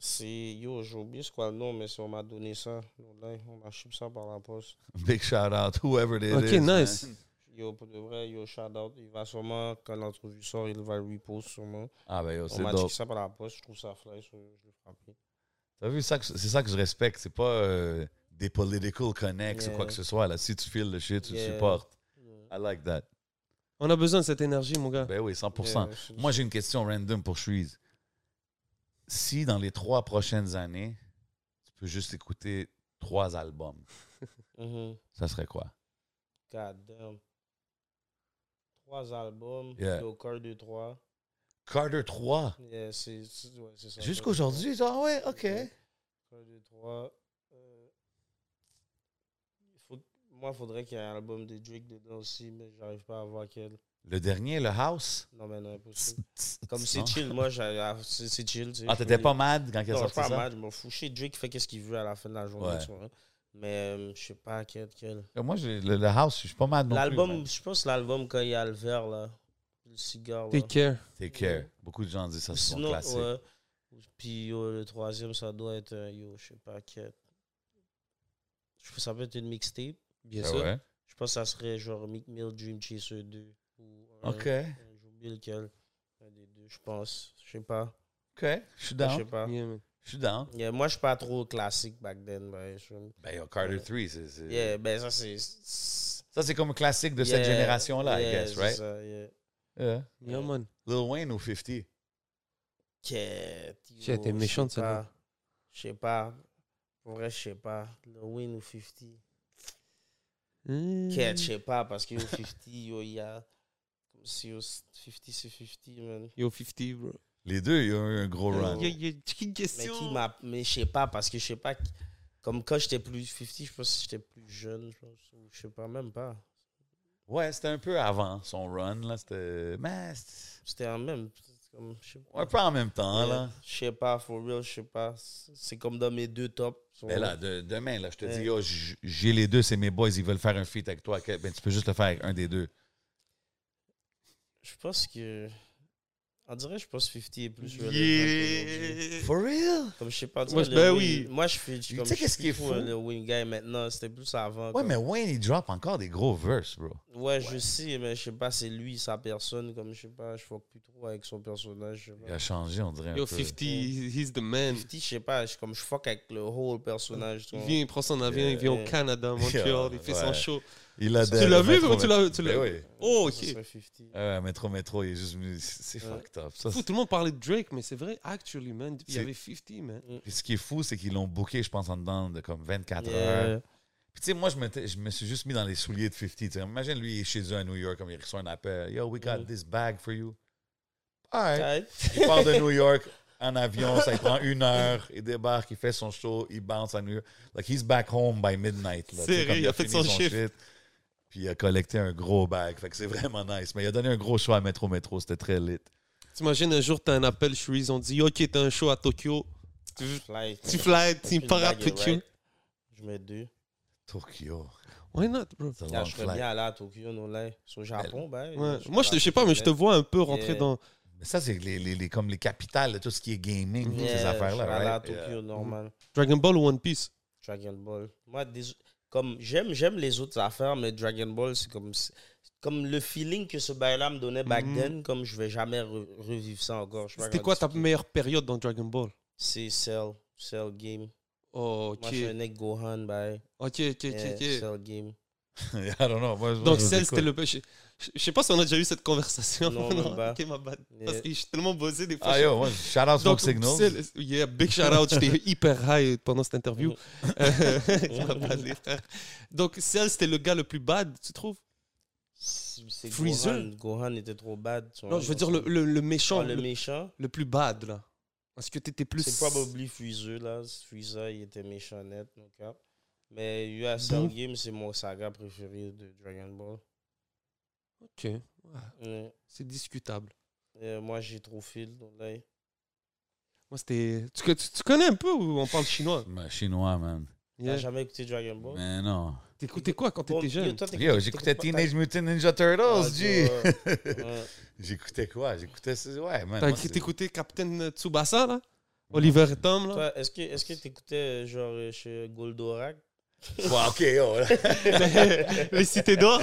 [SPEAKER 3] C'est, yo, j'ai oublié c'est quoi le nom, mais si on m'a donné ça, no lie, on m'a chip ça par la poste.
[SPEAKER 2] Big shout out, whoever it
[SPEAKER 1] Ok,
[SPEAKER 2] is. man.
[SPEAKER 1] nice.
[SPEAKER 3] Yo, pour de vrai, yo, shout out. Il va sûrement, quand l'entrevue sort, il va repost sûrement.
[SPEAKER 2] Ah, ben yo,
[SPEAKER 3] On
[SPEAKER 2] c'est
[SPEAKER 3] m'a
[SPEAKER 2] dope.
[SPEAKER 3] dit ça par la poste, je trouve ça flash, euh, je l'ai frappé.
[SPEAKER 2] T'as vu, ça que- c'est ça que je respecte. C'est pas euh, des political connects ou quoi
[SPEAKER 3] Yeah.
[SPEAKER 2] que ce soit. Là. Si tu files le shit, tu
[SPEAKER 3] Yeah.
[SPEAKER 2] supportes.
[SPEAKER 3] Yeah.
[SPEAKER 2] I like that.
[SPEAKER 1] On a besoin de cette énergie, mon gars.
[SPEAKER 2] Ben oui, 100%.
[SPEAKER 3] Yeah, c'est-
[SPEAKER 2] Moi, j'ai une question random pour Shreeze. Si dans les trois prochaines années, tu peux juste écouter trois albums,
[SPEAKER 3] Mhm.
[SPEAKER 2] ça serait quoi?
[SPEAKER 3] God damn. Trois albums,
[SPEAKER 2] Yeah.
[SPEAKER 3] au cœur de trois.
[SPEAKER 2] Carter 3.
[SPEAKER 3] Yeah, c'est c'est- ouais, c'est ça.
[SPEAKER 2] Jusqu'aujourd'hui, genre, ouais, OK.
[SPEAKER 3] Cœur de trois. Euh, il faut, moi, faudrait qu'il y ait un album de Drake dedans aussi, mais j'arrive pas à voir quel.
[SPEAKER 2] Le dernier, le House.
[SPEAKER 3] Non, mais non, impossible. Comme c'est
[SPEAKER 2] Non?
[SPEAKER 3] chill, moi, j'ai- ah, c'est c'est chill. tu sais,
[SPEAKER 2] Ah,
[SPEAKER 3] je
[SPEAKER 2] t'étais
[SPEAKER 3] me-
[SPEAKER 2] pas mad quand il a
[SPEAKER 3] Non, je
[SPEAKER 2] sorti
[SPEAKER 3] suis pas
[SPEAKER 2] ça?
[SPEAKER 3] mal, je m'en fous. Je sais, Drake fait qu'est-ce qu'il veut à la fin de la journée,
[SPEAKER 2] Ouais.
[SPEAKER 3] tu vois. Mais euh, je sais pas quel. quel.
[SPEAKER 2] Euh, Moi, j'ai- le, le House, je suis pas mad non plus.
[SPEAKER 3] L'album,
[SPEAKER 2] man.
[SPEAKER 3] je pense l'album quand il y a le verre, là. Le cigare, là.
[SPEAKER 1] Take care.
[SPEAKER 2] Take care. Beaucoup de gens disent ça, c'est mon
[SPEAKER 3] Sinon,
[SPEAKER 2] classique.
[SPEAKER 3] ouais. Puis yo, le troisième, ça doit être, euh, yo, je sais pas, quel. Je pense ça peut être une mixtape.
[SPEAKER 1] Bien
[SPEAKER 2] Ah ouais?
[SPEAKER 3] Je pense que ça serait genre Mick Mill Dream Chaser 2. Ou, un-
[SPEAKER 2] OK.
[SPEAKER 3] un- J'ai oublié lequel. Un des deux, je pense. Je sais pas.
[SPEAKER 2] OK. Je suis
[SPEAKER 3] Je
[SPEAKER 2] down.
[SPEAKER 3] sais pas.
[SPEAKER 1] Yeah, man.
[SPEAKER 2] Je suis down.
[SPEAKER 3] Yeah, moi, je suis pas trop classique back then. Ben, je...
[SPEAKER 2] Ben, yo,
[SPEAKER 1] Euh,
[SPEAKER 2] Carter 3, c'est. c'est-
[SPEAKER 3] Yeah, ben ça, c'est. c'est-
[SPEAKER 2] Ça, c'est comme un classique de cette
[SPEAKER 3] yeah,
[SPEAKER 2] génération-là,
[SPEAKER 3] yeah,
[SPEAKER 2] I guess,
[SPEAKER 3] c'est
[SPEAKER 2] right?
[SPEAKER 3] ça, yeah.
[SPEAKER 2] Yeah.
[SPEAKER 1] Yeah, man.
[SPEAKER 2] Lil Wayne ou 50?
[SPEAKER 3] Quête, yo,
[SPEAKER 1] Shit, t'es
[SPEAKER 3] je
[SPEAKER 1] méchante,
[SPEAKER 3] sais
[SPEAKER 1] celle-là.
[SPEAKER 3] pas. Je sais pas. Pour vrai, je sais pas. Le win ou 50.
[SPEAKER 1] Hmm.
[SPEAKER 3] Quête, je sais pas, parce que au 50, yo, il y a. Comme si au 50, c'est 50, man.
[SPEAKER 1] Yo, 50, bro.
[SPEAKER 2] Les deux, ils ont eu un gros run.
[SPEAKER 1] Yo,
[SPEAKER 3] Ouais.
[SPEAKER 1] yo, une
[SPEAKER 3] Mais
[SPEAKER 1] question.
[SPEAKER 3] qui m'a. Mais je sais pas, parce que je sais pas. qui- Comme quand j'étais plus 50, je pense que j'étais plus jeune, je pense. ou Je sais pas, même pas.
[SPEAKER 2] Ouais, c'était un peu avant son run, là. C'était. Mais. c'était
[SPEAKER 3] C'était en même. c'est Comme, je sais pas.
[SPEAKER 2] Un peu en même temps, là.
[SPEAKER 3] Je sais pas, for real, je sais pas. C'est c'est comme dans mes deux tops.
[SPEAKER 2] Mais là, de- demain, là, je te
[SPEAKER 3] Ouais.
[SPEAKER 2] dis, yo, j- j'ai les deux, c'est mes boys, ils veulent faire un feat avec toi. Que- Ben, tu peux juste le faire avec un des deux.
[SPEAKER 3] Je pense que. On dirait, je pense 50 est plus relevant qu'aujourd'hui.
[SPEAKER 1] Yeah.
[SPEAKER 2] For real?
[SPEAKER 3] Comme je sais pas, tu
[SPEAKER 1] Moi,
[SPEAKER 3] vois,
[SPEAKER 1] je-
[SPEAKER 3] le
[SPEAKER 1] ben oui.
[SPEAKER 3] Wayne- Moi, je fais. Tu
[SPEAKER 2] sais qu'est-ce qui est fou?
[SPEAKER 3] Le wing guy maintenant, c'était plus avant.
[SPEAKER 2] Ouais,
[SPEAKER 3] comme-
[SPEAKER 2] mais Wayne, il drop encore des gros verses, bro.
[SPEAKER 3] Ouais, je sais, mais je sais pas, c'est lui, sa personne. Comme je sais pas, je fuck plus trop avec son personnage. Je sais
[SPEAKER 2] Il
[SPEAKER 3] pas.
[SPEAKER 2] a changé, on dirait. Un
[SPEAKER 1] Yo,
[SPEAKER 2] peu.
[SPEAKER 1] 50, he's the man.
[SPEAKER 3] 50, je sais pas, je, comme je fuck avec le whole personnage. tu
[SPEAKER 1] Il
[SPEAKER 3] vois.
[SPEAKER 1] vient, il prend son avion, il vient au
[SPEAKER 3] Yeah. [LAUGHS]
[SPEAKER 1] Canada, à Montréal, il fait son
[SPEAKER 2] Ouais.
[SPEAKER 1] show.
[SPEAKER 2] Il a
[SPEAKER 1] Tu l'as vu, bro? Tu l'as tu l'as-
[SPEAKER 2] Ben oui.
[SPEAKER 1] Oh,
[SPEAKER 3] Ça
[SPEAKER 1] ok.
[SPEAKER 3] serait 50.
[SPEAKER 2] Euh, métro, métro, il est juste. venu- C'est
[SPEAKER 3] Ouais.
[SPEAKER 2] fucked up. Ça,
[SPEAKER 1] Fou, tout le monde parlait de Drake, mais c'est vrai, actually, man, il y
[SPEAKER 2] C'est-
[SPEAKER 1] avait 50, man.
[SPEAKER 2] Puis ce qui est fou, c'est qu'ils l'ont booké, je pense, en dedans de comme 24
[SPEAKER 3] Yeah.
[SPEAKER 2] heures. Puis, tu sais, moi, je, m'étais- je me suis juste mis dans les souliers de 50. tu sais. Imagine lui, il est chez eux à New York, comme il reçoit un appel. Yo, we got
[SPEAKER 1] Mm.
[SPEAKER 3] Mhm.
[SPEAKER 2] this bag for you. All right.
[SPEAKER 3] Right.
[SPEAKER 2] Il
[SPEAKER 1] [LAUGHS]
[SPEAKER 2] part de New York en avion, ça lui prend une heure, il débarque, il fait son show, il bounce à New York. Like, he's back home by midnight. là, tu sais,
[SPEAKER 1] Sérieux,
[SPEAKER 2] comme
[SPEAKER 1] il a fait
[SPEAKER 2] fini
[SPEAKER 1] son chiffre.
[SPEAKER 2] shit, Puis il a collecté un gros bag. Fait que c'est vraiment nice. Mais il a donné un gros show à Metro Metro, c'était très lit.
[SPEAKER 1] T'imagines un jour, t'as un appel, je ils ont dit Ok, t'as un show à Tokyo. Tu,
[SPEAKER 3] Fly. [LAUGHS]
[SPEAKER 1] tu fly,
[SPEAKER 3] Aucune
[SPEAKER 1] tu pars à
[SPEAKER 3] blague, right.
[SPEAKER 1] Tokyo.
[SPEAKER 3] Je mets deux.
[SPEAKER 2] Tokyo,
[SPEAKER 1] Why not, bro?
[SPEAKER 2] c'est
[SPEAKER 3] Là,
[SPEAKER 2] long
[SPEAKER 3] je serais
[SPEAKER 2] flight.
[SPEAKER 3] bien allé à Tokyo, non, là. Sur le Japon, ben.
[SPEAKER 1] Ouais. Moi, je, te- je sais pas, mais je te vois un peu rentrer
[SPEAKER 3] Yeah.
[SPEAKER 1] dans.
[SPEAKER 2] Mais ça, c'est les, les- les- comme les capitales de tout ce qui est gaming, toutes ces affaires-là.
[SPEAKER 3] Je serais allé à
[SPEAKER 2] right?
[SPEAKER 3] Tokyo,
[SPEAKER 2] Yeah.
[SPEAKER 3] normal.
[SPEAKER 1] Dragon Ball ou One Piece
[SPEAKER 3] Dragon Ball. Moi, des- comme j'aime, j'aime les autres affaires, mais Dragon Ball, c'est comme, c'est comme le feeling que ce bail-là me donnait back
[SPEAKER 1] Mhm.
[SPEAKER 3] then, comme je vais jamais re- revivre ça encore. Je sais pas
[SPEAKER 1] C'était
[SPEAKER 3] comment
[SPEAKER 1] quoi ta
[SPEAKER 3] expliquer.
[SPEAKER 1] meilleure période dans Dragon Ball
[SPEAKER 3] C'est Cell, Cell Game.
[SPEAKER 1] Oh,
[SPEAKER 3] Moi,
[SPEAKER 1] ok.
[SPEAKER 3] je suis un mec Gohan, bye.
[SPEAKER 1] Ok, ok, ok, ok.
[SPEAKER 3] Cell Game.
[SPEAKER 2] [LAUGHS] I don't know. Moi, je- moi,
[SPEAKER 1] Donc,
[SPEAKER 2] je vous
[SPEAKER 1] celle, c'était
[SPEAKER 2] écoute.
[SPEAKER 1] le. Je, je- je sais pas si on a déjà eu cette conversation. [LAUGHS]
[SPEAKER 3] Non, même pas.
[SPEAKER 1] Ok, ma bad.
[SPEAKER 3] Yeah.
[SPEAKER 1] Parce que je suis tellement bossé des fois.
[SPEAKER 2] Ah
[SPEAKER 1] je-
[SPEAKER 2] yo, moi, shout out Smoke
[SPEAKER 1] Donc,
[SPEAKER 2] Signals.
[SPEAKER 1] celle- yeah, big shout out. [LAUGHS] J'étais hyper high pendant cette interview. Euh, [LAUGHS] ma bad, les frères. Donc, celle, c'était le gars le plus bad, tu trouves
[SPEAKER 3] C'est c'est
[SPEAKER 1] Freezer.
[SPEAKER 3] Gohan. Gohan était trop bad. tu vois.
[SPEAKER 1] Non, je veux dire le, le- le méchant,
[SPEAKER 3] Ah, le
[SPEAKER 1] le,
[SPEAKER 3] méchant.
[SPEAKER 1] le plus bad, là. Parce que t'étais plus.
[SPEAKER 3] C'est probably Freezer, là. Freezer, il était méchant net, mon cap. Mais US Cell
[SPEAKER 1] Boo.
[SPEAKER 3] Game, c'est mon saga préféré de Dragon Ball. Mm.
[SPEAKER 1] Ok, ouais,
[SPEAKER 3] Ouais.
[SPEAKER 1] c'est discutable.
[SPEAKER 3] Euh, moi, j'ai trop fil dans l'œil.
[SPEAKER 1] Moi, c'était. Tu, tu- tu connais un peu ou on parle chinois
[SPEAKER 2] Mais Ben, Chinois, man.
[SPEAKER 3] T'as
[SPEAKER 1] Yeah.
[SPEAKER 3] jamais écouté Dragon Ball?
[SPEAKER 2] Mais non.
[SPEAKER 1] T'écoutais quoi quand
[SPEAKER 3] Bon,
[SPEAKER 1] t'étais
[SPEAKER 3] yo,
[SPEAKER 1] jeune
[SPEAKER 3] toi, t'écoutes-
[SPEAKER 2] Yo, j'écoutais
[SPEAKER 3] t'écoutes pas-
[SPEAKER 2] Teenage Mutant Ninja
[SPEAKER 3] Ah,
[SPEAKER 2] Turtles,
[SPEAKER 3] tu
[SPEAKER 2] G.
[SPEAKER 3] vois,
[SPEAKER 2] [LAUGHS]
[SPEAKER 3] ouais.
[SPEAKER 2] J'écoutais quoi? J'écoutais. ça- Ouais, man.
[SPEAKER 1] T'as-
[SPEAKER 2] moi, c'est-
[SPEAKER 1] T'écoutais Captain Tsubasa, là Oliver et Tom, là
[SPEAKER 3] Toi, est-ce que est-ce que t'écoutais euh, genre euh, chez Goldorak?
[SPEAKER 2] [LAUGHS] Ouais, ok, yo. là. [LAUGHS]
[SPEAKER 1] [LAUGHS] les cités
[SPEAKER 3] [LAUGHS]
[SPEAKER 1] d'or,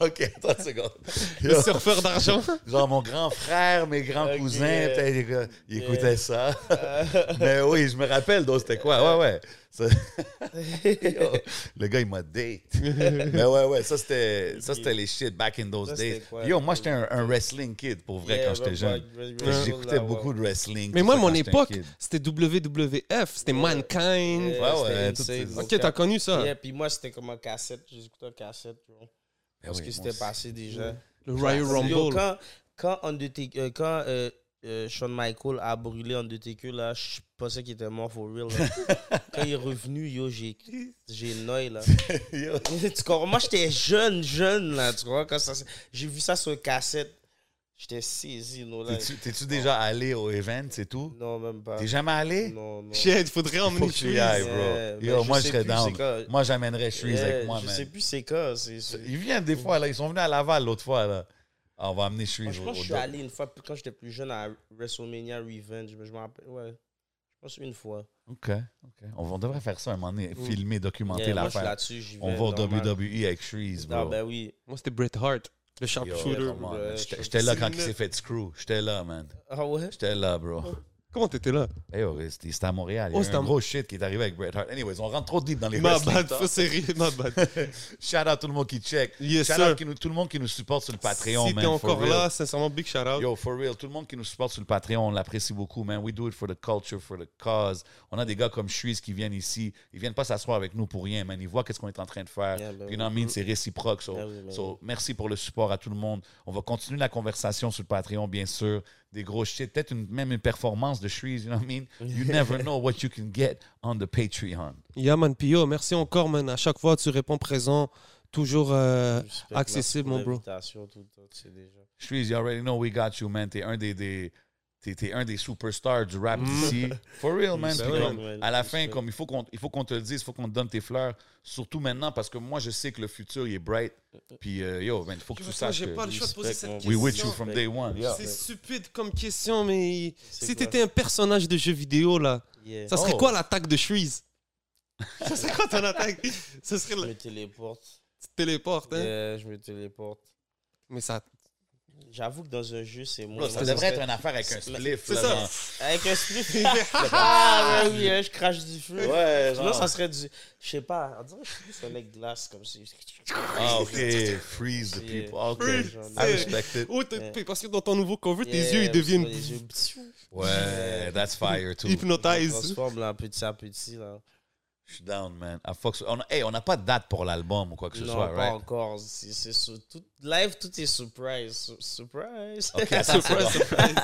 [SPEAKER 2] Ok, attends une seconde.
[SPEAKER 1] [LAUGHS] le
[SPEAKER 2] Yo,
[SPEAKER 1] surfeur d'argent.
[SPEAKER 2] genre, mon grand frère, mes grands
[SPEAKER 3] Ok.
[SPEAKER 2] cousins, peut-être, les gars, ils
[SPEAKER 3] Yeah.
[SPEAKER 2] écoutaient ça. [LAUGHS] Mais oui, je me rappelle, donc, c'était quoi? Ouais, ouais. Ça- Yo, le gars, il m'a date.
[SPEAKER 3] [LAUGHS]
[SPEAKER 2] Mais ouais, ouais, ça, c'était ça, c'était les shit back in those
[SPEAKER 3] Ça, c'était
[SPEAKER 2] days.
[SPEAKER 3] quoi?
[SPEAKER 2] Yo, moi, j'étais un, un wrestling kid, pour vrai,
[SPEAKER 3] Yeah,
[SPEAKER 2] quand j'étais
[SPEAKER 3] Rock-
[SPEAKER 2] jeune.
[SPEAKER 3] Rock- Rock-
[SPEAKER 2] Fait que
[SPEAKER 3] Rock-
[SPEAKER 2] J'écoutais
[SPEAKER 3] Roll,
[SPEAKER 2] beaucoup
[SPEAKER 3] ouais. Ben
[SPEAKER 2] de wrestling.
[SPEAKER 1] Mais
[SPEAKER 2] tout
[SPEAKER 1] moi,
[SPEAKER 2] ça,
[SPEAKER 1] mon
[SPEAKER 2] quand j'étais un
[SPEAKER 1] époque,
[SPEAKER 2] kid.
[SPEAKER 1] c'était WWF, c'était
[SPEAKER 3] Ouais.
[SPEAKER 1] Mankind.
[SPEAKER 3] Yeah,
[SPEAKER 2] Ouais, ouais,
[SPEAKER 3] c'était
[SPEAKER 2] toutes
[SPEAKER 3] insane,
[SPEAKER 2] ces-
[SPEAKER 3] mon
[SPEAKER 1] Ok, t'as
[SPEAKER 3] cap.
[SPEAKER 1] connu ça
[SPEAKER 3] Yeah, puis moi, c'était comme en cassette. J'écoutais en cassette, genre,
[SPEAKER 2] Ben
[SPEAKER 3] Parce
[SPEAKER 2] oui,
[SPEAKER 3] que
[SPEAKER 2] moi
[SPEAKER 3] c'était
[SPEAKER 2] aussi.
[SPEAKER 3] passé déjà.
[SPEAKER 1] Le Royal
[SPEAKER 3] Yo,
[SPEAKER 1] Rumble.
[SPEAKER 3] quand quand, Undertaker- euh, quand euh, euh, Shawn Michael a brûlé Undertaker, là, je pensais qu'il était mort for real.
[SPEAKER 2] [LAUGHS]
[SPEAKER 3] là. quand il est revenu, yo, j'ai j'ai noy, là.
[SPEAKER 2] Yo,
[SPEAKER 3] [LAUGHS] tu comprends? Moi, j'étais jeune, jeune, là, tu vois. Quand ça, s'est- j'ai vu ça sur cassette. J'étais saisi, non, là.
[SPEAKER 2] T'es-tu t'es-tu déjà allé au event, c'est tout?
[SPEAKER 3] Non, même pas.
[SPEAKER 2] T'es jamais allé?
[SPEAKER 3] Non, non.
[SPEAKER 1] Shit, faudrait
[SPEAKER 2] Faut
[SPEAKER 1] emmener
[SPEAKER 2] que tu y
[SPEAKER 1] Chris.
[SPEAKER 2] ailles,
[SPEAKER 3] Yeah,
[SPEAKER 2] bro.
[SPEAKER 3] mais
[SPEAKER 2] Yo,
[SPEAKER 3] je
[SPEAKER 2] moi, je
[SPEAKER 3] sais
[SPEAKER 2] serais
[SPEAKER 3] plus
[SPEAKER 2] down.
[SPEAKER 3] c'est quand.
[SPEAKER 2] Moi, j'amènerais Shreeze
[SPEAKER 3] Yeah,
[SPEAKER 2] avec moi,
[SPEAKER 3] je
[SPEAKER 2] man.
[SPEAKER 3] sais plus c'est quand. c'est- c'est-
[SPEAKER 2] Ils viennent des fois, là. Ils sont venus à Laval l'autre fois, là. Ah, on va amener
[SPEAKER 3] Moi,
[SPEAKER 2] Shreeze
[SPEAKER 3] je
[SPEAKER 2] au
[SPEAKER 3] pense que je suis
[SPEAKER 2] au-
[SPEAKER 3] allé une fois quand j'étais plus jeune à WrestleMania Revenge. mais Je me rappelle, ouais. Je pense une fois.
[SPEAKER 2] OK, OK. On, on devrait faire ça un moment donné,
[SPEAKER 1] Mm.
[SPEAKER 2] filmer, documenter
[SPEAKER 3] Yeah, moi, je suis
[SPEAKER 2] l'affaire.
[SPEAKER 3] là-dessus, j'y
[SPEAKER 2] On
[SPEAKER 3] vais,
[SPEAKER 2] va au
[SPEAKER 3] normal.
[SPEAKER 2] WWE avec Shreeze,
[SPEAKER 3] Ah,
[SPEAKER 2] bro.
[SPEAKER 3] ben oui.
[SPEAKER 1] Moi, c'était Bret Hart, le
[SPEAKER 2] Yo,
[SPEAKER 1] sharpshooter.
[SPEAKER 2] come on,
[SPEAKER 3] Ouais,
[SPEAKER 2] man.
[SPEAKER 3] je-
[SPEAKER 2] J'étais j'étais là
[SPEAKER 1] c'est
[SPEAKER 2] quand
[SPEAKER 1] une
[SPEAKER 2] il s'est
[SPEAKER 1] minute.
[SPEAKER 2] fait screw. J'étais là, man.
[SPEAKER 3] Ah ouais?
[SPEAKER 2] J'étais là, bro.
[SPEAKER 1] Comment t'étais là
[SPEAKER 2] Hey, oh, c'était c'était à Montréal. Il y
[SPEAKER 1] Oh,
[SPEAKER 2] a eu
[SPEAKER 1] c'était
[SPEAKER 2] un
[SPEAKER 1] à-
[SPEAKER 2] gros shit qui est arrivé avec Bret Hart. Anyways, on rentre trop deep dans les
[SPEAKER 1] Ma
[SPEAKER 2] wrestling
[SPEAKER 1] bad,
[SPEAKER 2] talk.
[SPEAKER 1] faut sérieux, ma bad.
[SPEAKER 2] Shout out tout le monde qui check.
[SPEAKER 1] Yes,
[SPEAKER 2] Shout
[SPEAKER 1] sir.
[SPEAKER 2] out qui nous- tout le monde qui nous supporte sur le [LAUGHS] Patreon,
[SPEAKER 1] si
[SPEAKER 2] man.
[SPEAKER 1] t'es
[SPEAKER 2] for
[SPEAKER 1] encore
[SPEAKER 2] real.
[SPEAKER 1] là, sincèrement, big shout out.
[SPEAKER 2] Yo, for real, tout le monde qui nous supporte sur le Patreon, on l'apprécie beaucoup, man. We do it for the culture, for the cause. On a des gars comme Shreeze qui viennent ici. Ils viennent pas s'asseoir avec nous pour rien, man. Ils voient qu'est-ce qu'on est en train de faire.
[SPEAKER 3] Yeah, ben
[SPEAKER 2] you know what I mean? C'est réciproque. So,
[SPEAKER 3] Yeah, oui, ben
[SPEAKER 2] so, merci pour le support à tout le monde. On va continuer la conversation sur le Patreon, bien sûr. Des gros shit. Peut-être une- même une performance de Shreeze, you know what I mean? You never know what you can get on the Patreon.
[SPEAKER 1] Yaman Pio, merci encore, man. À chaque fois, tu réponds présent. Toujours. euh,
[SPEAKER 3] Respect,
[SPEAKER 1] accessible,
[SPEAKER 3] merci
[SPEAKER 1] mon bro.
[SPEAKER 3] pour l'invitation, tout le temps, tu sais déjà.
[SPEAKER 2] Shreeze, you already know we got you, man. T'es un des, des, t'es- t'es un des superstars du rap d'ici. For real, man.
[SPEAKER 3] Ben
[SPEAKER 2] Puis
[SPEAKER 3] ouais,
[SPEAKER 2] comme,
[SPEAKER 3] man.
[SPEAKER 2] à la fin, comme il faut qu'on il faut qu'on te le dise, il faut qu'on te donne tes fleurs. Surtout maintenant, parce que moi, je sais que le futur, il est bright. Puis, euh, yo, man, il faut que tu saches que
[SPEAKER 3] choix de poser cette
[SPEAKER 2] we with
[SPEAKER 3] question.
[SPEAKER 2] you from day one. Yeah.
[SPEAKER 1] C'est stupide comme question, mais
[SPEAKER 3] C'est
[SPEAKER 1] si
[SPEAKER 3] quoi?
[SPEAKER 1] t'étais un personnage de jeu vidéo, là,
[SPEAKER 3] Yeah.
[SPEAKER 1] ça serait
[SPEAKER 2] Oh.
[SPEAKER 1] quoi l'attaque de Shreeze [LAUGHS] Ça serait quoi ton attaque Ça serait
[SPEAKER 3] Je
[SPEAKER 1] le
[SPEAKER 3] me téléporte.
[SPEAKER 1] tu te téléportes, hein
[SPEAKER 3] Yeah, je me téléporte.
[SPEAKER 1] Mais ça.
[SPEAKER 3] J'avoue que dans un jeu, c'est
[SPEAKER 2] Bro,
[SPEAKER 3] moi.
[SPEAKER 2] ça devrait être une affaire avec un
[SPEAKER 3] C'est-
[SPEAKER 2] spliff.
[SPEAKER 1] C'est
[SPEAKER 2] là,
[SPEAKER 1] ça.
[SPEAKER 2] dans-
[SPEAKER 3] Avec
[SPEAKER 2] [LAUGHS]
[SPEAKER 3] un split. ah, ben oui, hein, je crache du feu.
[SPEAKER 2] Ouais,
[SPEAKER 3] Sinon,
[SPEAKER 2] genre.
[SPEAKER 3] ça serait du. Je sais pas. On dirait que je suis juste un mec glace comme si.
[SPEAKER 2] Ah, OK. Freeze the
[SPEAKER 3] Yeah.
[SPEAKER 2] people. OK.
[SPEAKER 1] Freeze.
[SPEAKER 2] I respect it.
[SPEAKER 1] Oh, t'as-
[SPEAKER 3] Yeah.
[SPEAKER 1] Parce que dans ton nouveau cover, tes
[SPEAKER 3] Yeah,
[SPEAKER 1] yeux, ils
[SPEAKER 3] parce que
[SPEAKER 1] deviennent
[SPEAKER 3] Les yeux petits.
[SPEAKER 2] Ouais, that's fire, too.
[SPEAKER 3] Je me
[SPEAKER 1] hypnotise.
[SPEAKER 3] transforme là, petit à petit. Là.
[SPEAKER 2] Je suis down, man. À Fox- on, hey, on n'a pas de date pour l'album ou quoi que ce
[SPEAKER 3] non,
[SPEAKER 2] soit,
[SPEAKER 3] pas
[SPEAKER 2] right?
[SPEAKER 3] encore. C'est, c'est sur- tout, live, tout est surprise. Su- surprise. [LAUGHS]
[SPEAKER 2] OK, ça, c'est bon.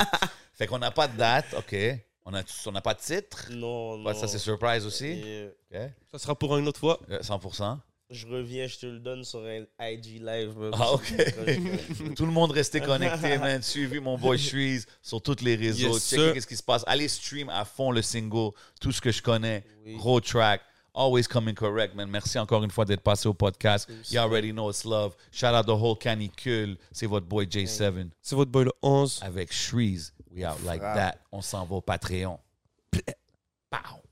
[SPEAKER 2] Fait qu'on n'a pas de date, OK. On a- on n'a pas de titre.
[SPEAKER 3] non, non.
[SPEAKER 2] Ouais, ça, c'est surprise aussi.
[SPEAKER 3] Et, euh,
[SPEAKER 2] OK.
[SPEAKER 1] Ça sera pour une autre fois.
[SPEAKER 2] Euh, 100
[SPEAKER 3] Je reviens, je te le donne sur un IG live. man.
[SPEAKER 2] Ah, OK. [LAUGHS] Tout le monde restez connecté, man. Suivez mon boy Shreeze sur tous les réseaux.
[SPEAKER 1] Yes,
[SPEAKER 2] Checkez
[SPEAKER 1] sir.
[SPEAKER 2] qu'est-ce qui se passe. Allez stream à fond le single, tout ce que je connais.
[SPEAKER 3] Oui.
[SPEAKER 2] Gros track. Always coming correct, man. Merci encore une fois d'être passé au podcast. You already know it's love. Shout out the whole canicule. C'est votre boy J7
[SPEAKER 1] C'est votre boy le 11.
[SPEAKER 2] avec Shreeze. We out like that. On s'en va au Patreon. Pow.